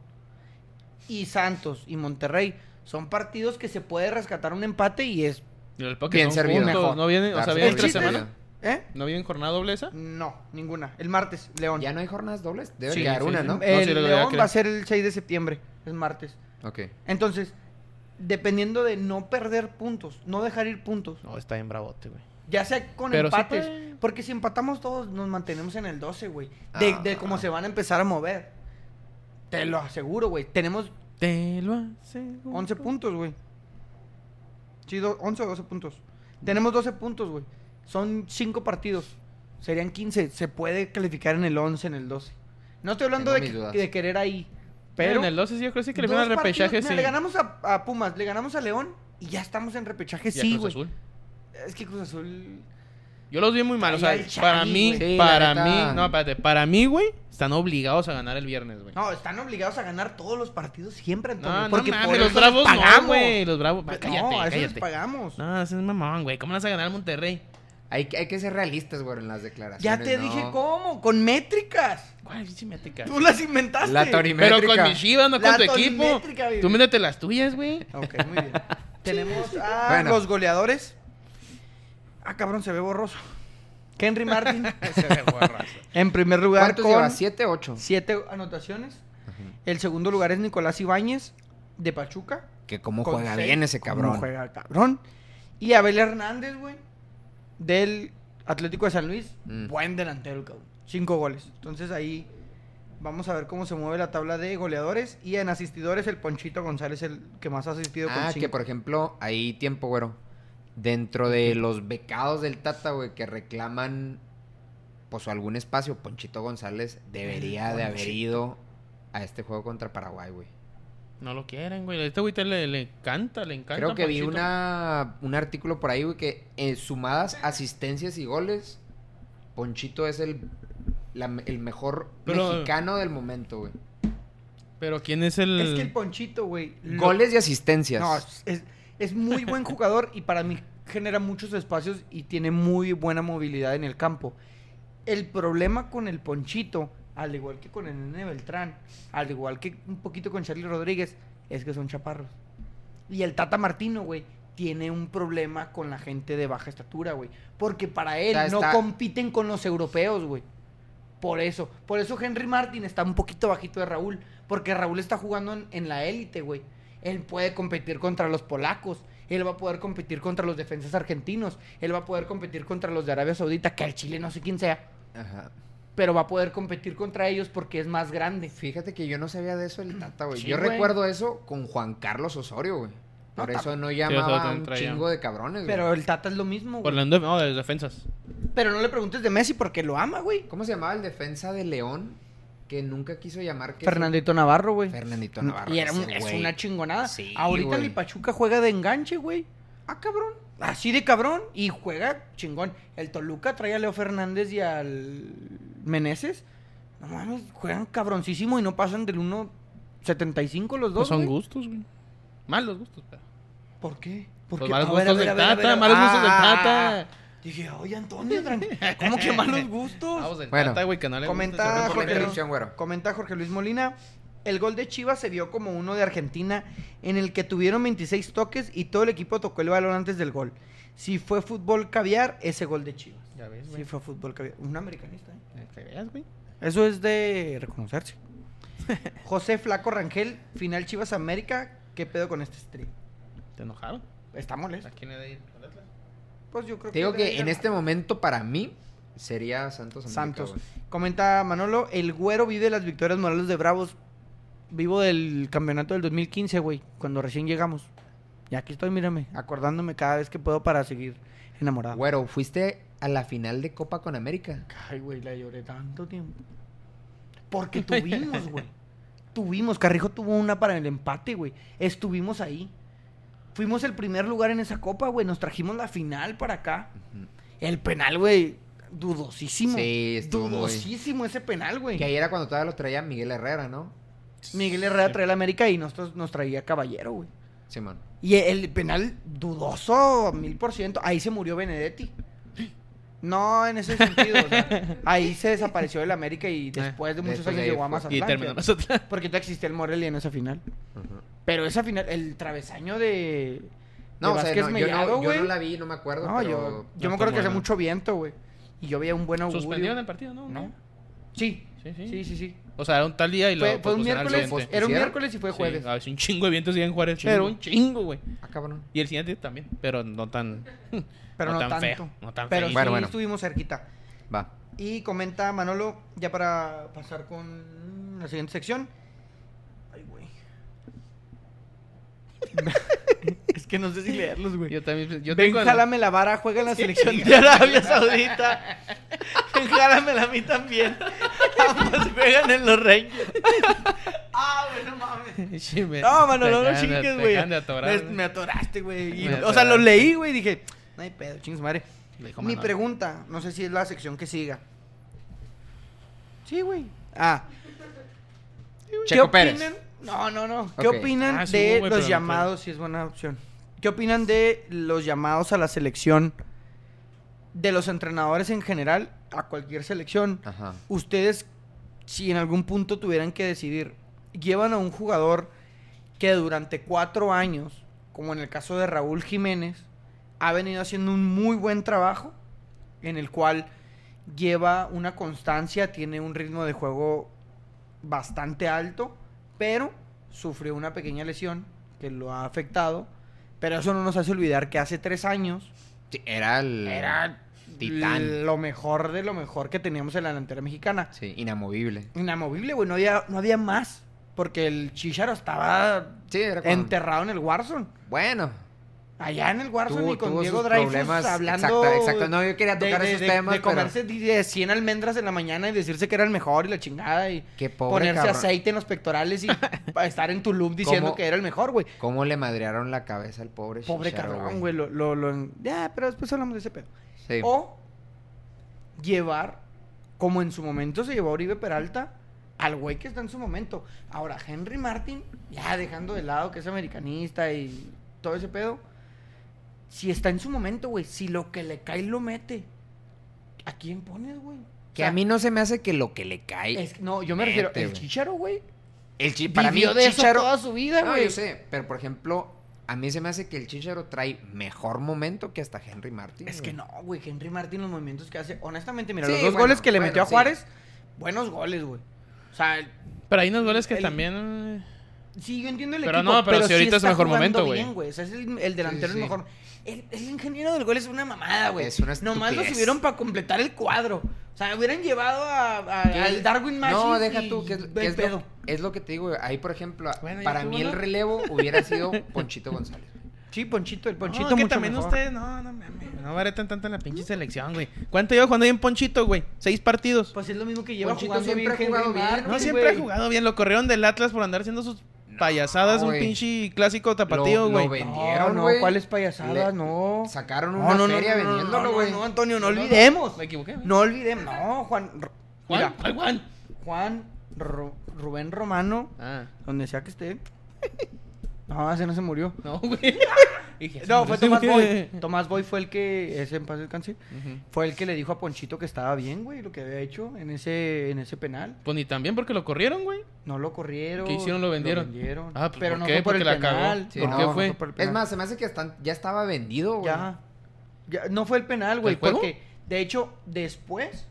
Speaker 2: Y Santos y Monterrey son partidos que se puede rescatar un empate y es...
Speaker 1: Y el Pokémon
Speaker 3: Bien servido.
Speaker 1: juntos,
Speaker 2: Mejor.
Speaker 1: No vienen, o sea,
Speaker 3: Darse
Speaker 1: vienen
Speaker 2: por
Speaker 1: tres
Speaker 2: bien
Speaker 1: semanas.
Speaker 2: ¿Eh?
Speaker 1: ¿No vienen jornada doble esa?
Speaker 2: No, ninguna. El martes, León.
Speaker 3: Ya no hay jornadas dobles. Debe
Speaker 1: Sí,
Speaker 3: quedar
Speaker 1: sí,
Speaker 3: una,
Speaker 1: sí.
Speaker 3: ¿no?
Speaker 1: Eh,
Speaker 2: El
Speaker 1: sí, lo- ya
Speaker 2: León
Speaker 1: creo.
Speaker 2: va a ser el 6 de septiembre, es martes.
Speaker 3: Ok.
Speaker 2: Entonces, dependiendo de no perder puntos, no dejar ir puntos,
Speaker 1: No, está bien bravote, güey.
Speaker 2: ya sea con
Speaker 1: Pero sí
Speaker 2: empates,
Speaker 1: puede.
Speaker 2: porque si empatamos todos nos mantenemos en el 12, güey, de,
Speaker 3: Ah.
Speaker 2: de cómo se van a empezar a mover. Te lo aseguro, güey. Tenemos
Speaker 1: Te lo aseguro.
Speaker 2: 11 puntos, güey. Sí, do- 11 o 12 puntos. Tenemos 12 puntos, güey. Son 5 partidos. Serían 15. Se puede calificar en el 11, en el 12. No estoy hablando
Speaker 3: Tengo
Speaker 2: de,
Speaker 3: mis
Speaker 2: que-
Speaker 3: dudas.
Speaker 2: de querer ahí. Pero
Speaker 1: en el 12 sí, yo creo sí que le
Speaker 2: dos
Speaker 1: van al repechaje,
Speaker 2: partidos- mira,
Speaker 1: sí.
Speaker 2: Le ganamos a, a Pumas, le ganamos a León y ya estamos en repechaje,
Speaker 1: Y a
Speaker 2: sí,
Speaker 1: Cruz
Speaker 2: güey.
Speaker 1: Azul.
Speaker 2: Es que Cruz Azul.
Speaker 1: Yo los vi muy mal, o sea,
Speaker 2: Traía el Xavi,
Speaker 1: para mí,
Speaker 2: güey.
Speaker 3: Sí, la
Speaker 1: para
Speaker 3: neta.
Speaker 1: mí, no, espérate, para mí, güey, están obligados a ganar el viernes, güey.
Speaker 2: No, están obligados a ganar todos los partidos siempre, Antonio.
Speaker 1: No, no,
Speaker 2: porque
Speaker 1: mames,
Speaker 2: por
Speaker 1: los
Speaker 2: eso
Speaker 1: bravos
Speaker 2: les
Speaker 1: no,
Speaker 2: pagamos. Pues,
Speaker 1: güey, los bravos, va, cállate,
Speaker 2: no, a eso les
Speaker 1: cállate.
Speaker 2: pagamos.
Speaker 1: No, ese es mamón, güey, ¿cómo le vas a ganar al Monterrey?
Speaker 3: Hay, que- hay que ser realistas, güey, en las declaraciones.
Speaker 2: ya te
Speaker 3: ¿no?
Speaker 2: dije cómo, con métricas.
Speaker 1: ¿Cuál pinche métrica?
Speaker 2: Tú las inventaste.
Speaker 3: La torimétrica.
Speaker 1: Pero con mis chivas, no con
Speaker 2: La
Speaker 1: tu equipo.
Speaker 2: tonimétrica, baby.
Speaker 1: Tú métete las tuyas, güey.
Speaker 2: Ok, muy bien. Tenemos a
Speaker 3: Bueno.
Speaker 2: los goleadores. Ah, cabrón, se ve borroso. Henry Martin. en primer lugar,
Speaker 3: ¿Cuántos lleva?
Speaker 2: con
Speaker 3: ¿Siete, ocho?
Speaker 2: siete anotaciones. El segundo lugar es Nicolás Ibáñez, de Pachuca.
Speaker 3: Que cómo
Speaker 2: Con
Speaker 3: juega
Speaker 2: seis.
Speaker 3: bien ese
Speaker 2: ¿Cómo
Speaker 3: cabrón.
Speaker 2: juega, cabrón. Y Abel Hernández, güey, del Atlético de San Luis.
Speaker 3: Mm.
Speaker 2: Buen delantero, el cabrón. Cinco goles. Entonces ahí vamos a ver cómo se mueve la tabla de goleadores. Y en asistidores, el Ponchito González, el que más ha asistido con
Speaker 3: Ah,
Speaker 2: cinco.
Speaker 3: que por ejemplo, ahí tiempo, güero. Dentro de los becados del Tata, güey, que reclaman pues algún espacio, Ponchito González debería de haber ido a este juego contra Paraguay, güey.
Speaker 1: No lo quieren, güey. Este güey te le, le encanta, le encanta.
Speaker 3: Creo que vi
Speaker 1: Ponchito.
Speaker 3: una, un artículo por ahí, güey, que eh, sumadas asistencias y goles, Ponchito es el, la- el mejor
Speaker 1: Pero-
Speaker 3: mexicano del momento, güey.
Speaker 1: Pero ¿quién es el...?
Speaker 2: Es que el Ponchito, güey. lo-
Speaker 3: Goles y asistencias.
Speaker 2: No, es, es- es muy buen jugador y para mí genera muchos espacios y tiene muy buena movilidad en el campo. El problema con el Ponchito, al igual que con el Nene Beltrán, al igual que un poquito con Charlie Rodríguez, es que son chaparros. Y el Tata Martino, güey, tiene un problema con la gente de baja estatura, güey. Porque para él
Speaker 3: Está-
Speaker 2: no
Speaker 3: está-
Speaker 2: compiten con los europeos, güey. Por eso. Por eso Henry Martin está un poquito bajito de Raúl. Porque Raúl está jugando en, en la élite, güey. Él puede competir contra los polacos. Él va a poder competir contra los defensas argentinos. Él va a poder competir contra los de Arabia Saudita, que al Chile no sé quién sea.
Speaker 3: Ajá.
Speaker 2: Pero va a poder competir contra ellos porque es más grande.
Speaker 3: Fíjate que yo no sabía de eso el Tata, güey.
Speaker 2: Sí,
Speaker 3: yo
Speaker 2: güey.
Speaker 3: recuerdo eso con Juan Carlos Osorio, güey. Por
Speaker 2: No,
Speaker 3: eso no
Speaker 1: también
Speaker 3: llamaba a un
Speaker 1: traía.
Speaker 3: chingo de cabrones, güey.
Speaker 2: Pero el Tata es lo mismo, güey.
Speaker 1: Orlando, no, de las defensas.
Speaker 2: Pero no le preguntes de Messi porque lo ama, güey.
Speaker 3: ¿Cómo se llamaba el defensa de León que nunca quiso llamar? Que
Speaker 2: Fernandito Navarro, güey.
Speaker 3: Fernandito Navarro.
Speaker 2: Y era un-
Speaker 3: ese
Speaker 2: es
Speaker 3: güey.
Speaker 2: una chingonada.
Speaker 3: Sí,
Speaker 2: Ahorita
Speaker 3: güey.
Speaker 2: mi Pachuca juega de enganche, güey. Ah, cabrón. Así de cabrón. Y juega chingón. El Toluca trae a Leo Fernández y al Meneses. No mames, juegan cabroncísimo y no pasan del 1.75 los
Speaker 1: No
Speaker 2: dos.
Speaker 1: Pues son
Speaker 2: güey.
Speaker 1: gustos, güey. Malos gustos, pero.
Speaker 2: ¿Por qué? ¿Por
Speaker 1: Los
Speaker 2: qué?
Speaker 1: malos
Speaker 2: A ver, a
Speaker 1: gustos
Speaker 2: ver,
Speaker 1: del
Speaker 2: a ver, a ver, a
Speaker 1: Tata,
Speaker 2: ver.
Speaker 1: malos gustos del
Speaker 2: Ah,
Speaker 1: Tata.
Speaker 2: Dije, oye, Antonio, tranqui- ¿cómo que malos gustos?
Speaker 1: Vamos del
Speaker 3: Bueno.
Speaker 1: Tata, güey, que no le gusta ese
Speaker 2: Comenta Ah,
Speaker 3: Perdón
Speaker 1: tipo de
Speaker 2: Jorge,
Speaker 3: por la
Speaker 1: cosas.
Speaker 3: interrupción, güero.
Speaker 2: Comenta Jorge Luis Molina. El gol de Chivas se vio como uno de Argentina en el que tuvieron 26 toques y todo el equipo tocó el balón antes del gol. Si fue fútbol caviar, ese gol de Chivas.
Speaker 1: Ya ves,
Speaker 2: Si
Speaker 1: güey.
Speaker 2: fue fútbol caviar. Un americanista, ¿eh?
Speaker 1: Que veas, güey.
Speaker 2: Eso es de reconocerse. José Flaco Rangel, final Chivas América. ¿Qué pedo con este stream?
Speaker 1: ¿Te enojaron?
Speaker 2: ¿Está
Speaker 1: ¿A
Speaker 2: molesto?
Speaker 1: quién le da ir? ¿Al Atlas?
Speaker 2: Pues yo creo
Speaker 3: Te digo que
Speaker 2: debería
Speaker 3: en
Speaker 2: ganar.
Speaker 3: este momento para mí sería Santos América,
Speaker 2: Santos.
Speaker 3: güey.
Speaker 2: Comenta Manolo, el güero vive las victorias morales de Bravos. Vivo del campeonato del 2015, güey, cuando recién llegamos. Y aquí estoy, mírame, acordándome cada vez que puedo para seguir enamorado.
Speaker 3: Güero, fuiste a la final de Copa con América.
Speaker 2: Ay, güey, la lloré tanto tiempo. Porque tuvimos, güey. tuvimos, Carrijo tuvo una para el empate, güey. Estuvimos ahí. Fuimos el primer lugar en esa copa, güey. Nos trajimos la final para acá.
Speaker 3: Ujú.
Speaker 2: El penal, güey, dudosísimo.
Speaker 3: Sí, estuvo muy-
Speaker 2: Dudosísimo ese penal, güey.
Speaker 3: Que ahí era cuando todavía lo traía Miguel Herrera, ¿no?
Speaker 2: Miguel Herrera traía la América y nosotros nos traía Caballero, güey.
Speaker 3: Simón.
Speaker 2: Y el penal dudoso, mil por ciento. Ahí se murió Benedetti. No, en ese sentido. o sea, ahí se desapareció del América y después de muchos
Speaker 3: Eh, después de
Speaker 2: años
Speaker 3: ahí
Speaker 2: llegó a
Speaker 3: fue-
Speaker 1: Y
Speaker 2: Mazatlán.
Speaker 1: terminó
Speaker 2: que-
Speaker 1: Mazatlán.
Speaker 2: Porque te existía el Morelia en esa final.
Speaker 3: Ujú.
Speaker 2: Pero esa final, el travesaño de.
Speaker 3: No,
Speaker 2: de
Speaker 3: o sea,
Speaker 2: Vázquez
Speaker 3: no, yo,
Speaker 2: Mellado,
Speaker 3: no, yo
Speaker 2: güey.
Speaker 3: no la vi, no me acuerdo.
Speaker 2: No, yo,
Speaker 3: pero...
Speaker 2: yo
Speaker 1: No
Speaker 2: me acuerdo
Speaker 1: está
Speaker 2: que hacía
Speaker 1: buena.
Speaker 2: mucho viento, güey. Y yo veía un buen augurio.
Speaker 1: Suspendieron el partido, ¿no?
Speaker 2: ¿No? Sí.
Speaker 1: Sí, sí.
Speaker 2: Sí, sí, sí.
Speaker 1: O sea, era un tal día y
Speaker 2: Fue,
Speaker 1: luego. pues,
Speaker 2: fue un
Speaker 1: posponieron al
Speaker 2: miércoles.
Speaker 1: siguiente.
Speaker 2: Era un
Speaker 3: ¿Pusieron?
Speaker 2: miércoles y fue
Speaker 1: Sí,
Speaker 2: jueves.
Speaker 1: a veces un chingo de vientos y en Juárez. Pero un chingo, güey.
Speaker 3: Ah, cabrón.
Speaker 1: Y el siguiente también, pero no tan.
Speaker 2: pero no, tanto.
Speaker 1: feo, no tan
Speaker 2: pero
Speaker 1: feo.
Speaker 2: sí
Speaker 3: Bueno, bueno.
Speaker 2: estuvimos cerquita.
Speaker 3: Va.
Speaker 2: Y comenta Manolo, ya para pasar con la siguiente sección. Ay, güey. es que no sé si leerlos, güey.
Speaker 1: Yo también. Yo
Speaker 2: Ven,
Speaker 1: tengo el-
Speaker 2: jálame la vara, juega en la selección de Arabia Saudita. Ven, jálamela a mí también. Ambos juegan en los Rangers. ah, güey, no mames.
Speaker 1: Sí, me-
Speaker 2: No, Manolo,
Speaker 1: te
Speaker 2: no
Speaker 1: acaban de-
Speaker 2: chingues,
Speaker 1: te
Speaker 2: güey.
Speaker 1: acaban de atorar,
Speaker 2: Me-
Speaker 1: güey.
Speaker 2: Me atoraste, güey. Y-
Speaker 1: Me
Speaker 2: O sea, lo
Speaker 1: atoraste.
Speaker 2: leí, güey, y dije, no hay pedo, chingues madre.
Speaker 1: Le dijo
Speaker 2: Mi
Speaker 1: Manolo.
Speaker 2: pregunta, no sé si es la sección que siga. Sí, güey. Ah.
Speaker 3: Checo Pérez.
Speaker 2: opinan? No, no, no. ¿Qué
Speaker 3: Ok.
Speaker 2: opinan
Speaker 1: Ah, sí,
Speaker 2: de
Speaker 1: güey, pero
Speaker 2: los
Speaker 1: no
Speaker 2: llamados? Si es buena opción. ¿Qué opinan de los llamados a la selección? De los entrenadores en general, a cualquier selección.
Speaker 3: Ajá.
Speaker 2: Ustedes, si en algún punto tuvieran que decidir, llevan a un jugador que durante cuatro años, como en el caso de Raúl Jiménez, ha venido haciendo un muy buen trabajo, en el cual lleva una constancia, tiene un ritmo de juego bastante alto, pero sufrió una pequeña lesión que lo ha afectado. Pero eso no nos hace olvidar que hace tres años
Speaker 3: Sí, era el...
Speaker 2: Era
Speaker 3: Titán.
Speaker 2: lo mejor de lo mejor que teníamos en la delantera mexicana.
Speaker 3: Sí, inamovible.
Speaker 2: Inamovible, güey. No había, no había más. Porque el Chicharo estaba
Speaker 3: Sí, era cuando...
Speaker 2: enterrado en el Warzone.
Speaker 3: Bueno.
Speaker 2: Allá en el Warzone
Speaker 3: Tuvo-
Speaker 2: y con
Speaker 3: tuvo
Speaker 2: Diego
Speaker 3: sus
Speaker 2: Dreyfus
Speaker 3: problemas,
Speaker 2: hablando...
Speaker 3: exacto, exacto. No, yo quería
Speaker 2: de-
Speaker 3: tocar
Speaker 2: de-
Speaker 3: esos
Speaker 2: de-
Speaker 3: temas,
Speaker 2: De comerse di- de 100 almendras en la mañana y decirse que era el mejor y la chingada y...
Speaker 3: Qué pobre
Speaker 2: ponerse
Speaker 3: cabrón.
Speaker 2: aceite en los pectorales y pa- estar en Tulum diciendo
Speaker 3: ¿Cómo?
Speaker 2: que era el mejor, güey.
Speaker 3: ¿Cómo le madrearon la cabeza al pobre
Speaker 2: Pobre
Speaker 3: Chicharo,
Speaker 2: cabrón, güey. Lo, lo, lo en- Ya, pero después hablamos de ese pedo.
Speaker 3: Sí.
Speaker 2: O llevar, como en su momento se llevó a Oribe Peralta, al güey que está en su momento. Ahora, Henry Martin, ya dejando de lado que es americanista y todo ese pedo, si está en su momento, güey, si lo que le cae lo mete, ¿a quién pones, güey?
Speaker 3: Que a mí no se me hace que lo que le cae...
Speaker 2: no, yo me
Speaker 3: Vete,
Speaker 2: refiero, el
Speaker 3: güey.
Speaker 2: Chicharo, güey,
Speaker 3: El chi- Para mí,
Speaker 2: vivió de
Speaker 3: Chicharo-
Speaker 2: eso toda su vida,
Speaker 3: No,
Speaker 2: güey.
Speaker 3: yo sé, pero por ejemplo, a mí se me hace que el Chicharo trae mejor momento que hasta Henry Martin.
Speaker 2: Es
Speaker 3: güey.
Speaker 2: que no, güey, Henry Martin los movimientos que hace, honestamente, mira,
Speaker 3: Sí,
Speaker 2: los dos
Speaker 3: bueno,
Speaker 2: goles que le
Speaker 3: bueno,
Speaker 2: metió a
Speaker 3: sí.
Speaker 2: Juárez, buenos goles, güey. O sea,
Speaker 1: Pero hay unos goles que
Speaker 2: El-
Speaker 1: también. eh,
Speaker 2: Sí, yo entiendo el
Speaker 1: Pero
Speaker 2: equipo,
Speaker 1: no, pero si
Speaker 2: sí
Speaker 1: ahorita es
Speaker 2: está
Speaker 1: mejor
Speaker 2: jugando
Speaker 1: momento,
Speaker 2: bien,
Speaker 1: güey.
Speaker 2: O sea, es el, el delantero
Speaker 3: sí,
Speaker 2: es mejor. El, el ingeniero del gol es una mamada, güey.
Speaker 3: Es una
Speaker 2: Nomás lo
Speaker 3: estupidez.
Speaker 2: subieron para completar el cuadro. O sea, hubieran llevado a, a-
Speaker 3: ¿Qué?
Speaker 2: al Darwin Machis
Speaker 3: No, deja
Speaker 2: y
Speaker 3: tú, que es,
Speaker 2: ve
Speaker 3: que es
Speaker 2: pedo.
Speaker 3: lo, es lo que te digo. güey. Ahí, por ejemplo,
Speaker 1: Bueno, ya
Speaker 3: para
Speaker 1: estuvo,
Speaker 3: mí el
Speaker 1: ¿no?
Speaker 3: relevo hubiera sido Ponchito González. güey.
Speaker 2: Sí, Ponchito, el Ponchito
Speaker 1: no, es que
Speaker 2: mucho
Speaker 1: también
Speaker 2: mejor.
Speaker 1: ustedes. No, no mames. No varetan tanto en la pinche selección, güey. ¿Cuánto lleva cuando hay en Ponchito, güey? Seis partidos.
Speaker 2: Pues es lo mismo que lleva
Speaker 3: Ponchito
Speaker 2: jugando bien
Speaker 3: siempre ha jugado
Speaker 2: Henry
Speaker 3: bien,
Speaker 2: Martin,
Speaker 1: no
Speaker 2: güey.
Speaker 1: siempre ha jugado bien. Lo corrieron del Atlas por andar haciendo sus payasadas. un
Speaker 3: güey.
Speaker 1: pinche clásico tapatío,
Speaker 3: Lo-
Speaker 1: güey.
Speaker 3: lo ven-
Speaker 2: No,
Speaker 3: Vendieron,
Speaker 2: no,
Speaker 3: güey.
Speaker 2: ¿cuáles payasadas?
Speaker 3: Le-
Speaker 2: No.
Speaker 3: Sacaron
Speaker 2: No,
Speaker 3: una
Speaker 2: no, no,
Speaker 3: feria
Speaker 2: no, no,
Speaker 3: vendiéndolo, güey.
Speaker 2: No, no, Antonio, no olvidemos.
Speaker 1: Me equivoqué. güey.
Speaker 2: No olvidemos. No, Juan.
Speaker 1: Juan,
Speaker 2: Mira,
Speaker 1: ay, Juan.
Speaker 2: Juan Ru- Rubén Romano
Speaker 1: Ah,
Speaker 2: Donde sea que esté. No, ese no se murió.
Speaker 1: no, güey. Dije,
Speaker 2: No, fue
Speaker 1: sí,
Speaker 2: Tomás
Speaker 1: güey.
Speaker 2: Boy. Tomás Boy fue el que, ese en paz descanse,
Speaker 1: Ujú.
Speaker 2: fue el que le dijo a Ponchito que estaba bien, güey, lo que había hecho en ese, en ese penal.
Speaker 1: Pues ni también porque lo corrieron, güey.
Speaker 2: No lo corrieron.
Speaker 1: ¿Qué hicieron? Lo vendieron. Ah, pues,
Speaker 2: pero
Speaker 1: ¿por
Speaker 2: no
Speaker 1: qué?
Speaker 2: fue por
Speaker 1: Porque
Speaker 2: el
Speaker 1: la cagó.
Speaker 2: penal.
Speaker 3: Sí,
Speaker 2: no,
Speaker 3: ¿por qué
Speaker 1: fue?
Speaker 2: por el
Speaker 3: Es
Speaker 2: penal.
Speaker 3: más, se me hace que están- ya estaba vendido, güey.
Speaker 2: ya, ya, No fue el penal, güey,
Speaker 1: ¿El juego?
Speaker 2: porque, de hecho, después,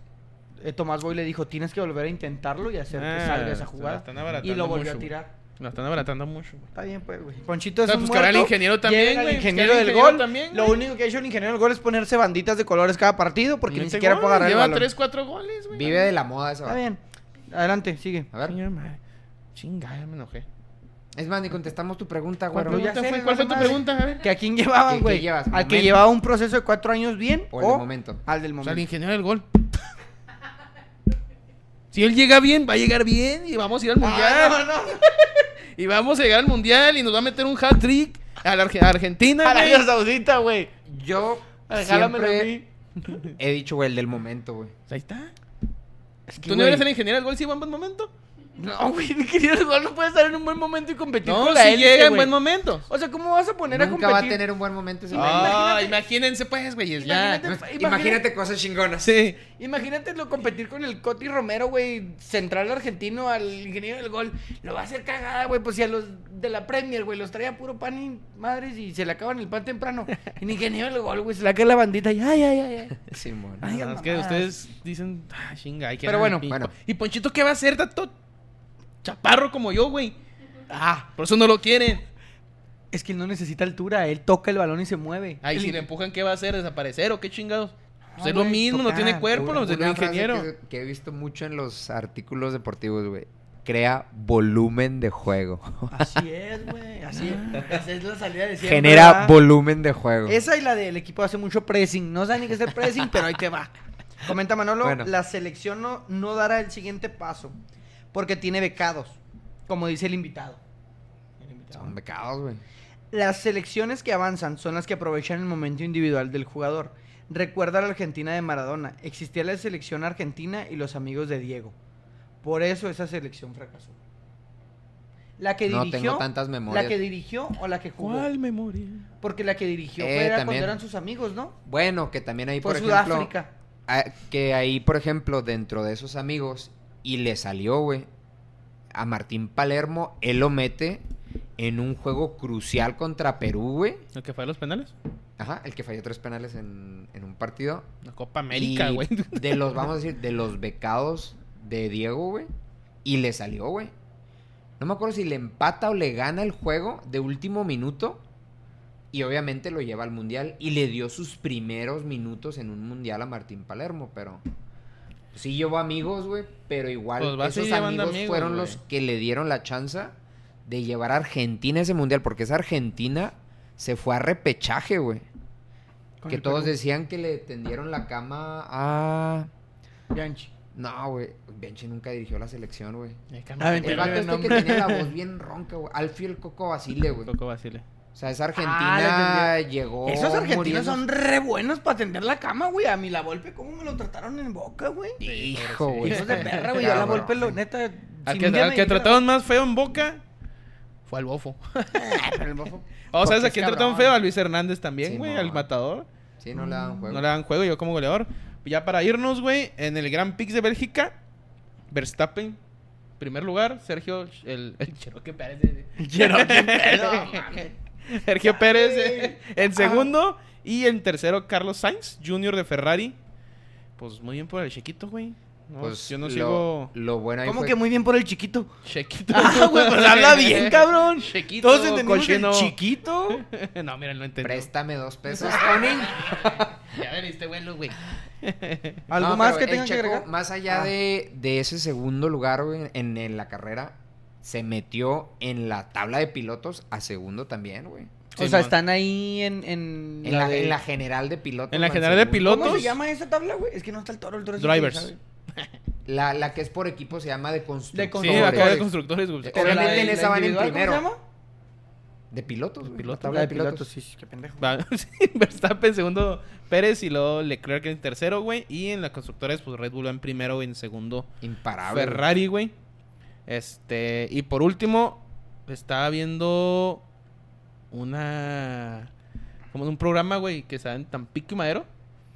Speaker 2: eh, Tomás Boy le dijo, tienes que volver a intentarlo y hacer que
Speaker 1: Ah,
Speaker 2: salga esa
Speaker 1: se la
Speaker 2: jugada.
Speaker 1: están abaratando
Speaker 2: Y lo volvió
Speaker 1: mucho,
Speaker 2: a
Speaker 1: güey.
Speaker 2: tirar.
Speaker 1: Lo están abaratando mucho, güey.
Speaker 2: Está bien, pues, güey. Ponchito es
Speaker 1: O sea,
Speaker 2: un
Speaker 1: pues, que ahora el
Speaker 2: muerto,
Speaker 1: ingeniero también,
Speaker 2: llega
Speaker 1: güey,
Speaker 2: El
Speaker 1: pues, que
Speaker 2: ingeniero
Speaker 1: ahora el
Speaker 2: del
Speaker 1: ingeniero
Speaker 2: gol.
Speaker 1: también,
Speaker 2: lo
Speaker 1: güey.
Speaker 2: único que ha hecho el ingeniero del gol es ponerse banditas de colores cada partido porque ni
Speaker 1: Mete
Speaker 2: siquiera
Speaker 1: goles,
Speaker 2: puede agarrar el
Speaker 1: Lleva
Speaker 2: balón.
Speaker 1: 3, 4 goles, güey.
Speaker 3: Vive de la moda eso.
Speaker 2: Está bien. Adelante, sigue.
Speaker 3: A ver.
Speaker 1: Señora madre. Chinga, ya me enojé.
Speaker 3: Es más, ni contestamos tu pregunta,
Speaker 1: ¿Cuál
Speaker 3: güey.
Speaker 2: Bueno, ya
Speaker 1: pregunta
Speaker 2: sé,
Speaker 1: fue?
Speaker 2: no
Speaker 1: ¿Cuál fue
Speaker 2: sé
Speaker 1: tu
Speaker 2: madre.
Speaker 1: pregunta? A ver.
Speaker 2: ¿Que a quién
Speaker 3: ¿Que
Speaker 2: llevaban,
Speaker 3: quién
Speaker 2: güey?
Speaker 3: llevas?
Speaker 2: Al que
Speaker 3: ¿Momento?
Speaker 2: llevaba un proceso de cuatro años bien
Speaker 3: O
Speaker 2: o,
Speaker 3: el de momento.
Speaker 2: al del
Speaker 1: O sea, el
Speaker 2: momento.
Speaker 1: ingeniero del gol. Si él llega bien, va a llegar bien y vamos a ir al
Speaker 2: Ah,
Speaker 1: mundial. Y vamos a llegar al mundial y nos va a meter un hat trick a la Arge- a Argentina.
Speaker 4: A la
Speaker 1: güey.
Speaker 4: Arabia Saudita, güey.
Speaker 3: Yo
Speaker 4: Regálamelo a
Speaker 3: siempre
Speaker 4: mí.
Speaker 3: he dicho, güey, el del momento, güey.
Speaker 1: Ahí está.
Speaker 2: Es que,
Speaker 1: ¿Tú no
Speaker 2: güey,
Speaker 1: eres el ingeniero del gol si va en buen momento?
Speaker 4: No, güey, querido, el gol no puede estar en un buen momento y competir
Speaker 1: No,
Speaker 4: con
Speaker 1: si
Speaker 4: la élite,
Speaker 2: este
Speaker 1: llega en
Speaker 4: güey.
Speaker 1: buen momento.
Speaker 4: O sea, ¿cómo vas a poner a
Speaker 3: Nunca
Speaker 4: competir?
Speaker 3: va a tener un buen momento ese güey.
Speaker 1: Ah, imagínense pues, güeyes, ya.
Speaker 4: Imagínate-
Speaker 3: Imagínate, imagínate cosas chingonas.
Speaker 1: Sí.
Speaker 4: Imagínate lo competir con el Coti Romero, güey, central argentino al ingeniero del gol. Lo va a hacer cagada, güey, pues si a los de la Premier, güey, los traía puro pan y madres y se le acaban el pan temprano. El ingeniero del gol, güey, se la cae la bandita y ay, ay, ay, ay.
Speaker 3: Simón.
Speaker 4: Ay,
Speaker 1: Nada más que
Speaker 4: mamadas.
Speaker 1: ustedes dicen, ah, chinga, hay que
Speaker 3: Pero
Speaker 1: dar
Speaker 3: bueno,
Speaker 1: el pi-
Speaker 3: bueno.
Speaker 1: ¿Y Ponchito qué va a hacer, tanto chaparro como yo, güey? Ah, por eso no lo quieren.
Speaker 2: es que él no necesita altura, él toca el balón y se mueve.
Speaker 1: Ahí
Speaker 2: El-
Speaker 1: si le empujan, ¿qué va a hacer? ¿Desaparecer o qué chingados? Pues
Speaker 2: No,
Speaker 1: es lo
Speaker 2: güey,
Speaker 1: mismo, no
Speaker 2: tocar,
Speaker 1: tiene cuerpo,
Speaker 2: una-
Speaker 1: no es
Speaker 3: Una
Speaker 1: el
Speaker 3: frase
Speaker 1: ingeniero.
Speaker 3: Que, que he visto mucho en los artículos deportivos, güey. Crea volumen de juego.
Speaker 2: Así es, güey, así
Speaker 4: Ah.
Speaker 2: es. Esa es la salida de siempre, Ah.
Speaker 3: Genera
Speaker 2: ¿verdad?
Speaker 3: volumen de juego.
Speaker 2: Esa y la del equipo hace mucho pressing. No sabe ni qué es el pressing, pero ahí te va. Comenta Manolo,
Speaker 3: Bueno.
Speaker 2: la selección no, no dará el siguiente paso porque tiene becados, como dice el invitado. El invitado.
Speaker 3: Son becados, güey.
Speaker 2: Las selecciones que avanzan son las que aprovechan el momento individual del jugador. Recuerda a la Argentina de Maradona. Existía la selección argentina y los amigos de Diego. Por eso esa selección fracasó. La que
Speaker 3: No
Speaker 2: dirigió,
Speaker 3: tengo tantas memorias.
Speaker 2: la que dirigió o la que jugó.
Speaker 1: ¿Cuál memoria?
Speaker 2: Porque la que dirigió
Speaker 3: Eh,
Speaker 2: fue- era
Speaker 3: también.
Speaker 2: cuando eran sus amigos, ¿no?
Speaker 3: Bueno, que también ahí, por,
Speaker 2: Por,
Speaker 3: ejemplo...
Speaker 2: Sudáfrica.
Speaker 3: a- que ahí, por ejemplo, dentro de esos amigos, y le salió, güey, a Martín Palermo, él lo mete en un juego crucial contra Perú, güey.
Speaker 1: ¿El que fue a los penales?
Speaker 3: Ajá, el que falló tres penales en, en un partido.
Speaker 1: La Copa América,
Speaker 3: Y
Speaker 1: güey.
Speaker 3: De los, vamos a decir, de los becados de Diego, güey. Y le salió, güey. No me acuerdo si le empata o le gana el juego de último minuto. Y obviamente lo lleva al mundial. Y le dio sus primeros minutos en un mundial a Martín Palermo, pero. Sí llevó amigos, güey. Pero igual
Speaker 1: Pues va a
Speaker 3: esos
Speaker 1: seguir llevando
Speaker 3: amigos,
Speaker 1: amigos,
Speaker 3: fueron
Speaker 1: güey.
Speaker 3: los que le dieron la chance de llevar a Argentina a ese mundial. Porque esa Argentina se fue a repechaje, güey.
Speaker 2: Con
Speaker 3: Que
Speaker 2: el
Speaker 3: todos
Speaker 2: Perú.
Speaker 3: decían que le tendieron la cama a.
Speaker 2: Bianchi.
Speaker 3: No, güey. Benchi nunca dirigió la selección, güey.
Speaker 2: A ver,
Speaker 3: El
Speaker 2: Pero
Speaker 3: vato
Speaker 2: el
Speaker 3: este que
Speaker 2: nombre.
Speaker 3: tenía la voz bien ronca, güey. Alfio el Coco Basile, güey.
Speaker 1: Coco Basile.
Speaker 3: O sea, esa Argentina
Speaker 2: Ah,
Speaker 3: llegó.
Speaker 2: Esos argentinos
Speaker 3: Oh, muriendo-
Speaker 2: son re buenos para atender la cama, güey. A mí la Volpe, ¿cómo me lo trataron en boca, güey?
Speaker 3: Hijo, güey.
Speaker 2: Hijos de perra, güey. Yo la
Speaker 3: Cabrón.
Speaker 2: Volpe, lo neta.
Speaker 1: Al
Speaker 2: si
Speaker 1: que,
Speaker 2: un día
Speaker 1: al
Speaker 2: me
Speaker 1: que
Speaker 2: dijera-
Speaker 1: trataron más feo en Boca fue al Bofo.
Speaker 2: Ah, pero el bofo-
Speaker 1: O ¿sabes
Speaker 2: porque
Speaker 1: a
Speaker 2: es
Speaker 1: quién
Speaker 2: cabrón.
Speaker 1: trataron feo? A Luis Hernández también,
Speaker 3: Sí,
Speaker 1: güey.
Speaker 3: no.
Speaker 1: al matador.
Speaker 3: Sí, no le dan juego.
Speaker 1: No le dan juego, yo como goleador. Ya para irnos, güey, en el Gran Prix de Bélgica, Verstappen, primer lugar, Sergio, el, el Cherokee Pérez,
Speaker 2: No, mames.
Speaker 1: Sergio Pérez eh, en
Speaker 2: Ah.
Speaker 1: segundo y en tercero Carlos Sainz, Junior de Ferrari. Pues muy bien por el chiquito, güey. No,
Speaker 3: Pues
Speaker 1: yo no
Speaker 3: lo,
Speaker 1: sigo
Speaker 3: Lo bueno ahí
Speaker 2: ¿Cómo
Speaker 3: fue-
Speaker 2: que muy bien por el chiquito?
Speaker 1: chiquito.
Speaker 2: Ah, güey, pues habla bien, cabrón.
Speaker 1: Chiquito,
Speaker 2: Todos entendimos
Speaker 1: cochino.
Speaker 2: el chiquito.
Speaker 1: no, mira, no entendí.
Speaker 3: Préstame dos pesos, Tony.
Speaker 1: Ya ver, este vuelo, güey.
Speaker 2: Ah, ¿Algo
Speaker 3: No,
Speaker 2: más
Speaker 3: pero
Speaker 2: que
Speaker 3: el
Speaker 2: tengan que
Speaker 3: Checo,
Speaker 2: agregar?
Speaker 3: Más allá
Speaker 2: Ah.
Speaker 3: de, de ese segundo lugar, güey, en, en la carrera, se metió en la tabla de pilotos a segundo también, güey.
Speaker 2: O sea,
Speaker 1: Simón.
Speaker 2: están ahí en. En
Speaker 3: En la,
Speaker 2: de-
Speaker 3: en la general de pilotos.
Speaker 1: En la
Speaker 3: van
Speaker 1: general de
Speaker 3: segundo.
Speaker 1: pilotos.
Speaker 2: ¿Cómo se llama esa tabla, güey? Es que no está el toro, el toro es el que
Speaker 1: Drivers.
Speaker 2: sabe.
Speaker 3: La, la que es por equipo se llama de
Speaker 1: Sí,
Speaker 3: constructores.
Speaker 2: Constructores. Este,
Speaker 1: acá de constructores, güey.
Speaker 3: Pero Obviamente
Speaker 2: la-
Speaker 3: en
Speaker 2: la
Speaker 3: esa van en
Speaker 2: individual, ¿cómo
Speaker 3: primero.
Speaker 2: se llama?
Speaker 3: De pilotos, güey.
Speaker 1: pilotos.
Speaker 3: la tabla
Speaker 2: La
Speaker 3: de pilotos.
Speaker 2: sí, sí, qué pendejo.
Speaker 1: Va- sí, Verstappen segundo, Pérez y luego Leclerc en tercero, güey. Y en las constructores, pues Red Bull va en primero y en segundo
Speaker 3: Imparable. güey.
Speaker 1: Ferrari, güey. Este, y por último, estaba viendo una. Como un programa, güey, que está en Tampico y Madero.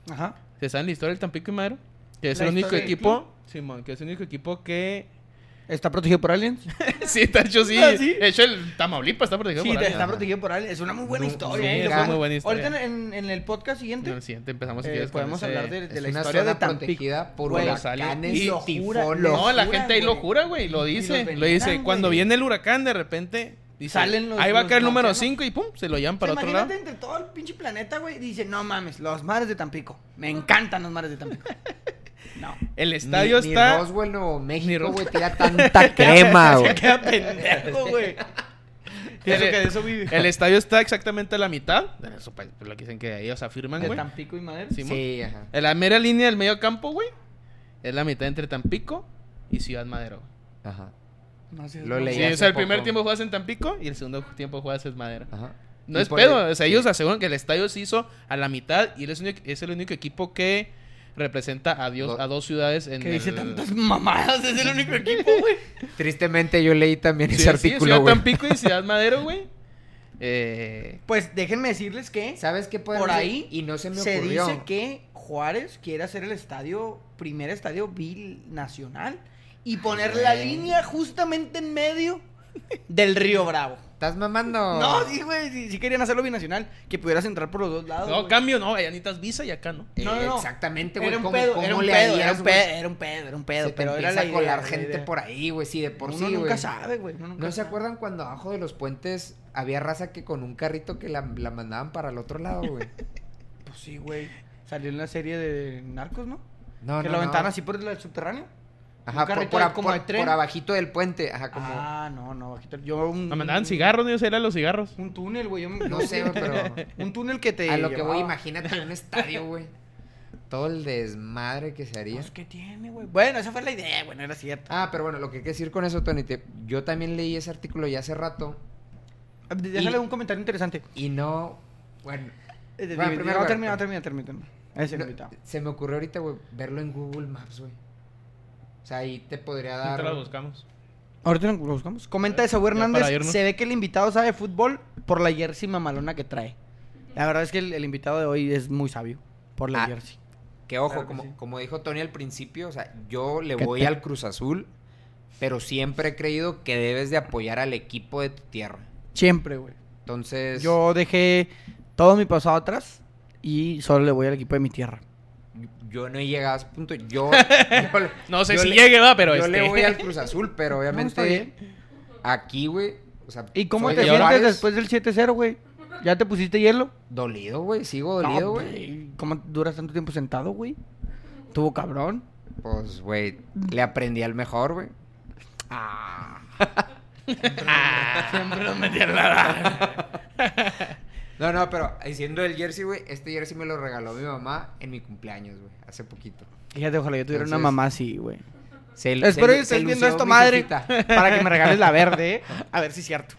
Speaker 2: Ajá.
Speaker 1: Se sabe la historia del Tampico y Madero. Que es
Speaker 2: La
Speaker 1: el único
Speaker 2: historia del
Speaker 1: equipo. Simón, que es el único equipo que.
Speaker 2: ¿Está protegido por aliens?
Speaker 1: sí, está hecho sí.
Speaker 2: Ah, ¿sí?
Speaker 1: De hecho, el Tamaulipas está protegido
Speaker 2: Sí,
Speaker 1: por aliens.
Speaker 2: está protegido por aliens. Es una muy buena
Speaker 3: No,
Speaker 2: historia.
Speaker 3: sí,
Speaker 2: ¿eh? Lo
Speaker 3: es una
Speaker 2: podemos-
Speaker 1: muy buena historia.
Speaker 2: Ahorita en, en el podcast siguiente
Speaker 1: En el siguiente empezamos si
Speaker 2: eh,
Speaker 1: quieres, con
Speaker 2: podemos
Speaker 1: ese-
Speaker 2: hablar de, de
Speaker 3: Es
Speaker 2: la
Speaker 3: una
Speaker 2: historia
Speaker 3: zona
Speaker 2: de Tampico.
Speaker 3: protegida por
Speaker 2: Güey,
Speaker 3: huracanes,
Speaker 1: y
Speaker 2: lo jura-
Speaker 3: tifones.
Speaker 2: lo
Speaker 1: No, la
Speaker 2: juran,
Speaker 1: gente ahí lo
Speaker 2: güey.
Speaker 1: jura, güey. Lo
Speaker 2: Y los
Speaker 1: dice. Lo
Speaker 2: veneran,
Speaker 1: dice.
Speaker 2: güey.
Speaker 1: Cuando viene el huracán, de repente. dice,
Speaker 2: Salen los-
Speaker 1: ahí va a
Speaker 2: los
Speaker 1: caer el número
Speaker 2: marcianos.
Speaker 1: 5 y pum, se lo llevan
Speaker 2: O sea,
Speaker 1: para otro lado.
Speaker 2: imagínate entre todo el pinche planeta, güey. Dice, no mames, los mares de Tampico. Me encantan los mares de Tampico. No.
Speaker 1: El
Speaker 3: Ni-
Speaker 1: estadio
Speaker 3: ni
Speaker 1: está.
Speaker 3: Roswell, Nuevo México,
Speaker 1: Ros-
Speaker 3: güey, tira tanta crema, güey.
Speaker 2: Queda pendejo, güey.
Speaker 1: El-
Speaker 2: Eso que de eso vive.
Speaker 1: El estadio está exactamente a la mitad. de eso, pues, lo que dicen que ellos afirman,
Speaker 2: de
Speaker 1: güey.
Speaker 2: Tampico y Madera.
Speaker 1: Simón.
Speaker 3: Sí, ajá.
Speaker 1: En la mera línea del medio campo, güey. Es la mitad entre Tampico y Ciudad Madero. güey.
Speaker 3: Ajá.
Speaker 4: No sé,
Speaker 3: Lo
Speaker 4: no
Speaker 3: leí.
Speaker 4: sé.
Speaker 1: Sí,
Speaker 3: hace
Speaker 1: o sea, el
Speaker 3: poco.
Speaker 1: primer tiempo juegas en Tampico y el segundo tiempo juegas en Madero.
Speaker 3: Ajá.
Speaker 1: No
Speaker 3: Y
Speaker 1: es
Speaker 3: por
Speaker 1: pedo,
Speaker 3: el-
Speaker 1: o sea, ellos aseguran que el estadio se hizo a la mitad y él es, único- es el único equipo que representa a, Dios,
Speaker 3: Lo-
Speaker 1: a dos ciudades en
Speaker 2: Que dice
Speaker 1: el-
Speaker 2: tantas
Speaker 1: Sí,
Speaker 2: mamadas, es el único equipo, güey.
Speaker 3: Tristemente yo leí también
Speaker 1: sí,
Speaker 3: ese
Speaker 1: Ciudad
Speaker 3: artículo, güey.
Speaker 1: Tampico y Ciudad Madero, güey. Eh,
Speaker 2: Pues déjenme decirles que
Speaker 3: ¿Sabes qué pueden
Speaker 2: Por
Speaker 3: hacer?
Speaker 2: ahí
Speaker 3: Y no se me
Speaker 2: se
Speaker 3: ocurrió.
Speaker 2: dice que Juárez quiere hacer el estadio, primer estadio binacional y poner la
Speaker 3: güey.
Speaker 2: línea justamente en medio del Río Bravo.
Speaker 3: ¿Estás mamando?
Speaker 2: No, sí, güey, sí, sí querían hacerlo binacional, que pudieras entrar por los dos lados.
Speaker 1: no,
Speaker 2: güey.
Speaker 1: cambio, no, allá necesitas visa y acá no.
Speaker 3: Eh,
Speaker 2: No, no, no.
Speaker 3: Exactamente, güey.
Speaker 2: Era un
Speaker 3: ¿Cómo,
Speaker 2: pedo,
Speaker 3: cómo
Speaker 2: era un
Speaker 3: le
Speaker 2: pedo, era
Speaker 3: harías,
Speaker 2: un
Speaker 3: güey?
Speaker 2: pedo, era un pedo, era un pedo,
Speaker 3: Se te
Speaker 2: pero era
Speaker 3: empieza
Speaker 2: la
Speaker 3: a
Speaker 2: idea,
Speaker 3: colar
Speaker 2: la
Speaker 3: gente
Speaker 2: idea.
Speaker 3: por ahí, güey. Sí, de por
Speaker 2: Uno
Speaker 3: sí,
Speaker 2: nunca
Speaker 3: güey.
Speaker 2: sabe, güey. uno nunca
Speaker 3: ¿No se
Speaker 2: sabe.
Speaker 3: acuerdan cuando abajo de los puentes había raza que con un carrito que la, la mandaban para el otro lado, güey?
Speaker 2: Pues sí, güey. Salió en la serie de Narcos, ¿no?
Speaker 3: No,
Speaker 2: que
Speaker 3: no,
Speaker 2: lo
Speaker 3: no.
Speaker 2: aventaban así por el subterráneo.
Speaker 3: Ajá,
Speaker 2: un
Speaker 3: por-
Speaker 2: carrito
Speaker 3: por,
Speaker 2: de-
Speaker 3: a-
Speaker 2: como
Speaker 3: por-
Speaker 2: de tren.
Speaker 3: por abajito del puente. Ajá, como...
Speaker 2: Ah, no, no, bajito. Yo un...
Speaker 1: Me mandaban cigarros, no yo sé, era los cigarros.
Speaker 2: Un túnel, güey. yo me-
Speaker 3: No sé, güey, pero...
Speaker 2: Un túnel que te.
Speaker 3: A lo que voy,
Speaker 2: llevaba.
Speaker 3: imagínate un estadio, güey. Todo el desmadre que se haría.
Speaker 2: Pues, ¿qué tiene, güey? Bueno, esa fue la idea, güey, no era cierta.
Speaker 3: Ah, pero bueno, lo que hay que decir con eso, Tony, te- yo también leí ese artículo ya hace rato
Speaker 2: Ah, Déjale
Speaker 3: y-
Speaker 2: un comentario interesante.
Speaker 3: y no... Bueno,
Speaker 2: Eh,
Speaker 3: Bueno,
Speaker 2: di-
Speaker 3: primero,
Speaker 2: di-
Speaker 3: a
Speaker 2: no,
Speaker 3: ver,
Speaker 2: termina,
Speaker 3: pero-
Speaker 2: termina, termina, termina. Ese
Speaker 3: no, eh,
Speaker 2: invitado.
Speaker 3: se me ocurrió ahorita, güey, verlo en Google Maps, güey. O sea, ahí te podría dar...
Speaker 1: Ahorita las buscamos.
Speaker 2: Ahorita lo buscamos. Comenta de Saúl
Speaker 1: Ya para
Speaker 2: Hernández.
Speaker 1: irnos.
Speaker 2: Se ve que el invitado sabe fútbol por la jersey mamalona que trae. La verdad es que el, el invitado de hoy es muy sabio por la
Speaker 3: Ah,
Speaker 2: jersey.
Speaker 3: Que ojo,
Speaker 2: Claro que
Speaker 3: como,
Speaker 2: sí.
Speaker 3: como dijo Tony al principio, o sea, yo le
Speaker 2: Que
Speaker 3: voy
Speaker 2: te-
Speaker 3: al Cruz Azul, pero siempre he creído que debes de apoyar al equipo de tu tierra.
Speaker 2: Siempre, güey.
Speaker 3: Entonces,
Speaker 2: Yo dejé todo mi pasado atrás y solo le voy al equipo de mi tierra.
Speaker 3: yo no he llegado a ese punto. Yo, yo le-
Speaker 1: No sé
Speaker 3: yo
Speaker 1: si
Speaker 3: le-
Speaker 1: llegue, va, pero
Speaker 3: yo
Speaker 1: este...
Speaker 3: le voy al Cruz Azul, pero
Speaker 2: está
Speaker 3: obviamente
Speaker 2: bien.
Speaker 3: aquí, güey, o sea,
Speaker 2: ¿Y cómo
Speaker 3: soy
Speaker 2: te
Speaker 3: de
Speaker 2: sientes
Speaker 3: Juárez,
Speaker 2: después del 7-0, güey? ¿Ya te pusiste hielo?
Speaker 3: Dolido, güey, sigo
Speaker 2: No,
Speaker 3: dolido, güey.
Speaker 2: güey, ¿Cómo duras tanto tiempo sentado, güey? Tuvo cabrón.
Speaker 3: Pues, güey, le aprendí al mejor, güey. Ah.
Speaker 2: Ah, Siempre lo metí en la
Speaker 3: No, no, pero diciendo el jersey, güey, este jersey me lo regaló mi mamá en mi cumpleaños, güey, hace poquito.
Speaker 2: Fíjate, ojalá yo tuviera una
Speaker 3: Entonces-
Speaker 2: mamá así, güey.
Speaker 3: Se-
Speaker 2: Espero
Speaker 3: se-
Speaker 2: que
Speaker 3: se
Speaker 2: estés viendo
Speaker 3: lució
Speaker 2: esto,
Speaker 3: mi
Speaker 2: madre,
Speaker 3: jefita.
Speaker 2: para que me regales la verde, ¿eh? A ver si es cierto.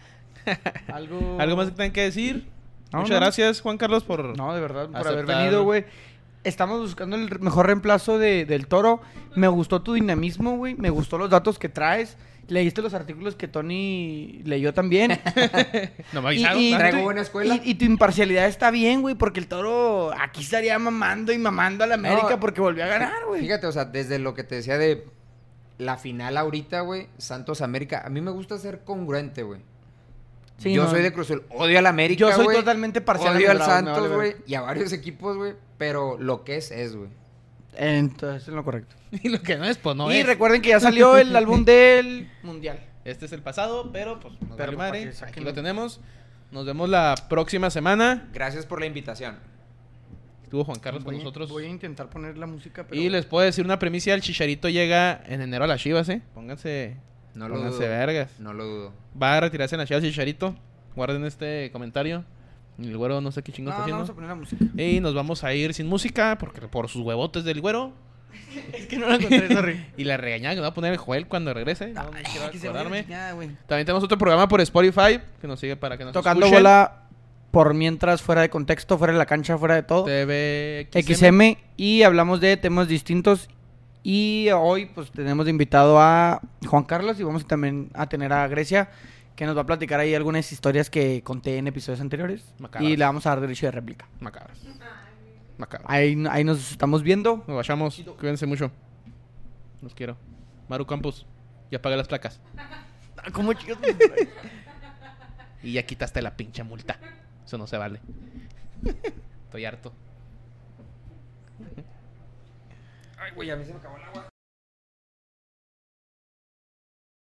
Speaker 2: Algo...
Speaker 1: ¿Algo más que tengan que decir?
Speaker 2: No,
Speaker 1: Muchas
Speaker 2: no.
Speaker 1: gracias, Juan Carlos, por...
Speaker 2: No, de verdad, por haber
Speaker 1: Aceptar.
Speaker 2: venido, güey. Estamos buscando el re- mejor reemplazo de- del toro. Me gustó tu dinamismo, güey. Me gustó los datos que traes. Leíste los artículos que Tony leyó también.
Speaker 1: No me
Speaker 2: Y-
Speaker 1: avisaron.
Speaker 2: y-
Speaker 1: ¿verdad?
Speaker 3: Traigo buena escuela.
Speaker 2: Y, y tu imparcialidad está bien, güey, porque el toro aquí estaría mamando y mamando a la América
Speaker 3: No.
Speaker 2: porque volvió a ganar, güey.
Speaker 3: Fíjate, o sea, desde lo que te decía de la final ahorita, güey, Santos América, a mí me gusta ser congruente, güey.
Speaker 2: Sí,
Speaker 3: yo
Speaker 2: no.
Speaker 3: soy de Cruz Azul, odio al América,
Speaker 2: Yo soy
Speaker 3: güey,
Speaker 2: totalmente parcial a los
Speaker 3: Odio al
Speaker 2: Bravos, me
Speaker 3: Santos,
Speaker 2: vale
Speaker 3: güey,
Speaker 2: verga.
Speaker 3: y a varios equipos, güey, pero lo que es es, güey.
Speaker 2: Entonces es lo correcto.
Speaker 1: Y lo que no es, pues no
Speaker 2: y
Speaker 1: es.
Speaker 2: recuerden que ya salió el álbum del Mundial.
Speaker 1: Este es el pasado, pero pues nos vale
Speaker 2: Pero, pues,
Speaker 1: madre.
Speaker 2: para que saquen
Speaker 1: Aquí lo
Speaker 2: los-
Speaker 1: tenemos. Nos vemos la próxima semana.
Speaker 3: Gracias por la invitación.
Speaker 1: Estuvo Juan Carlos con
Speaker 2: Voy a-
Speaker 1: nosotros.
Speaker 2: Voy a intentar poner la música, pero...
Speaker 1: Y les puedo decir una primicia, el Chicharito llega en enero a las Chivas, ¿eh? Pónganse,
Speaker 3: No lo
Speaker 1: pónganse
Speaker 3: dudo.
Speaker 1: vergas.
Speaker 3: No lo dudo.
Speaker 1: Va a retirarse en las Chivas Chicharito. Guarden este comentario. El güero no sé qué chingo
Speaker 2: No,
Speaker 1: está
Speaker 2: no, vamos
Speaker 1: haciendo.
Speaker 2: a poner la música.
Speaker 1: Y nos vamos a ir sin música porque por sus huevotes del güero.
Speaker 2: Es que no la encontré, sorry.
Speaker 1: Y la regañada que me va a poner el Joel cuando regrese. No, no
Speaker 2: Ay,
Speaker 1: quiero
Speaker 2: que se vaya la
Speaker 1: acordarme.
Speaker 2: chingada, güey.
Speaker 1: También tenemos otro programa por Spotify que nos sigue para que nos
Speaker 2: Tocando
Speaker 1: escuchen.
Speaker 2: bola por mientras, fuera de contexto, fuera de la cancha, fuera de todo.
Speaker 1: TV
Speaker 2: XM y hablamos de temas distintos. Y hoy pues tenemos de invitado a Juan Carlos y vamos también a tener a Grecia que nos va a platicar ahí algunas historias que conté en episodios anteriores.
Speaker 1: Macabras.
Speaker 2: Y le vamos a dar derecho de réplica.
Speaker 1: Macabras. Macabras.
Speaker 2: Ahí, ahí nos estamos viendo.
Speaker 1: Nos vayamos. Cuídense mucho. Los quiero. Maru Campos, ya pagué las placas.
Speaker 2: ¿Cómo chicos?
Speaker 1: Y ya quitaste la pinche multa. Eso no se vale. Estoy harto.
Speaker 3: Ay, güey, a mí se me acabó el agua.